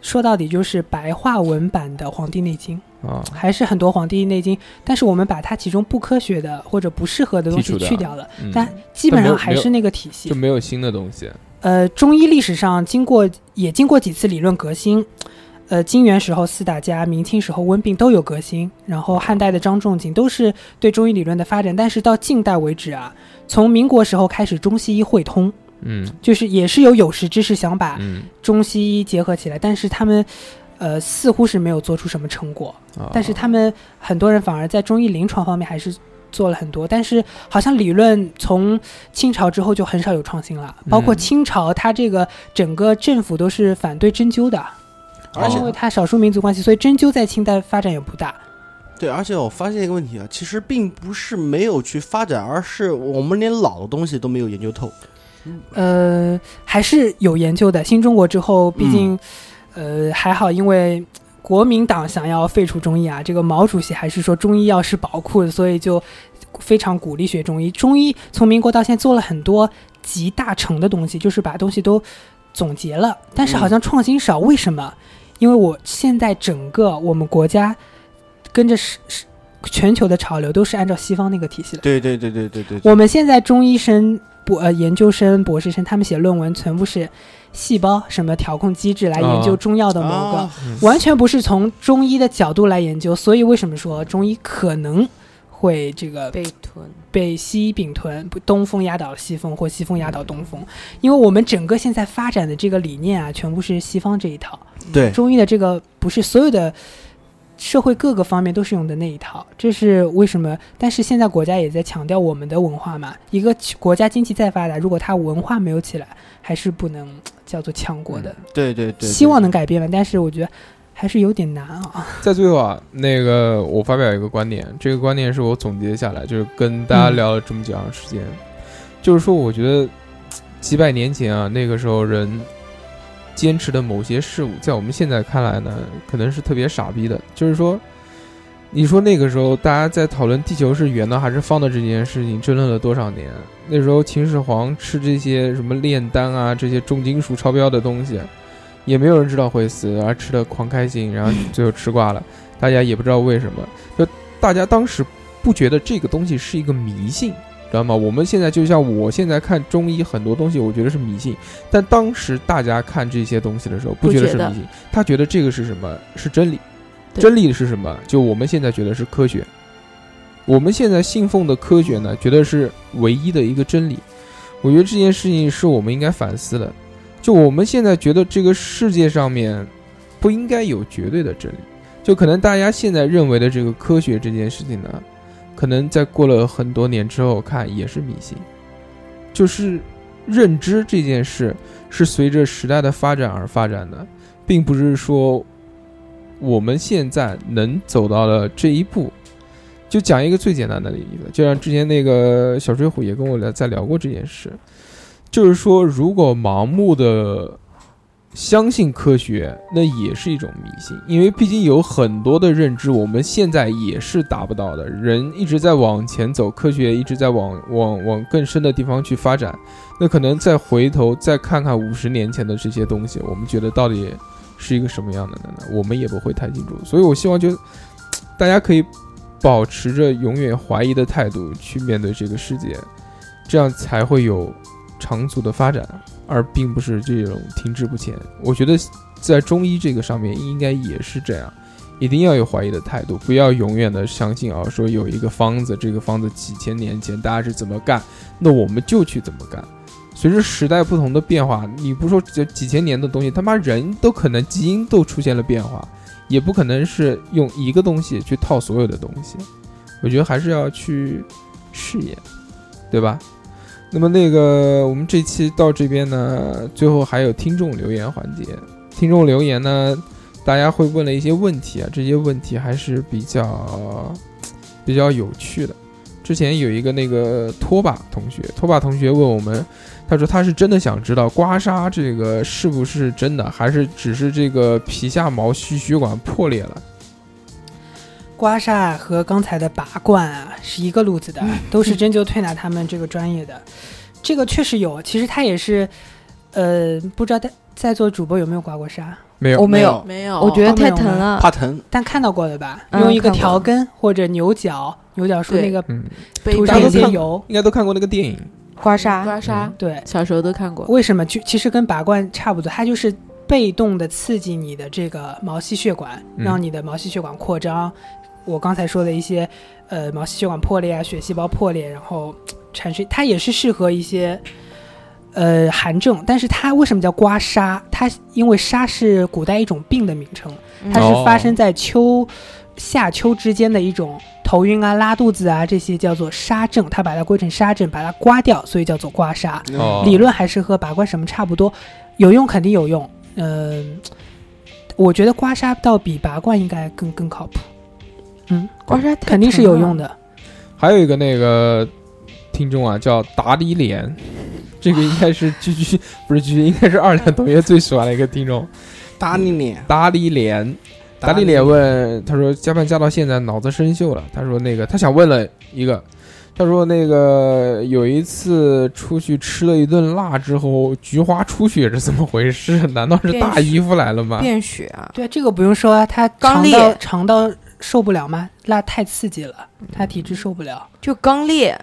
说到底就是白话文版的《黄帝内经》，啊，还是很多《黄帝内经》，但是我们把它其中不科学的或者不适合的东剔西除掉去掉了，嗯但基本上还是那个体系就。没有新的东西。啊呃，中医历史上经过也经过几次理论革新，呃，金元时候四大家，明清时候温病都有革新，然后汉代的张仲景都是对中医理论的发展，但是到近代为止啊，从民国时候开始中西医汇通，嗯就是也是有有识之士想把嗯中西医结合起来，但是他们。呃，似乎是没有做出什么成果，哦啊，但是他们很多人反而在中医临床方面还是做了很多，但是好像理论从清朝之后就很少有创新了，包括嗯清朝它这个整个政府都是反对针灸的，而且因为它少数民族关系，所以针灸在清代发展也不大。对，而且我发现一个问题啊，其实并不是没有去发展，而是我们连老的东西都没有研究透。呃，还是有研究的。新中国之后，毕嗯竟、呃还好，因为国民党想要废除中医啊，这个毛主席还是说中医药是宝库的，所以就非常鼓励学中医。中医从民国到现在做了很多集大成的东西，就是把东西都总结了，但是好像创新少。为什么？因为我现在整个我们国家跟着是是全球的潮流都是按照西方那个体系来。对对对对对对我们现在中医生、博呃研究生、博士生，他们写论文全部是细胞什么调控机制来研究啊中药的某个，啊，完全不是从中医的角度来研究。所以为什么说中医可能会这个被吞。被西医并吞，不东风压倒西风或西风压倒东风？因为我们整个现在发展的这个理念啊，全部是西方这一套。对，中医的这个不是所有的社会各个方面都是用的那一套，这是为什么？但是现在国家也在强调我们的文化嘛。一个国家经济再发达，如果它文化没有起来，还是不能叫做强国的。对对嗯对，希望对能改变吧，但是我觉得还是有点难啊。 在最后啊，那个我发表一个观点，这个观点是我总结下来，就是跟大家聊了这么长时间，就是说，我觉得嘖几百年前啊，那个时候人坚持的某些事物，在我们现在看来呢，可能是特别傻逼的。就是说，你说那个时候大家在讨论地球是圆的还是方的这件事情，争论了多少年？那时候秦始皇吃这些什么炼丹啊，这些重金属超标的东西，也没有人知道会死，然后吃的狂开心，然后最后吃挂了，大家也不知道为什么，就大家当时不觉得这个东西是一个迷信。知道吗？我们现在就像我现在看中医很多东西，我觉得是迷信，但当时大家看这些东西的时候，不不觉得觉是得迷信，他觉得这个是什么？是真理。对真理是什么？就我们现在觉得是科学，我们现在信奉的科学呢，觉得是唯一的一个真理。我觉得这件事情是我们应该反思的。就我们现在觉得这个世界上面不应该有绝对的真理，就可能大家现在认为的这个科学这件事情呢，可能在过了很多年之后看也是迷信。就是认知这件事是随着时代的发展而发展的，并不是说我们现在能走到了这一步。就讲一个最简单的例子，就像之前那个小水浒也跟我聊在聊过这件事，就是说如果盲目的相信科学，那也是一种迷信，因为毕竟有很多的认知我们现在也是达不到的，人一直在往前走，科学一直在往往往更深的地方去发展，那可能再回头再看看五十年前的这些东西，我们觉得到底是一个什么样的呢？我们也不会太清楚。所以我希望就大家可以保持着永远怀疑的态度去面对这个世界，这样才会有长足的发展，而并不是这种停滞不前。我觉得在中医这个上面应该也是这样。一定要有怀疑的态度，不要永远的相信啊，说有一个方子，这个方子几千年前大家是怎么干，那我们就去怎么干。随着时代不同的变化，你不说这几千年的东西，他妈人都可能基因都出现了变化，也不可能是用一个东西去套所有的东西。我觉得还是要去试验，对吧？那么那个我们这期到这边呢，最后还有听众留言环节。听众留言呢，大家会问了一些问题啊，这些问题还是比较比较有趣的。之前有一个那个拖把同学，拖把同学问我们，他说他是真的想知道刮痧啊这个是不是真的，还是只是这个皮下毛细血管破裂了？刮痧和刚才的拔罐啊是一个路子的，都是针灸推拿他们这个专业的。这个确实有，其实他也是，呃，不知道在在座主播有没有刮过痧，没有哦我，没有，啊没有，我觉得太疼没有了。怕疼，但看到过的吧？嗯用一个看过调羹或者牛角，牛角是对那个嗯，得涂大上家一都些看油，应该都看过那个电影，刮痧，刮痧，对，小时候都看过。为什么？就其实跟拔罐差不多，它就是被动的刺激你的这个毛细血管，嗯让你的毛细血管扩张。我刚才说的一些，呃，毛细血管破裂啊，血细胞破裂，然后嘖产生，它也是适合一些，呃，寒症。但是它为什么叫刮痧？它因为痧是古代一种病的名称，它哦是发生在秋、夏秋之间的一种头晕啊、拉肚子啊这些叫做痧症，它把它归成痧症，把它刮掉，所以叫做刮痧。哦理论还是和拔罐什么差不多，有用肯定有用。嗯、我觉得刮痧倒比拔罐应该更更靠谱，嗯刮啊痧太疼肯定是有用了。的。还有一个那个听众啊，叫达里脸， 这个应该是居居，不是居居，应该是二两同学最喜欢的一个听众，打你脸，达里脸。达里脸问他说：“加班加到现在，脑子生锈了。”他说：“那个，他想问了一个，他说那个有一次出去吃了一顿辣之后，菊花出血是怎么回事？难道是便大血姨夫来了吗？便血啊，对，这个不用说啊，它刚肠道烈肠道受不了吗？辣太刺激了，它体质受不了，就刚裂，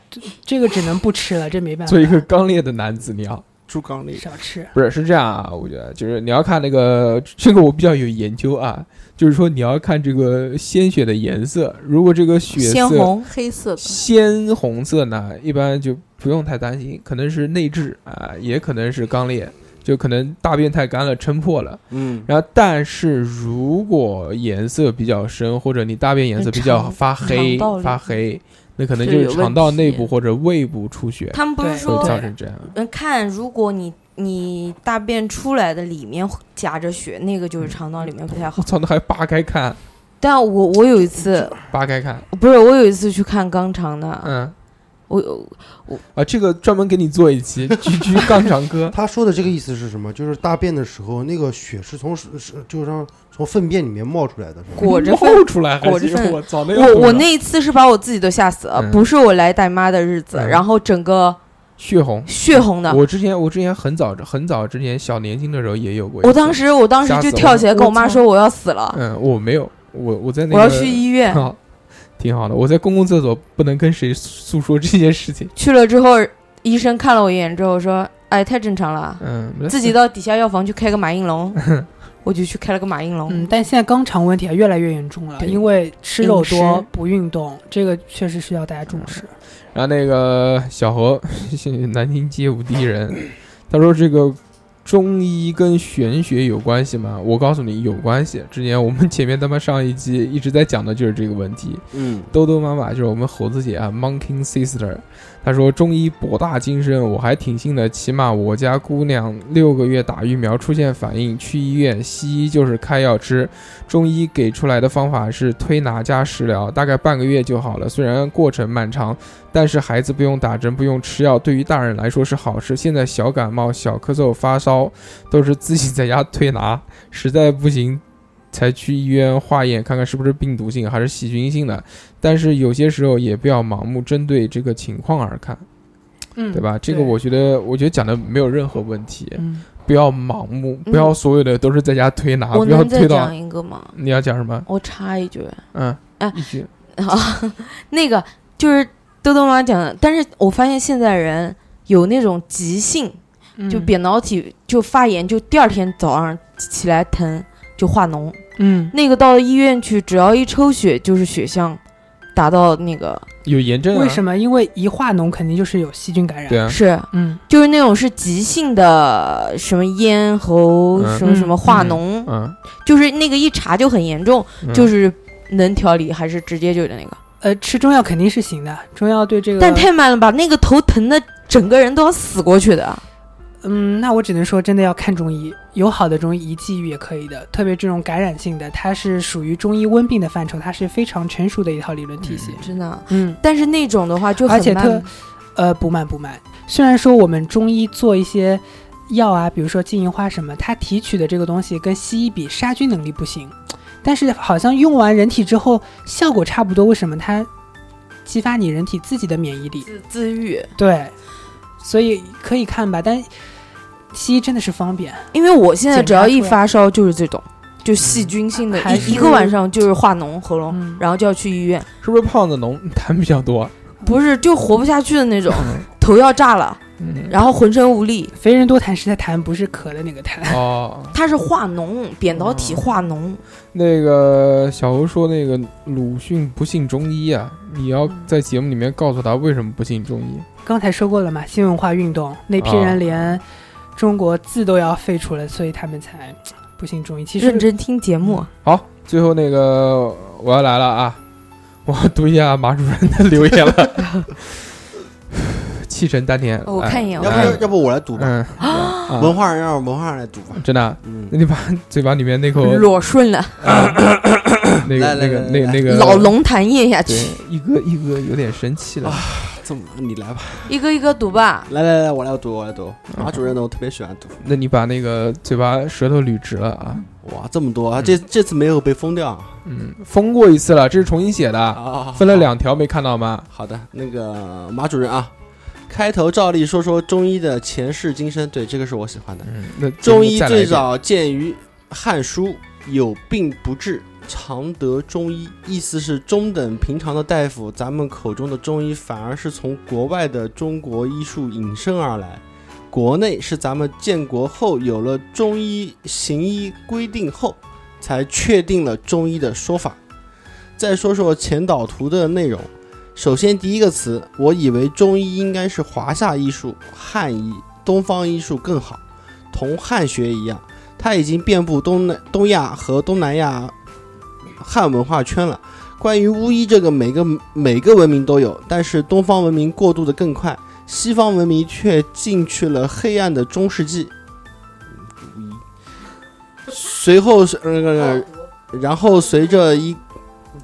这个只能不吃了，这没办法做，一个刚烈的男子，你好。”猪刚力，少吃。不是，是这样啊，我觉得就是你要看那个，这个我比较有研究啊，就是说你要看这个鲜血的颜色，如果这个血色鲜红黑色的，鲜红色呢，一般就不用太担心，可能是内痔啊，也可能是肛裂，就可能大便太干了撑破了。嗯，然后，但是如果颜色比较深，或者你大便颜色比较肠发黑肠道里发黑，那可能就就是有肠问道题内部或者胃部出血，他们不是对会说造成这样。嗯，看，如果你你大便出来的里面夹着血，那个就是肠道里面不太好我。操，那还扒开看，哦但我我有一次，扒开看，不是我有一次去看肛肠的，嗯。我有啊，这个专门给你做一期《居居肛肠哥 他说的这个意思是什么？就是大便的时候，那个血是从是是就是让从粪便里面冒出来的，是吧？裹着 粪。冒出来还裹着是粪 我操，那要我多我少那一次是把我自己都吓死了，嗯不是我来大姨妈的日子，嗯然后整个血红。血红的，我我之前我之前很早很早之前小年轻的时候也有过一次。当时我当时吓死就我跳了起来跟我妈我操说我要死了，嗯，我没有，我我在那个我要去医 院。好，挺好的。我在公共厕所不能跟谁诉说这件事情。去了之后，医生看了我一眼之后说：“哎，太正常 了，嗯，自己到底下药房去开个马应龙。”我就去开了个马应龙。嗯，但现在肛肠问题啊越来越严重了，哦对因为吃肉饮多食不运动，这个确实需要大家重视。然后那个小何， 南京街舞第一人，他说这个中医跟玄学有关系吗？我告诉你，有关系。之前我们前面他妈上一期一直在讲的就是这个问题。嗯，兜兜妈妈就是我们猴子姐啊，Monkey Sister，她说中医博大精深，我还挺信的。起码我家姑娘六个月打疫苗出现反应，去医院，西医就是开药吃，中医给出来的方法是推拿加食疗，大概半个月就好了。虽然过程漫长，但是孩子不用打针，不用吃药，对于大人来说是好事。现在小感冒、小咳嗽、发烧都是自己在家推拿，实在不行。才去医院化验，看看是不是病毒性还是细菌性的。但是有些时候也不要盲目针对这个情况而看，嗯，对吧？这个我觉得，我觉得讲的没有任何问题，嗯，不要盲目，嗯不要所有的都是在家推拿，我不要能再推到讲。一个吗？你要讲什么？我插一句， 嗯，哎一句啊，那个就是豆豆妈讲的，但是我发现现在人有那种急性，嗯嗯就扁桃体就发炎，就第二天早上起来疼就化脓，嗯，那个到了医院去，只要一抽血就是血象达到那个有炎症啊？为什么？因为一化脓肯定就是有细菌感染。对啊，是嗯，就是那种是急性的什么咽喉、嗯什么什么化脓，嗯，就是那个一查就很严重，嗯就是能调理还是直接就有那个。呃，吃中药肯定是行的，中药对这啊个，但太慢了吧，那个头疼的整个人都要死过去的。嗯，那我只能说真的要看中医，有好的中医一剂愈也可以的，特别这种感染性的，它是属于中医温病的范畴，它是非常成熟的一套理论体系。真的，嗯，但是那种的话就很而且慢特，呃，不慢不慢。虽然说我们中医做一些药啊，比如说金银花什么，它提取的这个东西跟西医比，杀菌能力不行，但是好像用完人体之后效果差不多。为什么它激发你人体自己的免疫力？自自愈。对，所以可以看吧。但西医真的是方便，因为我现在只要一检查出来发烧就是这种，就细菌性的，嗯还一是一个晚上就是化脓喉咙，嗯然后就要去医院，是不是胖子浓痰比较多？不是就活不下去的那种，嗯头要炸了， 嗯，然后浑身无力。肥人多痰是在痰，不是咳的那个痰。哦，它是化脓，扁桃体化脓，那个小欧说那个鲁迅不信中医啊，你要嗯在节目里面告诉他为什么不信中医。 刚才说过了嘛，新文化运动那批啊人连中国字都要废除了，所以他们才嘖不信中医。其认实真听节目。好，最后那个我要来了啊， 我要读一下马主任的留言了。 气沉丹田，哎哦我看一眼要我不看一要眼不要不我来读吧？嗯，啊文化人让文化人来读吧。真的啊， 嗯，那你把嘴巴里面那口裸顺了， 那个那来来个来那来那个老龙啊痰咽下对去，一个一个有点生气了。这么你来吧，一个一个读吧。来来来，我来读，我来读。马主任呢，我特别喜欢读。那你把那个嘴巴舌头捋直了啊，哇，这么多啊！这这次没有被封掉啊嗯，封过一次了，这是重新写的，啊！分了两条，没看到吗？好的，那个马主任啊，开头照例说说中医的前世今生，对，这个是我喜欢的。嗯，那中医再来一最遍早见于《汉书》，有病不治，常得中医。意思是中等平常的大夫，咱们口中的中医反而是从国外的中国医术引申而来。国内是咱们建国后有了中医行医规定后，才确定了中医的说法。再说说前导图的内容。首先，第一个词，我以为中医应该是华夏医术、汉医、东方医术更好。同汉学一样，它已经遍布东南、东亚和东南亚汉文化圈了。关于巫医这个，每个每个文明都有，但是东方文明过渡的更快，西方文明却进去了黑暗的中世纪。嗯随后是呃呃，然后随着一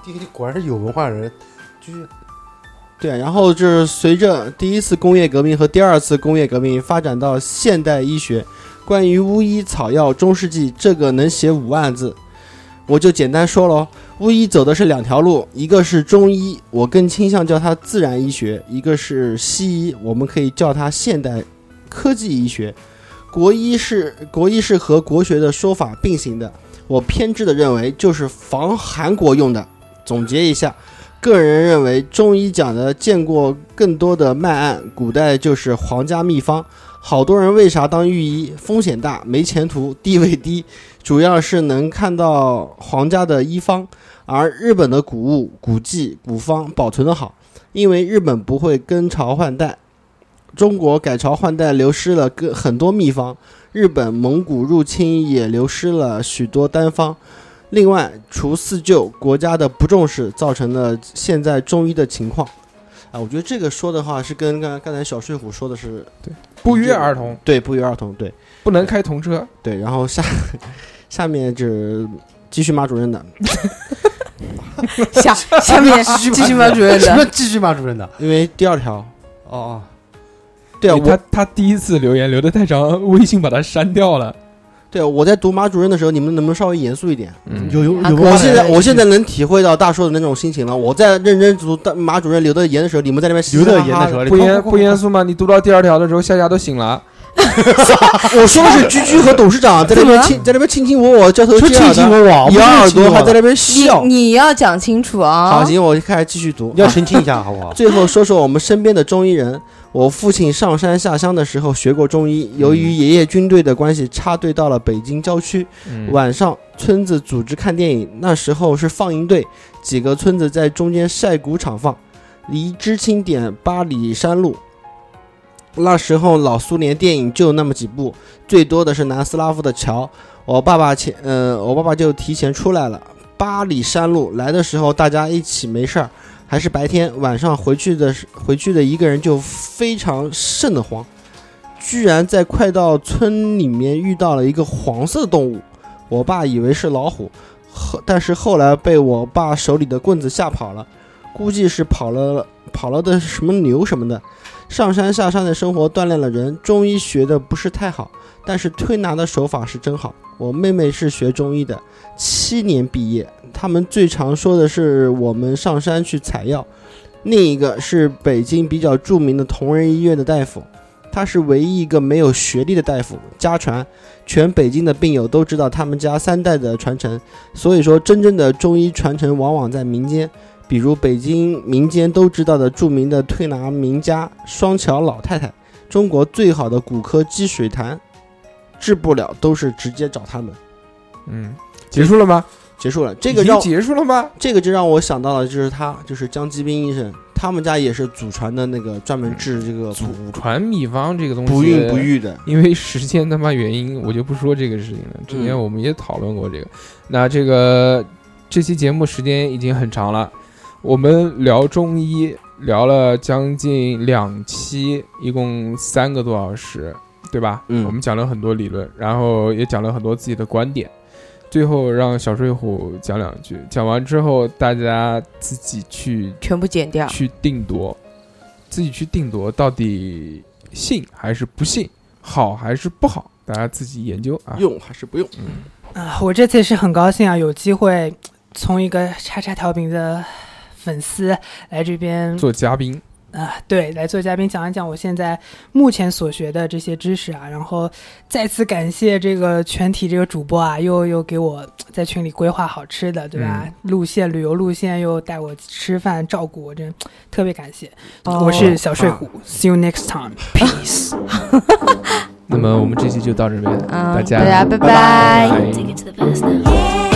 弟弟果然是有文化人，就是对，然后就是随着第一次工业革命和第二次工业革命发展到现代医学，关于巫医草药中世纪这个能写五万字，我就简单说喽。巫医走的是两条路，一个是中医，我更倾向叫它自然医学；一个是西医，我们可以叫它现代科技医学。国医是国医是和国学的说法并行的，我偏执的认为就是防韩国用的。总结一下，个人认为，中医讲的见过更多的脉案，古代就是皇家秘方。好多人为啥当御医？风险大，没前途，地位低，主要是能看到皇家的医方。而日本的古物、古迹、古方保存的好，因为日本不会更朝换代。中国改朝换代流失了个很多秘方，日本蒙古入侵也流失了许多单方。另外，除四旧，国家的不重视造成了现在中医的情况。啊，我觉得这个说的话是跟刚刚才小睡虎说的是不约而同，对，不约而同，对不能开童车。对。然后下下面就是继续马主任的， 下下面继续吧，主任什的么。继续骂主任的？因为第二条，哦对啊，哎他我他第一次留言留的太长，微信把他删掉了。对啊，我在读马主任的时候，你们能不能稍微严肃一点？哦嗯，，有有有啊文化人，我现在我现在能体会到大叔的那种心情了。我在认真读大马主任留的言的时候，你们在那边有点嘻嘻严哈哈的时候，你不哐严哐哐不严肃吗？你读到第二条的时候，夏夏都醒了。我说的是居居和董事长在那边亲在那边亲亲我我交头就接亲耳亲的，我我，不是咬耳亲朵我还在那边你笑。你要讲清楚啊好，！行，我就开始继续读啊你。要澄清一下好不好？最后说说我们身边的中医人。我父亲上山下乡的时候学过中医，由嗯于爷爷军队的关系，插队到了北京郊区。嗯，晚上村子组织看电影，那时候是放映队，几个村子在中间晒谷场放，离知青点八里山路。那时候老苏联电影就那么几部，最多的是南斯拉夫的桥。我爸爸前，呃，我爸爸就提前出来了。八里山路来的时候，大家一起没事儿，还是白天，晚上回去的时回去的一个人就非常瘆得慌，居然在快到村里面遇到了一个黄色的动物，我爸以为是老虎，后但是后来被我爸手里的棍子吓跑了，估计是跑了跑了的什么牛什么的。上山下山的生活锻炼了人，中医学的不是太好，但是推拿的手法是真好。我妹妹是学中医的，七年毕业。他们最常说的是我们上山去采药，另一个是北京比较著名的同仁医院的大夫，他是唯一一个没有学历的大夫。家传，全北京的病友都知道他们家三代的传承，所以说真正的中医传承往往在民间。比如北京民间都知道的著名的推拿名家双桥老太太，中国最好的骨科积水潭，治不了都是直接找他们。嗯，结束了吗？结束了，这这个让结束了吗？这个就让我想到了，就是他，就是江基斌医生，他们家也是祖传的那个专门治这个祖传秘方这个东西，不孕不。育的。因为时间他妈原因，我就不说这个事情了。之前我们也讨论过这个。那这个这期节目时间已经很长了，我们聊中医聊了将近两期，一共三个多小时，对吧？嗯我们讲了很多理论，然后也讲了很多自己的观点。最后让小睡虎讲两句，讲完之后大家自己去全部剪掉。去定夺，自己去定夺到底信还是不信，好还是不好，大家自己研究啊。用还是不用？啊，我这次是很高兴啊，有机会从一个叉叉调频的粉丝来这边做嘉宾，啊，对，来做嘉宾讲一讲我现在目前所学的这些知识啊，然后再次感谢这个全体这个主播啊，又又给我在群里规划好吃的，对吧？路线旅游路线又带我吃饭，照顾我，真特别感谢。我是小睡虎、s e e you next time，peace。那么我们这期就到这边，嗯，大家家拜拜拜。嗯拜。 Take it to the past now. Yeah.